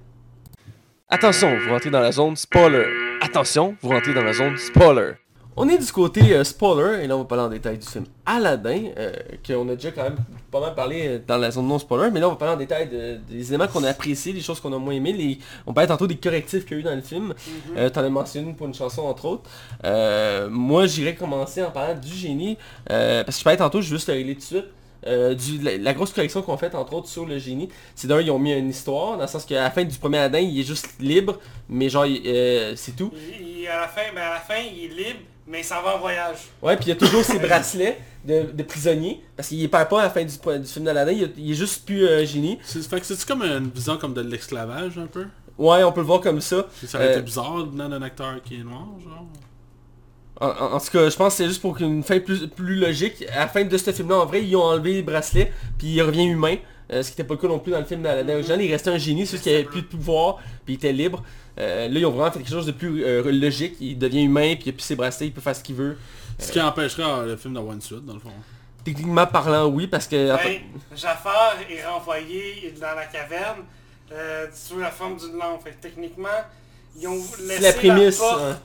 Attention, vous rentrez dans la zone spoiler. Attention, vous rentrez dans la zone spoiler.
On est du côté euh, spoiler, et là on va parler en détail du film Aladdin, euh, qu'on a déjà quand même pas mal parlé euh, dans la zone non spoiler, mais là on va parler en détail de- des éléments qu'on a appréciés, des choses qu'on a moins aimées, les- on parlait tantôt des correctifs qu'il y a eu dans le film, Euh, t'en as mentionné une pour une chanson entre autres. Euh, moi j'irais commencer en parlant du génie, euh, parce que je parlais tantôt, je vais juste le régler tout de suite. euh, du- la, la grosse collection qu'on fait entre autres sur le génie, c'est d'un, ils ont mis une histoire, dans le sens qu'à la fin du premier Aladdin, il est juste libre, mais genre, il- euh, c'est tout.
Il- il- à, la fin, ben à la fin, il est libre, mais il s'en va en voyage.
Ouais, puis il y a toujours ses bracelets de, de prisonnier, parce qu'il les perd pas à la fin du, du film d'Aladdin, il, a- il est juste plus euh, génie.
C'est fait que c'est-tu comme une vision comme de l'esclavage un peu
Ouais, on peut le voir comme ça.
Ça aurait
Euh,
été bizarre venant d'un acteur qui est noir, genre.
En, en- en tout cas, je pense que c'est juste pour qu'une fin plus, plus logique. À la fin de ce film-là, en vrai, ils ont enlevé les bracelets, puis il revient humain. euh, ce qui n'était pas le cas non plus dans le film d'Aladdin original. Il restait un génie, c'est juste qu'il avait plus de pouvoir, puis il était libre. Euh, là, ils ont vraiment fait quelque chose de plus euh, logique. Il devient humain, puis il a plus ses bracelets, il peut faire ce qu'il veut.
Ce qui empêcherait euh, le film d'avoir une suite, dans le fond.
Techniquement parlant, oui, parce que... enfin,
Ben, Jafar est renvoyé dans la caverne euh, sous la forme d'une lampe. Fait que techniquement, ils ont
c'est
laissé
la prémisse.
Ben, porte
hein.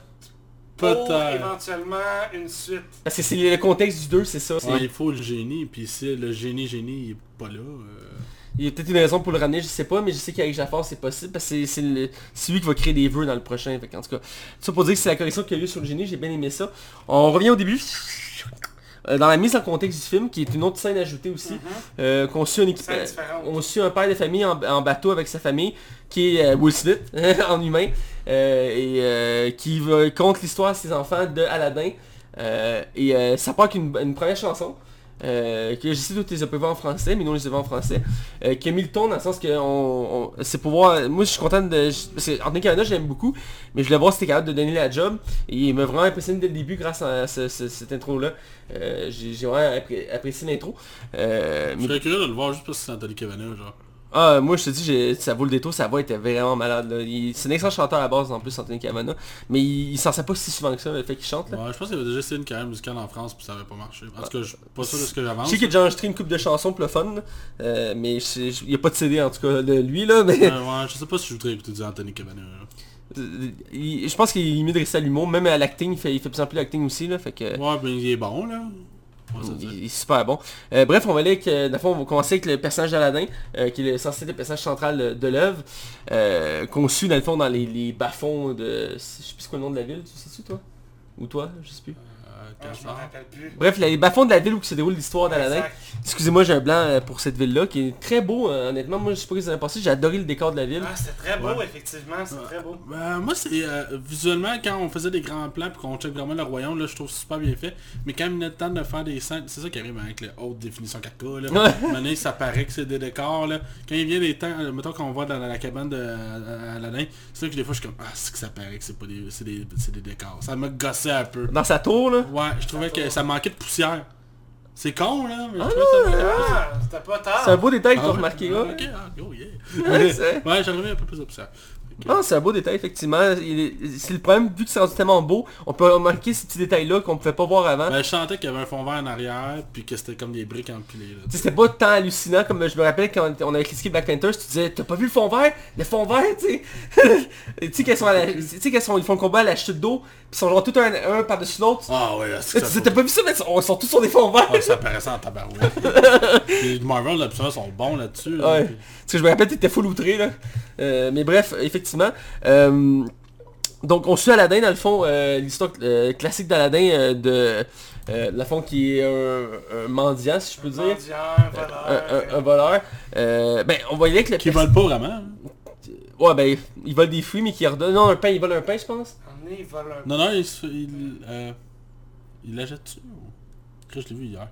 pour
Peut-être.
éventuellement une suite.
Parce que c'est le contexte du 2, c'est ça. c'est-
Ouais, il faut le génie, puis si le génie génie il est pas là, euh,
Il y a peut-être une raison pour le ramener, je sais pas, mais je sais qu'avec Jafar c'est possible parce que c'est- c'est le- c'est lui qui va créer des vœux dans le prochain. Fait, qu'en tout cas, ça pour dire que c'est la correction qu'il y a eu sur le génie, j'ai bien aimé ça. On revient au début. Euh, Dans la mise en contexte du film, qui est une autre scène ajoutée aussi, euh, qu'on suit un équipe-
Mhm. Scène différente.
on suit un père de famille en, en bateau avec sa famille, qui est euh, Will Smith, *laughs* en humain, euh, et euh, qui va- conte l'histoire à ses enfants de Aladdin. Euh, et euh, ça part avec une, une première chanson, euh, que je sais toutes les pas en français, mais nous on les avait en français, euh, qui a mis le ton dans le sens que on, on- c'est pour voir... Moi je suis content de... je- Parce que Anthony Canada, je l'aime beaucoup, mais je voulais voir si c'était capable de donner la job. Et il m'a vraiment impressionné dès le début grâce à ce- ce- cette intro-là. Euh, j'ai j'ai vraiment appré- apprécié l'intro. Euh,
je
mais-
serais curieux de le voir juste parce que c'est Anthony Cavana, genre.
ah, moi je te dis, j'ai- ça vaut le détour, sa voix était vraiment malade. là. Il- C'est un excellent chanteur à la base en plus, Anthony Cavana, mais il, il s'en sert pas si souvent que ça, le fait qu'il chante. Là.
Ouais, je pense qu'il avait déjà essayé une carrière musicale en France, puis ça avait pas marché. En tout cas, je suis pas sûr de ce que
Je
j'avance.
sais qu'il a déjà enregistré une coupe de chansons pour le fun, là, euh, mais je sais- je- il n'y a pas de CD en tout cas de lui là, mais
Euh, ouais, je sais pas si je voudrais écouter du Anthony Cavana. là.
*laughs* il- je pense qu'il est mieux de rester à l'humour, même à l'acting, il fait, il fait de plus en plus l'acting aussi, là, fait que...
Ouais, ben il est bon, là. Ouais, ça, hein. ça.
Il il est super bon. Euh, bref, on va aller avec, euh, dans le fond, on va commencer avec le personnage d'Aladin, euh, qui est censé être le personnage central euh, de l'œuvre, euh, qu'on suit dans le fond dans les, les bas-fonds de... Je sais plus c'est quoi le nom de la ville, tu sais-tu toi Ou toi, je sais plus.
Euh,
Ah, je me
Cachard.
rappelle plus.
Bref, les bas-fonds de la ville où se déroule l'histoire d'Aladin.
Exact.
Excusez-moi, j'ai un blanc euh, pour cette ville-là, qui est très beau, euh, honnêtement. Moi, je sais pas ce que ça a passé, j'ai adoré le décor de la ville.
Ah, c'était très beau,
Ouais.
effectivement, c'était très beau.
Ben, moi, c'est euh, visuellement, quand on faisait des grands plans puis qu'on check vraiment le royaume, là, je trouve super bien fait. Mais quand il venait le temps de faire des scènes, c'est ça qui arrive avec les haute définition 4K. Là.
Ouais.
À un moment donné, ça paraît que c'est des décors. Là. Quand il vient des temps, euh, mettons qu'on voit dans la, la cabane de euh, Aladdin, c'est là que des fois, je suis comme, ah, c'est que ça paraît que c'est pas des, c'est des, c'est des décors. Ça me gossait un peu.
Dans sa tour, là.
Ouais, je trouvais que ça manquait de poussière. C'est con, là. Mais je
Ah
trouvais ça-
Ah, c'était pas tard.
C'est un beau détail que tu
Ah,
as remarqué, là.
Ok, ah, oh, yeah.
Ouais, c'est-
ouais, j'aurais mis un peu plus de poussière. Ok.
Non, Ah, c'est un beau détail, effectivement. Il est- C'est le problème, vu que c'est rendu tellement beau, on peut remarquer ces petits détails-là qu'on pouvait pas voir avant.
Ben, je sentais qu'il y avait un fond vert en arrière, puis que c'était comme des briques empilées. Là.
Tu sais, C'était pas tant hallucinant comme je me rappelle quand on avait critiqué Black Panther, tu disais t'as pas vu le fond vert Le fond vert, tu sais *laughs* Tu sais qu'elles sont à la- tu sais qu'elles sont- ils font le combat à la chute d'eau, pis ils sont genre tout un, un par-dessus l'autre.
Ah ouais, là, c'est
Tu
que
disais
ça,
t'as pas vu ça, mais ils sont- ils sont tous sur des fonds verts
ah, ça paraissait
*laughs*
en tabarouette. les Marvel, là, puis ça, sont bons là-dessus. là,
Ouais.
puis-
Parce que je me rappelle, t'étais full outré, là. Euh, mais bref, effectivement. euh, donc, on suit Aladdin, dans le fond, euh, l'histoire euh, classique d'Aladdin, euh, de... euh, dans le fond, qui est un, un mendiant, si je peux dire.
Mendiant,
Un,
voleur.
un- un voleur. Euh, ben, on va y aller avec le...
Qui volent pas vraiment. hein.
Ouais, ben, ils volent des fruits, mais qui redonnent... Non, un pain, ils volent un pain, je pense.
Un nez, il vole un
Non, non, il se- il, euh, il la jette dessus. ou- Chris, je l'ai vu hier.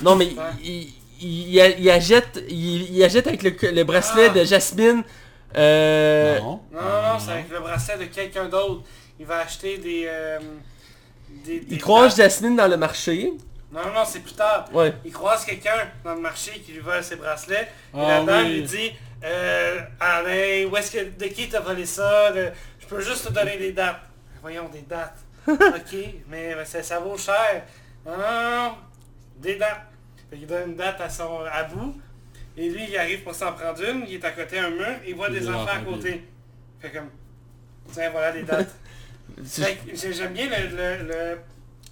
Non, mais ils il, il, il achète, il, il achète avec le, le bracelet
Ah.
de Jasmine. Euh,
non.
Non, non, non, c'est avec le bracelet de quelqu'un d'autre. Il va acheter des... euh, des, des
il croise Jasmine dans le marché.
Non, non, non, c'est plus tard.
Ouais.
Il croise quelqu'un dans le marché qui lui vole ses bracelets.
Ah,
et la dame
oui.
lui dit, euh, Alain, où est-ce que, de qui t'as volé ça? Le- je peux juste te donner des dates. Voyons, des
*laughs*
dates. ok, mais ça, ça vaut cher. Non, non, non, des dates. Fait qu'il donne une date à son à bout. Et lui, il arrive pour s'en prendre une. Il est à côté d'un mur. Il voit
Il
des
voit
enfants à
l'enfant,
côté. Fait comme, tiens, voilà les
*laughs*
dates.
C'est-
Fait que j'ai- J'aime bien le, le- le-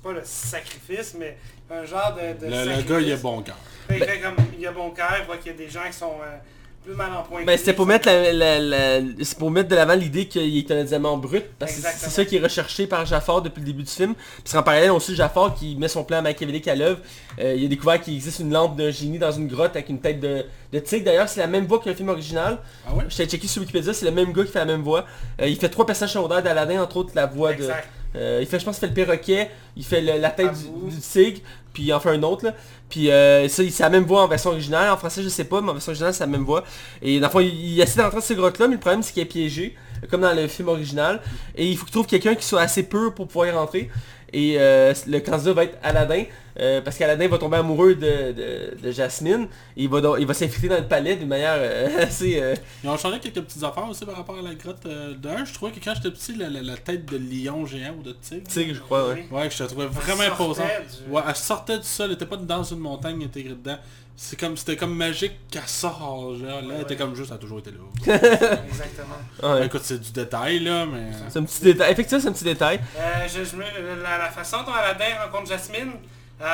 Pas le sacrifice, mais un genre de... de
Le, le
sacrifice.
gars, il est bon cœur.
Ben,
Ben,
Fait que comme il y a bon cœur, il voit qu'il y a des gens qui sont... euh, puis plus mal en point.
Ben, c'était pour mettre la, la- la- c'est pour mettre de l'avant l'idée qu'il est un diamant brut, parce que c'est- c'est
Exactement.
ça qui est recherché par Jafar depuis le début du film. Parce qu'en parallèle, on suit Jafar qui met son plan machiavélique à l'œuvre. Euh, il a découvert qu'il existe une lampe d'un génie dans une grotte avec une tête de, de tigre. D'ailleurs, c'est la même voix que le film original.
Ah ouais?
Je t'ai checké sur Wikipédia, c'est le même gars qui fait la même voix. Euh, il fait trois personnages secondaires d'Aladin, entre autres la voix de...
Exact.
Euh, il fait, je pense, il fait le perroquet, il fait le- la tête
Abou.
du, du tigre, puis il en fait un autre. Là. Puis euh, ça, il- c'est la même voix en version originale. En français, je sais pas, mais en version originale, c'est la même voix. Et dans le fond, il, il essaie d'entrer dans ces grottes-là, mais le problème, c'est qu'il est piégé, comme dans le film original. Et il faut qu'il trouve quelqu'un qui soit assez pur pour pouvoir y rentrer. Et euh, le candidat va être Aladdin, euh, parce qu'Aladdin va tomber amoureux de, de- de Jasmine. Et il va, donc- il va s'infiltrer dans le palais d'une manière euh, *laughs* assez... euh,
Ils ont changé quelques petites affaires aussi par rapport à la grotte euh, d'un. Je trouvais que quand j'étais petit, la, la- la tête de lion géant ou de tigre.
tigre, je crois, ouais.
Ouais, que je la trouvais vraiment
sortait
imposante.
du-
Ouais, elle sortait du sol, elle était pas dans une montagne intégrée dedans. C'est comme, c'était comme magique qu'elle sort, genre. Là, elle était
ouais.
comme juste, elle a toujours été
*laughs*
là.
Exactement.
Ouais.
Ouais, écoute, c'est du détail, là, mais...
Ah, C'est un petit détail. Effectivement, c'est un petit détail.
Euh, je- je me- la, la façon dont Aladdin rencontre Jasmine, euh,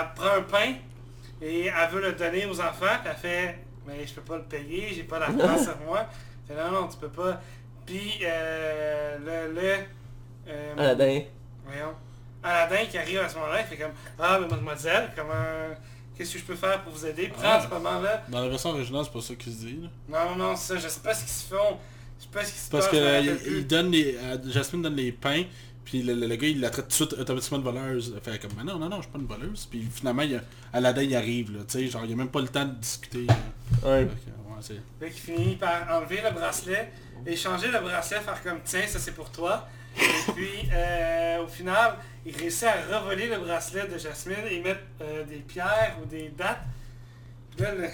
elle prend un pain et elle veut le donner aux enfants. puis elle fait Mais je peux pas le payer, j'ai
*laughs*
pas l'argent sur moi. Elle fait, non, non, tu peux pas. Puis euh, le. le euh,
Aladdin.
Voyons. Aladdin qui arrive à ce moment-là, il fait comme Ah, mais mademoiselle, comment. Qu'est-ce que je peux faire pour vous aider Prends
Ah.
ce moment-là.
Dans la version originale, c'est pas ça qu'ils se disent, là.
Non, non, non, ça, je sais pas ce qu'ils se font. Je sais pas ce qu'ils se
Parce
passe,
que
je me
euh,
rappelle
il,
plus.
il donne les... euh, Jasmine donne les pains, puis le, le- le gars, il la traite tout de suite automatiquement de voleuse. Fait comme, mais non, non, non, je suis pas une voleuse. Puis finalement, il y a- Aladdin, il arrive, là, tu sais, genre, il a même pas le temps de discuter. là.
Ouais.
Fait que, ouais, c'est-
Fait qu'il finit par enlever le bracelet, échanger le bracelet, faire comme tiens, ça c'est pour toi.
*laughs*
Et puis euh, au final, il réussit à revoler le bracelet de Jasmine et mettre euh, des pierres ou des dates. Puis là, le-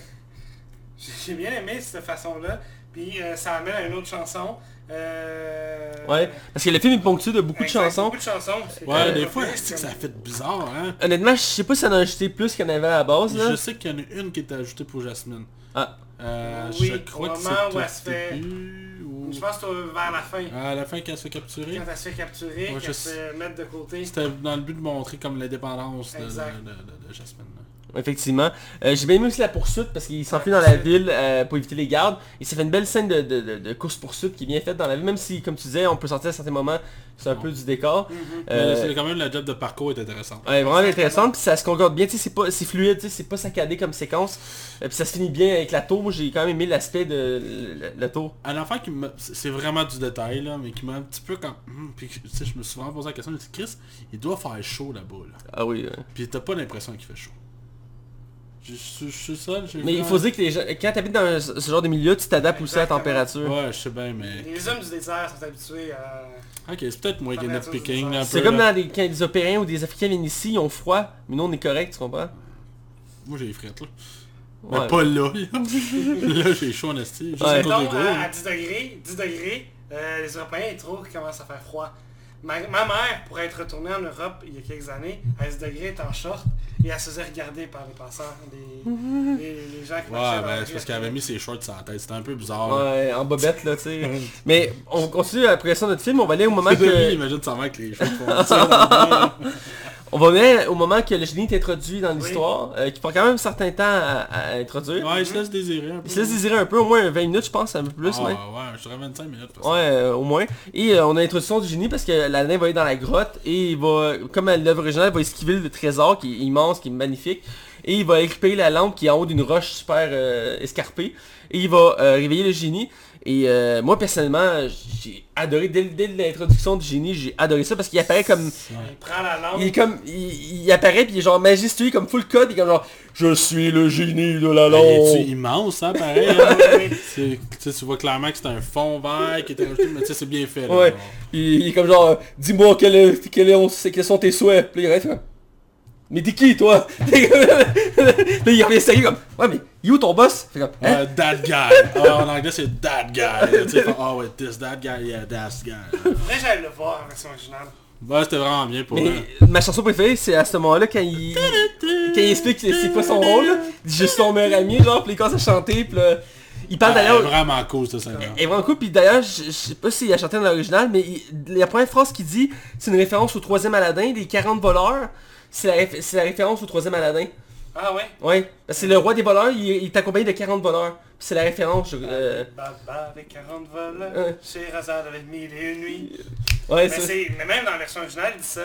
*laughs* j'ai bien aimé cette façon-là. Puis euh, ça amène à une autre chanson. Euh,
Ouais, parce que le film est ponctué de beaucoup de
exact,
chansons.
Beaucoup de chansons. C'est
Ouais,
comme-
des fois,
comme-
c'est que ça fait bizarre, hein.
Honnêtement, je sais pas si ça en a ajouté plus qu'il y en avait à la base là.
Je sais qu'il y en a une qui est ajoutée pour Jasmine.
Ah.
Euh,
Oui,
je crois
au
que c'est
moment où
tout
elle se fait-
début, ou-
Je pense que c'est vers la fin.
À la fin, qu'elle se fait capturer.
Quand elle se fait capturer,
Ouais,
qu'elle
je
se
sais.
fait mettre de côté.
C'était dans le but de montrer comme l'indépendance de, de,
Exact.
de- de- de Jasmine. là.
Effectivement. Euh, J'ai bien aimé aussi la poursuite parce qu'il s'enfuit dans la ville euh, pour éviter les gardes. Et ça fait une belle scène de, de- de- de course-poursuite qui est bien faite dans la ville, même si, comme tu disais, on peut sentir à certains moments que c'est un peu du décor.
Mm-hmm. Mais
Euh,
c'est quand même la job de parcours est intéressante.
Ouais, vraiment intéressante, puis ça se concorde bien, tu sais, c'est pas c'est fluide, tu sais, c'est pas saccadé comme séquence. Euh, puis ça se finit bien avec la tour, moi j'ai quand même aimé l'aspect de l- la, la tour.
Un enfant qui me... C'est vraiment du détail là, mais qui m'a un petit peu comme... Hum, Puis tu sais, je me suis souvent posé la question, je me suis dit, Chris, il doit faire chaud là-bas là.
Ah oui. ouais.
Puis t'as pas l'impression qu'il fait chaud. Je je suis je suis seul, j'ai
Mais il
vraiment-
faut dire que les gens, quand t'habites dans un- ce genre de milieu, tu t'adaptes aussi à la
Exactement.
température.
Ouais, je sais bien, mais...
Les hommes du désert sont habitués à...
Ok, c'est peut-être moi qui ai
Température
nitpicking
du
là, un
désert.
C'est
peu,
comme
là.
dans des, quand des Opériens ou des Africains viennent ici, ils ont froid, mais nous on est correct, tu comprends?
Moi j'ai les frettes là.
Ouais.
Mais pas là, là. là j'ai chaud en esti, juste à
Ouais.
cause
Donc,
de gros.
à, à
là.
10 degrés, 10 degrés, euh, les Européens, ils trouvent qu'il commence à faire froid. Ma, ma mère, pour être retournée en Europe il y a quelques années, à 10 degrés, était en short et elle se faisait regarder par les passants, les,
*laughs*
les- les gens qui marchaient
Ouais,
dans la
ben
rue.
c'est parce qu'elle avait mis ses shorts sur la tête, c'était un peu bizarre. là.
Ouais, en bobette là, tu
*laughs*
sais. mais on continue la progression de notre film, on va aller au moment
Denis,
que...
imagine sa mère avec les cheveux fondus.
On va aller au moment que le génie est introduit dans l'histoire, euh, qui prend quand même un certain temps à, à introduire.
Ouais, il se laisse désirer un peu.
Il se laisse désirer un peu, au moins 20 minutes je pense, un peu plus,
ah,
ouais.
ouais, je dirais 25 minutes. parce que-
Ouais, euh, au moins. Et euh, on a l'introduction du génie parce que l'année va aller dans la grotte et il va, comme à l'œuvre originale, il va esquiver le trésor qui est immense, qui est magnifique. Et il va récupérer la lampe qui est en haut d'une roche super euh, escarpée. Et il va euh, réveiller le génie. Et euh, moi personnellement, j'ai adoré, dès, dès l'introduction du génie, j'ai adoré ça parce qu'il apparaît comme...
Il prend la lampe,
Il est comme... Il, il apparaît puis il est genre majestueux, comme full code, il est comme genre... Je suis le génie de la
Il est-tu
lampe.
immense, hein, pareil.
*laughs*
hein? C'est- tu sais, tu vois clairement que c'est un fond vert qui était rajouté, mais tu sais, c'est bien fait. là,
Ouais.
genre.
Il, il est comme genre, euh, dis-moi quel est- quel est- on- c'est- quels sont tes souhaits. Puis là, il reste comme, mais t'es qui toi *laughs* Là il revient sérieux comme, ouais mais, il est où ton boss Fait comme, Hein?
Ouais, that guy. Ah, en anglais, c'est that guy. là, tu sais, fait, oh, ouais, this, that guy, yeah, that guy.
Après, j'allais le voir en version originale.
Ouais, c'était vraiment bien pour
Mais
elle.
ma chanson préférée c'est à ce moment-là quand il, quand il explique c'est c'est quoi son rôle. là. Il dit, Je suis ton meilleur ami genre, puis il commence à chanter, puis là, il parle
Elle est
d'ailleurs...
Ah, vraiment cool, ce singe.
Et vraiment cool, puis d'ailleurs, je je sais pas s'il a chanté dans l'original, mais il- la première phrase qu'il dit, c'est une référence au troisième Aladdin, des 40 voleurs, c'est la, réf- c'est la référence au troisième Aladdin.
Ah ouais?
Ouais, parce que le roi des voleurs, il, il est accompagné de 40 voleurs. Puis C'est la référence. je- euh,
Baba avec 40 vols,
Euh.
chez Razard avec mille et une nuits.
Ouais,
Mais,
ça.
c'est- mais même dans la version originale, il dit ça.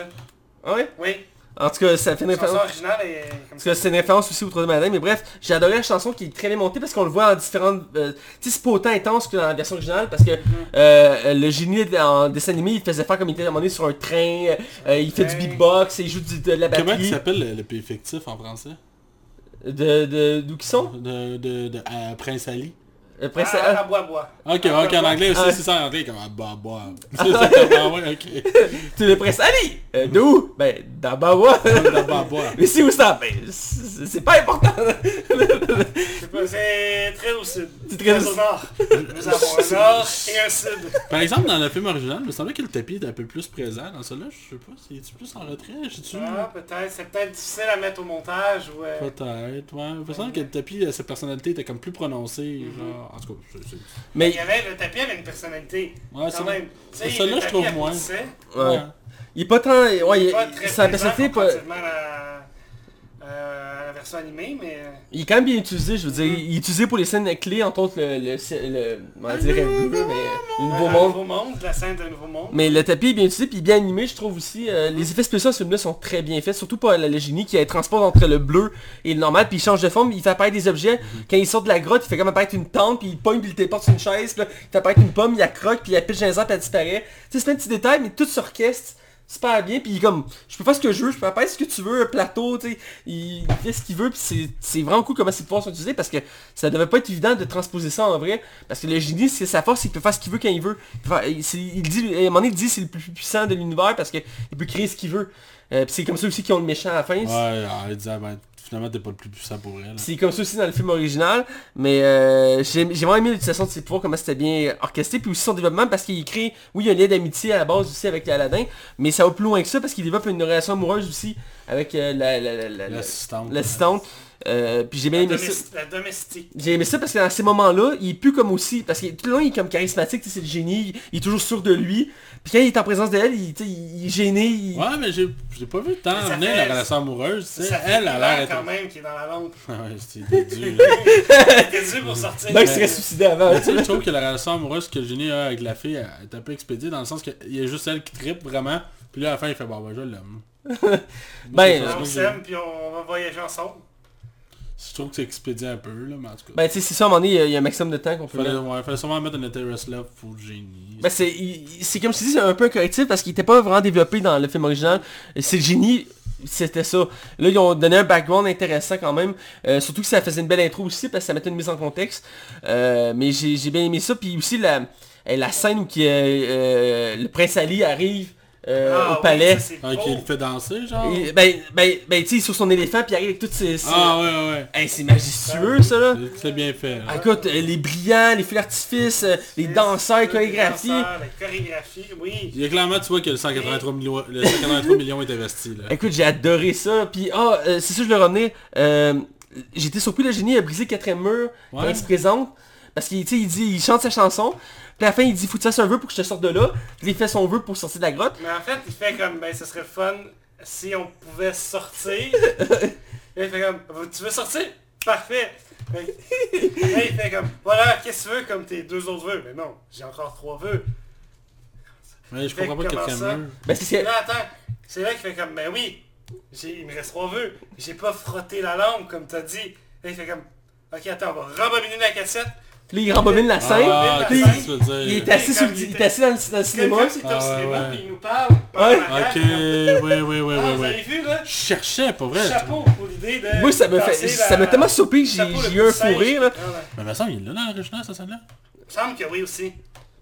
Ah ouais?
Oui,
En tout cas, ça fait une
la chanson
référence.
originale est comme
Parce
ça.
que c'est une référence aussi au troisième Adam, mais bref, j'ai adoré la chanson qui est très bien montée parce qu'on le voit en différentes... euh, tu sais, c'est pas autant intense que dans la version originale parce
Mm.
que euh, le génie en dessin animé, il faisait faire comme il était à un moment donné sur un train, euh, il fait du
train.
beatbox, il joue du- de la
Comment il
batterie,
s'appelle le, le pays fictif en français
de, de, d'où qu'ils sont
De, de, de- à Prince Ali.
Après ça-
Ah, ah, bois, bois.
Ok, ok, en anglais aussi,
Ah.
c'est ça, en anglais, comme ah, bah, bah. *laughs* C'est ça, comme, ah, ouais, ok.
Tu le prince Ali Euh, De où Ben, d'Abawa
Bah, bah, bah.
*laughs* Mais c'est où ça Ben, c'est c'est pas important *laughs*
C'est pas- C'est très au sud.
C'est très au
au nord. Nous avons un nord et un sud.
Par exemple, dans le film original, il me semblait que le tapis était un peu plus présent. Dans celui-là, je sais pas, c'est plus en retrait, je tu
Ah, peut-être. C'est peut-être difficile à mettre au montage ou... euh,
Peut-être, ouais. Il me semble que le tapis, euh, sa personnalité était comme plus prononcée,
Mm-hmm.
genre... En tout cas, c'est... c'est-
Il
Mais Ah,
y avait le tapis avait une personnalité.
Ouais, c'est
quand même. Tu sais,
Celle-là,
le
je
tapis
trouve moins.
applaudissait.
ouais.
Ouais.
il est pas tant... Ouais, il,
Pas très
sa
présent
personnalité est pas...
comparativement à la- euh, à la version animée, mais... euh,
Il est quand même bien utilisé, je veux dire, il est utilisé pour les scènes clés, entre autres le... le, le, le- on va dire le bleu, mais le nouveau
Un
monde.
nouveau monde, la scène d'un nouveau monde.
Mais le tapis est bien utilisé puis bien animé je trouve aussi. Euh, les effets spéciaux de ce film-là sont très bien faits, surtout pour la le génie qui transporte entre le bleu et le normal, puis il change de forme, il fait apparaître des objets. Quand il sort de la grotte, il fait comme apparaître une tente, puis il pogne, puis il téléporte sur une chaise, puis là, il fait apparaître une pomme, il la croque, puis il la pitch dans les arbres, puis elle disparaît. Tu sais, c'est plein de petits détails, mais tout s'orchestre super bien, puis il est comme, je peux faire ce que je veux, je peux apparaître ce que tu veux, un plateau, tu sais, il fait ce qu'il veut, puis c'est- c'est vraiment cool comment ces pouvoirs sont utilisés, parce que ça devait pas être évident de transposer ça en vrai, parce que le génie, c'est sa force, il peut faire ce qu'il veut quand il veut. Il, peut faire- il- c'est- il dit, à un moment donné, il dit c'est le plus puissant de l'univers, parce qu'il peut créer ce qu'il veut. Euh, puis c'est comme ça aussi qu'ils ont le méchant à la fin.
Ouais, en lui disant, ben, finalement, t'es pas le plus puissant pour elle.
C'est comme ça aussi dans le film original, mais euh, j'ai j'ai vraiment aimé l'utilisation de ses pouvoirs, comment c'était bien orchestré, puis aussi son développement parce qu'il crée, oui, il y a un lien d'amitié à la base aussi avec Aladdin, mais ça va plus loin que ça parce qu'il développe une relation amoureuse aussi avec euh, la- la- la- la- la-
L'assistante.
l'assistante. Euh, puis j'ai bien aimé
La,
ça.
domes- la domestique.
J'ai aimé ça parce que dans ces moments-là, il est plus comme aussi, parce que tout le long il est comme charismatique, tu sais, c'est le génie, il est toujours sûr de lui, puis quand il est en présence d'elle, il, tu sais, il est gêné, il-
Ouais, mais j'ai j'ai pas vu tant
Mais ça
amener
fait-
la relation amoureuse, tu sais.
Ça fait
Elle a l'air
quand
d'être...
même qui est dans la lampe.
*laughs* Ouais, c'est dur.
*laughs* C'était dû pour sortir.
Donc il serait suicidé avant.
Tu sais, je trouve que la relation amoureuse que Jenny a avec la fille elle est un peu expédiée dans le sens qu'il y a juste elle qui trippe vraiment. Puis là, à la fin, il fait bon, ben,
*laughs*
je l'aime. Moi,
Ben,
c'est ça,
on
moi,
s'aime puis on va voyager ensemble.
je, je trouve que c'est expédié un peu, là, mais en tout cas.
Ben tu sais, c'est ça, à un moment donné, il y a- il y a un maximum de temps qu'on peut
fallait,
mettre.
ouais, fallait sûrement mettre un interest love pour Jenny.
Ben c'est il- il- c'est comme je te dis, c'est un peu un correctif parce qu'il était pas vraiment développé dans le film original. C'est le génie, c'était ça. Là, ils ont donné un background intéressant quand même. Euh, surtout que ça faisait une belle intro aussi parce que ça mettait une mise en contexte. Euh, mais j'ai j'ai bien aimé ça. Puis aussi la, eh, la scène où qui, euh, euh, le prince Ali arrive euh,
Ah,
au
oui,
palais.
ça, c'est
Ah,
beau.
qu'il le fait danser, genre.
Il- ben, ben, ben, tu sais, il est sur son éléphant puis il arrive avec toutes ses... ses-
Ah, ouais, ouais.
Eh, c'est majestueux ça là.
C'est- C'est bien fait.
Ah,
là.
écoute, euh, les brillants, les feux d'artifice, euh, les danseurs, les chorégraphies.
danseurs, la chorégraphie, oui.
Il y a clairement, tu vois, que le 183 millions, le 183 millions est investi, là.
Écoute, j'ai adoré ça. Puis, ah, euh, c'est ça, je le revenais. Euh, J'étais surpris, le génie a brisé le quatrième mur quand
Ouais.
il se présente. Parce qu'il tu sais, il dit, il chante sa chanson. Puis à la fin, il dit, faut que tu fasses un vœu pour que je te sorte de là. Puis il fait son vœu pour sortir de la grotte.
Mais en fait, il fait comme, ben, ce serait le fun si on
*laughs*
pouvait sortir. Et il fait comme, tu veux sortir? Parfait. Fait que- Là, il fait comme, voilà, qu'est-ce que tu veux comme tes deux autres vœux? Mais non, j'ai encore trois vœux.
Mais je comprends pas
Fait
que
que
quelqu'un
comment ça?
meurt.
Ben, c'est
Et là, attends, c'est là qu'il fait comme, ben oui, j'ai- il me reste trois vœux. J'ai pas frotté la langue, comme t'as dit. Là, il fait comme, ok, attends, on va rembobiner la cassette.
Là, il rembobine la scène.
Ah,
Puis,
qu'est-ce que tu veux
il
dire?
est assis, sur, le- il est assis dans, le, dans le
C'est
cinéma.
comme si
Ah,
t'es au
ouais,
cinéma,
ouais.
puis il nous parle. pendant
Ouais.
la
Ok,
guerre.
ouais, ouais, ouais,
Ah,
ouais,
vous
ouais.
avez vu, là?
Je cherchais, pour vrai.
Chapeau pour l'idée de...
Moi, ça me fait,
passer la-
ça m'a tellement surpris que j'ai
Chapeau, le
j'ai eu un
petit singe.
fou rire. Là.
Ah, ouais.
Mais me semble il est là dans l'original, cette scène-là.
Il me semble que oui aussi.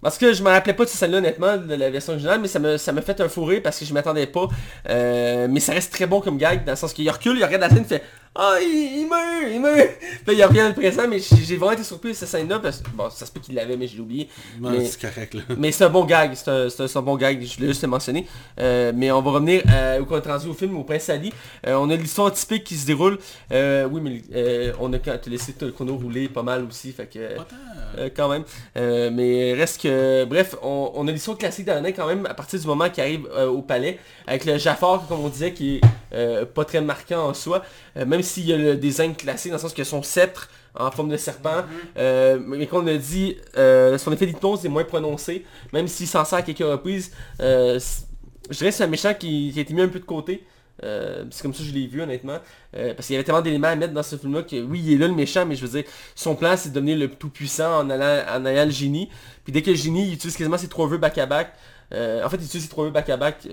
Parce que je me rappelais pas de cette scène-là honnêtement de la version originale, mais ça me, ça me fait un fou rire parce que je m'attendais pas. Euh, mais ça reste très bon comme gag, dans le sens qu'il recule, il regarde la scène, il fait Ah il, il meurt, il meurt Puis là, il revient dans le présent, mais j'ai j'ai vraiment été surpris de cette scène-là parce que bon ça se peut qu'il l'avait mais je l'ai oublié.
Non,
Mais-
Ben, c'est correct, là.
Mais c'est un bon gag, c'est un, c'est un- c'est un bon gag, je voulais juste le mentionner. Euh, mais on va revenir euh, au qu'on est rendu au film, au Prince Ali. Euh, on a l'histoire typique qui se déroule. Euh, oui mais euh, on a quand- laissé le chrono rouler pas mal aussi, fait que.
Pas tant.
Euh, quand même. Euh, mais reste que, bref, on, on a l'histoire classique d'Aladdin quand même à partir du moment qu'il arrive euh, au palais avec le Jafar, comme on disait, qui est euh, pas très marquant en soi, euh, même s'il y a le design classé, dans le sens que son sceptre en forme de serpent, euh, mais qu'on a dit, euh, son effet d'hypnose est moins prononcé, même s'il s'en sert à quelques reprises. euh, s- je dirais que c'est un méchant qui, qui a été mis un peu de côté. Euh, c'est comme ça que je l'ai vu honnêtement. Euh, parce qu'il y avait tellement d'éléments à mettre dans ce film-là que oui, il est là le méchant, mais je veux dire, son plan c'est de devenir le tout puissant en allant, en ayant le génie. Puis dès que le génie, il utilise quasiment ses trois vœux back-à-back. Euh, en fait, il utilise ses trois vœux back-à-back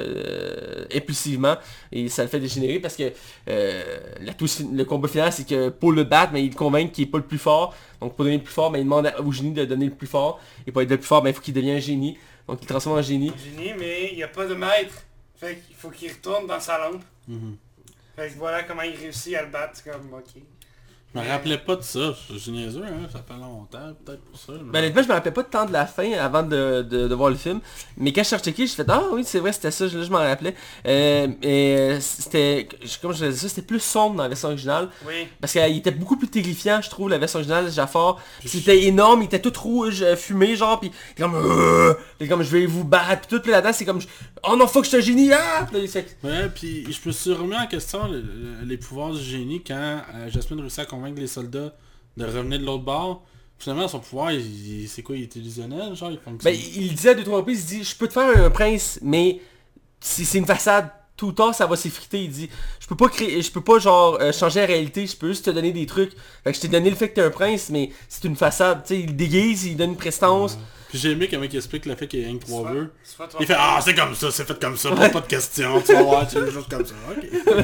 euh, impulsivement et ça le fait dégénérer parce que euh, la touche- le combat final, c'est que pour le battre, mais il le convainc qu'il est pas le plus fort. Donc pour donner le plus fort, mais il demande à- au génie de donner le plus fort. Et pour être le plus fort, ben, il faut qu'il devienne un génie. Donc il le transforme en génie.
Génie, mais il n'y a pas de maître. Fait qu'il faut qu'il retourne dans sa lampe.
Mhm.
Fait que voilà comment il réussit à le battre. C'est comme, ok.
Je me rappelais pas de ça. Je suis niaiseux, hein. Ça fait longtemps, peut-être pour ça.
Ben,
mais-
honnêtement, je me rappelais pas de temps de la fin avant de, de- de voir le film. Mais quand je suis rechecké, je fait Ah oui, c'est vrai, c'était ça, je, là, je m'en rappelais. Euh, et euh, c'était, je- comme je disais ça, c'était plus sombre dans la version originale.
Oui.
Parce qu'il était beaucoup plus terrifiant, je trouve, la version originale, Jafar. C'était énorme, il était tout rouge, euh, fumé, genre, pis il était comme, Euh Il était comme, je vais vous battre, pis tout, pis là-dedans, c'est comme, oh non, faut que je te génie, ah! Pis là, il fait-
Ouais, puis je me suis remis en question le- le- les pouvoirs du génie quand euh, Jasmine réussit à convaincre les soldats de revenir de l'autre bord. Finalement, son pouvoir, il- il- c'est quoi Il est illusionnel, genre, il
Ben,
fonctionne.
il il disait à deux, trois reprises, il dit, je peux te faire un prince, mais c'est c'est une façade. Tout le temps, ça va s'effriter. Il dit, je peux pas créer, je peux pas genre euh, changer la réalité, je peux juste te donner des trucs. Fait que je t'ai donné le fait que t'es un prince, mais c'est une façade. Tu sais, il déguise, il donne une prestance.
Puis j'ai aimé comment il explique le fait qu'il y a un trois vœux.
C'est pas
Il fait Ah, c'est comme ça, c'est fait comme ça, pose pas de questions, tu vas voir, c'est juste comme ça. Ok.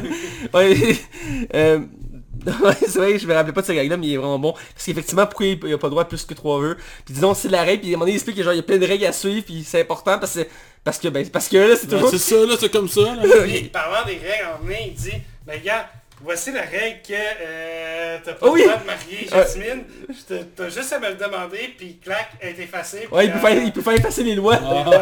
Ouais, *laughs* euh, ouais, c'est vrai, je me rappelais pas de ce gag-là, mais il est vraiment bon. Parce qu'effectivement, pourquoi il il a pas le droit à plus que trois vœux Puis disons, c'est de la règle, puis à un moment donné, il explique que genre, il y a plein de règles à suivre, puis c'est important parce que, parce que, ben, parce que là, c'est *laughs*
Ouais,
toujours...
c'est ça, là, c'est comme
*laughs*
ça. là.
Puis, parlant des règles, en venant, il dit, ben gars, voici la règle que euh, t'as pas
Oh oui.
le droit de marier Jasmine. Je te- T'as juste à me le demander, puis clac, elle est effacée.
Ouais, il
puis,
peut,
euh,
faire, il peut faire effacer les lois.
Ah,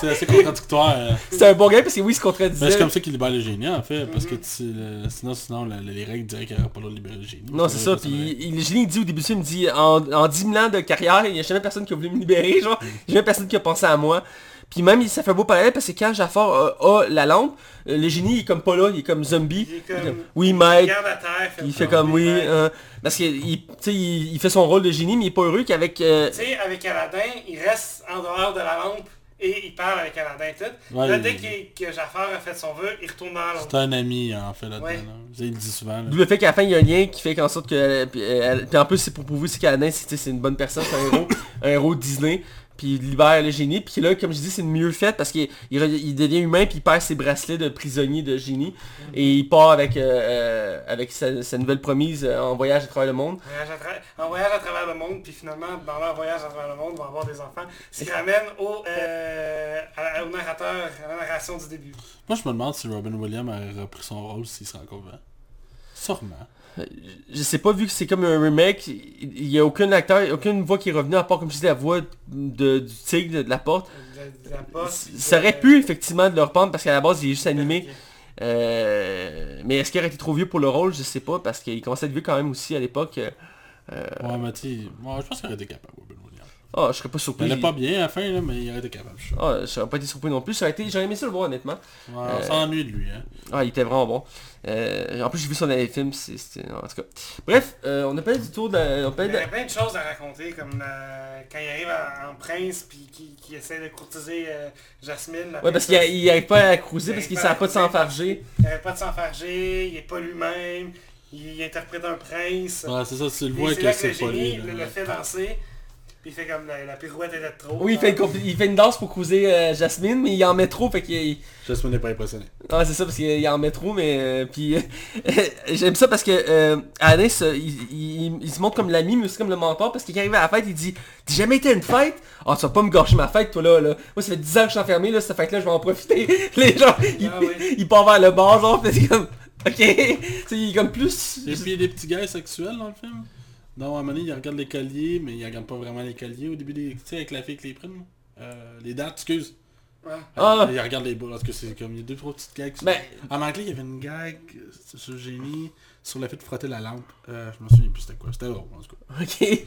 c'est assez contradictoire. euh.
C'est un bon gars parce que oui, il se
Mais
contredisait.
Ben, c'est comme ça qu'il libère le génie, en fait, parce que tu- le- sinon, sinon le- le- les règles diraient qu'il n'y aurait pas le droit de libérer le génie.
Non, c'est ça. Puis il- le génie il dit au début du film, il dit en, en 10 000 ans de carrière, il n'y a jamais personne qui a voulu me libérer, genre, il y a *laughs* jamais personne qui a pensé à moi. Puis même, il- ça fait un beau parallèle parce que quand Jafar a, a la lampe, euh, le génie il est comme pas là, il est comme zombie.
Il est comme-
Il est comme, oui,
il
Mike.
regarde à terre.
Il fait comme oui,
euh,
hein, parce qu'il il, tu sais, il- il fait son rôle de génie, mais il est pas heureux qu'avec... euh,
Tu sais, avec Aladdin, il reste en dehors de la lampe et il parle avec Aladdin et tout.
Ouais,
là,
il-
dès qu'il- que Jafar a fait son vœu, il retourne dans la lampe.
C'est un ami, en fait, là-dedans.
Ouais.
là. Il le dit souvent. là.
D'où le fait qu'à la fin il y a un lien qui fait qu'en sorte que... euh, Puis, euh, elle- puis en plus c'est pour prouver aussi qu'Aladdin c'est tu sais, c'est une bonne personne, c'est un héros, un héros Disney. Puis il libère le génie. Puis là, comme je dis, c'est le mieux fait parce qu'il il re- il devient humain puis il perd ses bracelets de prisonnier de génie. Et il part avec, euh, euh, avec sa, sa nouvelle promise euh, en voyage à travers le monde.
Voyage à tra- en voyage à travers le monde, puis finalement, dans leur voyage à travers le monde, ils vont avoir des enfants. Ce qui ramène au, euh, à- au narrateur, à la narration du début.
Moi, je me demande si Robin Williams aurait repris son rôle s'il serait encore vivant. Sûrement.
je sais pas vu que c'est comme un remake, il n'y a aucun acteur, aucune voix qui est revenue à part comme je disais la voix de, du tigre de, de la porte.
De- de la poste, puis
Ça
de-
aurait pu effectivement de le reprendre parce qu'à la base il est juste animé.
Ok.
Euh, mais est-ce qu'il aurait été trop vieux pour le rôle Je sais pas parce qu'il commençait à être vieux quand même aussi à l'époque. Euh,
Ouais, mais tu sais, moi, je pense qu'il aurait été capable, Robin Williams.
Oh, je serais pas
Il
surpris.
allait pas bien à la fin, là, mais il aurait été capable, je suis sûr.
Ah, je serais pas été surpris non plus. Ça aurait été- J'aurais aimé ça le voir honnêtement.
Ouais,
Euh.
On s'ennuie de lui, hein.
Ah, il était vraiment bon. Euh, en plus j'ai vu son dans les films, c'est- c'était... En tout cas. Bref, euh, on a pas du tour de... la- On a pas
Il y
de...
a plein de choses à raconter, comme euh, quand il arrive en, en prince, puis qui, qui essaie de courtiser euh, Jasmine. la
Ouais parce qu'il
princesse.
il arrive pas à cruiser
Il
parce
arrive
qu'il
pas
savait
à
pas de
cruiser.
s'enfarger.
Il arrête pas de s'enfarger, il est pas lui-même, il, il interprète un prince.
Ouais, c'est ça, tu le
Puis
vois
c'est
que
là que le
c'est pas
génie
lui.
le,
là.
le fait danser, puis il fait comme la, la pirouette est de trop.
Oui, il fait, une, compli- il fait une danse pour causer euh, Jasmine, mais il en met trop, fait qu'il...
Jasmine n'est pas impressionné.
Ah, c'est ça, parce qu'il en met trop, mais... euh, puis... euh, *laughs* J'aime ça parce que euh, Alain, se- il, il- il se montre comme l'ami, mais aussi comme le mentor, parce qu'il arrive à la fête, il dit « T'as jamais été à une fête Ah, tu vas pas me gorger ma fête, toi, là, là. Moi, ça fait 10 ans que je suis enfermé, là, cette fête-là, je vais en profiter. » *laughs* Les gens, il, *laughs*
Ah ouais.
il part vers le bar, genre, pis c'est comme... *laughs* Ok, tu sais, il est comme plus...
Et puis, il y a des petits gars sexuels dans le film. Donc, à un moment donné, il regarde les colliers, mais il regarde pas vraiment les colliers au début des... Tu sais, avec la fille qui les prime. Euh, les dates, excuse.
Ouais.
Ah.
Il regarde les boules, parce que c'est comme... Il y a deux, trois petites gags.
Ben-
En anglais, il y avait une gag euh, sur le génie, sur le fait de frotter la lampe. Euh, je me souviens plus c'était quoi. C'était drôle, en tout cas.
Ok,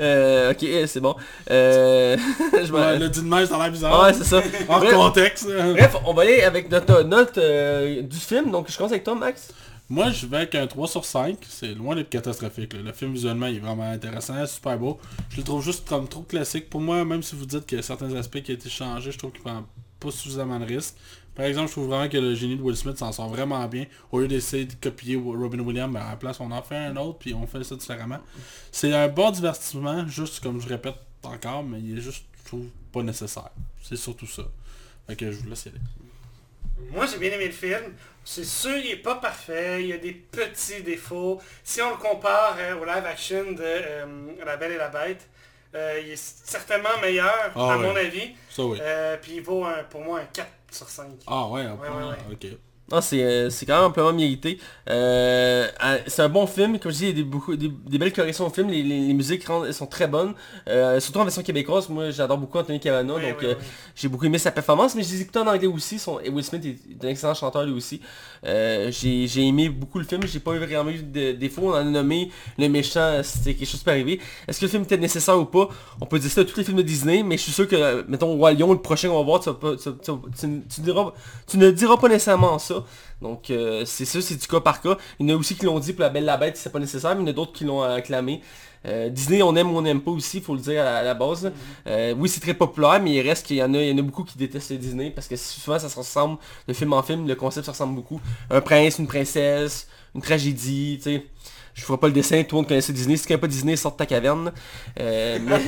euh, ok, c'est bon. Euh, *laughs* je m'en- Ah
Ouais, le dit de même, ça a l'air bizarre.
Ouais,
*laughs*
c'est ça.
Hors
Bref.
contexte. euh.
Bref, on va aller avec notre note euh, du film. Donc, je commence avec toi, Max.
Moi, je vais avec un 3 sur 5. C'est loin d'être catastrophique. là. Le film, visuellement, il est vraiment intéressant, super beau. Je le trouve juste comme trop classique. Pour moi, même si vous dites qu'il y a certains aspects qui ont été changés, je trouve qu'il prend pas suffisamment de risques. Par exemple, je trouve vraiment que le génie de Will Smith s'en sort vraiment bien. Au lieu d'essayer de copier Robin Williams, ben, à la place, on en fait un autre, puis on fait ça différemment. C'est un bon divertissement, juste comme je répète encore, mais il est juste, je trouve, pas nécessaire. C'est surtout ça. Fait que je vous laisse y aller.
Moi, j'ai bien aimé le film. C'est sûr, il n'est pas parfait. Il y a des petits défauts. Si on le compare euh, au live action de euh, La Belle et la Bête, euh, il est certainement meilleur,
Ah
à
ouais.
mon avis.
Ça, oui.
Euh, puis il vaut un- pour moi un 4 sur 5.
Ah ouais,
ouais,
ok.
Non, c'est euh, c'est quand même amplement mérité. Euh, à- c'est un bon film, comme je dis, il y a des, beaucoup, des, des belles corrections au film, les, les- les musiques rendent- elles sont très bonnes, Euh, surtout en version québécoise, moi j'adore beaucoup Anthony Cavana,
Oui,
donc
oui,
euh,
oui.
j'ai beaucoup aimé sa performance, mais j'ai écouté en anglais aussi, son, et Will Smith est un excellent chanteur lui aussi. Euh, j'ai j'ai aimé beaucoup le film, j'ai pas eu vraiment eu de défaut, on en a nommé le méchant, c'était quelque chose qui peut arriver. Est-ce que le film était nécessaire ou pas On peut dire ça à tous les films de Disney, mais je suis sûr que, euh, mettons, Roi Lion, le prochain qu'on va voir, tu, vas pas- tu- tu- tu- tu diras, tu ne diras pas nécessairement ça. Donc euh, c'est ça, c'est du cas par cas. Il y en a aussi qui l'ont dit pour la Belle la Bête, c'est pas nécessaire, mais il y en a d'autres qui l'ont acclamé. Euh, Disney, on aime ou on n'aime pas aussi, faut le dire à la, à la base. là. Euh, oui, c'est très populaire, mais il reste qu'il y en a, il y en a beaucoup qui détestent le Disney parce que souvent ça se ressemble de film en film, le concept se ressemble beaucoup. Un prince, une princesse, une tragédie, tu sais. Je ferai pas le dessin, tout le monde connaissait Disney. Si tu connais pas Disney, sors de ta caverne. Euh, mais...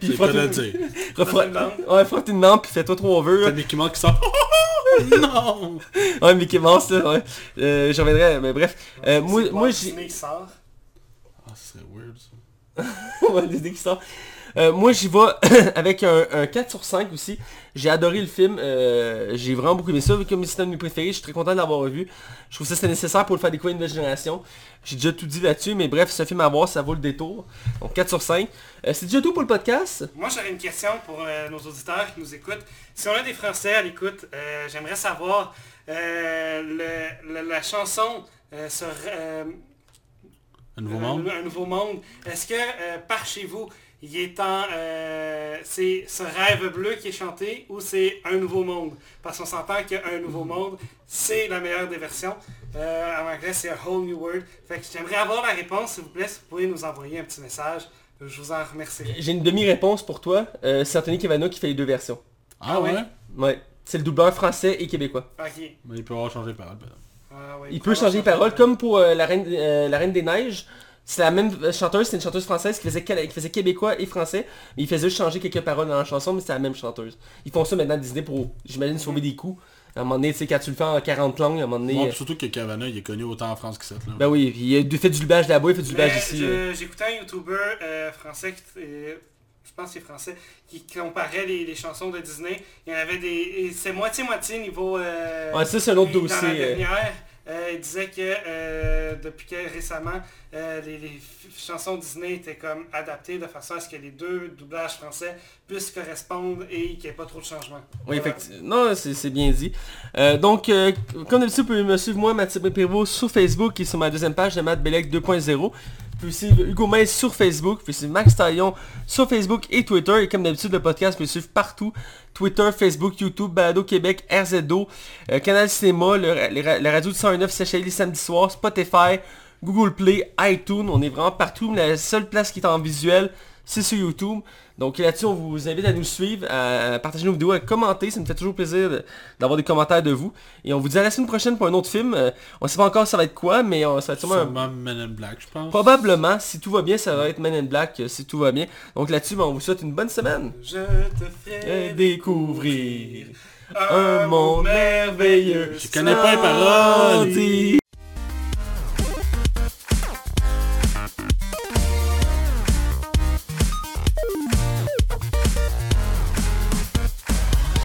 Puis
C'est
frotte-
pas le dire.
refrotte-
une lampe.
Ouais, frotte une lampe, puis fais-toi trop on veut. là.
T'as Mickey Mouse qui sort. non!
Ouais, Mickey Mouse, là, ouais. Euh, je reviendrai, mais bref. Euh, moi,
C'est
moi
Walt
j'ai...
Disney qui sort.
Ah, c'est weird ça.
*laughs* Ouais, Disney qui sort. Euh, moi, j'y vais *coughs* avec un, un 4 sur 5 aussi. J'ai adoré le film. euh, j'ai vraiment beaucoup aimé ça. Vu que c'est un de mes préférés, je suis très content de l'avoir revu. Je trouve ça c'était nécessaire pour le faire découvrir une nouvelle génération. J'ai déjà tout dit là-dessus, mais bref, ce film à voir, ça vaut le détour. Donc 4 sur 5. Euh, c'est déjà tout pour le podcast.
Moi, j'aurais une question pour euh, nos auditeurs qui nous écoutent. Si on a des Français à l'écoute, euh, j'aimerais savoir euh, le- le- la chanson euh, sur euh,
Un nouveau
Un-
monde?
Un, nouveau monde. Est-ce que euh, par chez vous, il est en... euh, c'est ce rêve bleu qui est chanté ou c'est un nouveau monde Parce qu'on s'entend qu'un nouveau monde, c'est la meilleure des versions. Euh, en anglais, c'est a whole new world. Fait que j'aimerais avoir la réponse, s'il vous plaît, si vous pouvez nous envoyer un petit message. Je vous en remercie.
J'ai une demi-réponse pour toi. Euh, c'est Anthony Cavana qui fait les deux versions.
Ah ouais?
ouais?
Ouais. C'est le doubleur français et québécois.
Ok.
Mais il peut avoir changé de parole, par exemple.
Ah ouais,
Il peut changer de parole comme pour euh, la, reine, euh, la Reine des Neiges. C'est la même euh, chanteuse, c'est une chanteuse française qui faisait, quel- qui faisait québécois et français, mais il faisait juste changer quelques paroles dans la chanson, mais c'est la même chanteuse. Ils font ça maintenant à Disney pour, j'imagine, sauver des coups. À un moment donné, tu sais, quand tu le fais en 40 langues, à un moment donné...
Moi,
euh,
surtout que Cavana, il est connu autant en France que cette là.
ben oui, puis il a du- fait du lubage là-bas, il fait du
Mais
lubage ici.
je-
euh.
J'écoutais un YouTuber euh, français, qui, euh, je pense qu'il est français, qui comparait les, les chansons de Disney. Il y en avait des... et C'est moitié-moitié niveau... euh,
Ouais, ça, c'est un autre
et dans la
dossier. euh.
dernière, euh, il disait que euh, depuis que récemment, euh, les, les f- chansons Disney étaient comme adaptées de façon à ce que les deux doublages français puissent correspondre et qu'il n'y ait pas trop de changements.
Oui,
Voilà.
effectivement. Non, c'est c'est bien dit. Euh, donc, euh, comme d'habitude, vous pouvez me suivre moi, Mathieu Prévost, sur Facebook et sur ma deuxième page de Matt Bellec 2.0. Vous pouvez suivre Hugo May sur Facebook, vous pouvez suivre Max Taillon sur Facebook et Twitter. Et comme d'habitude, le podcast, vous pouvez suivre partout. Twitter, Facebook, YouTube, Balado Québec, RZO, euh, Canal Cinéma, le, ra- les ra- la radio du 109 Seychelles les samedis soirs, Spotify, Google Play, iTunes. On est vraiment partout. mais La seule place qui est en visuel, c'est sur YouTube. Donc là-dessus, on vous invite à nous suivre, à partager nos vidéos, à commenter. Ça me fait toujours plaisir de- d'avoir des commentaires de vous. Et on vous dit à la semaine prochaine pour un autre film. Euh, on sait pas encore ça va être quoi, mais euh, ça va être sûrement un-
Sûrement Men in Black, je pense.
Probablement, si tout va bien, ça va être Men in Black, euh, si tout va bien. Donc là-dessus, ben, on vous souhaite une bonne semaine.
Je te ferai
Et découvrir
un monde merveilleux.
Je connais pas les paroles.
Sandy.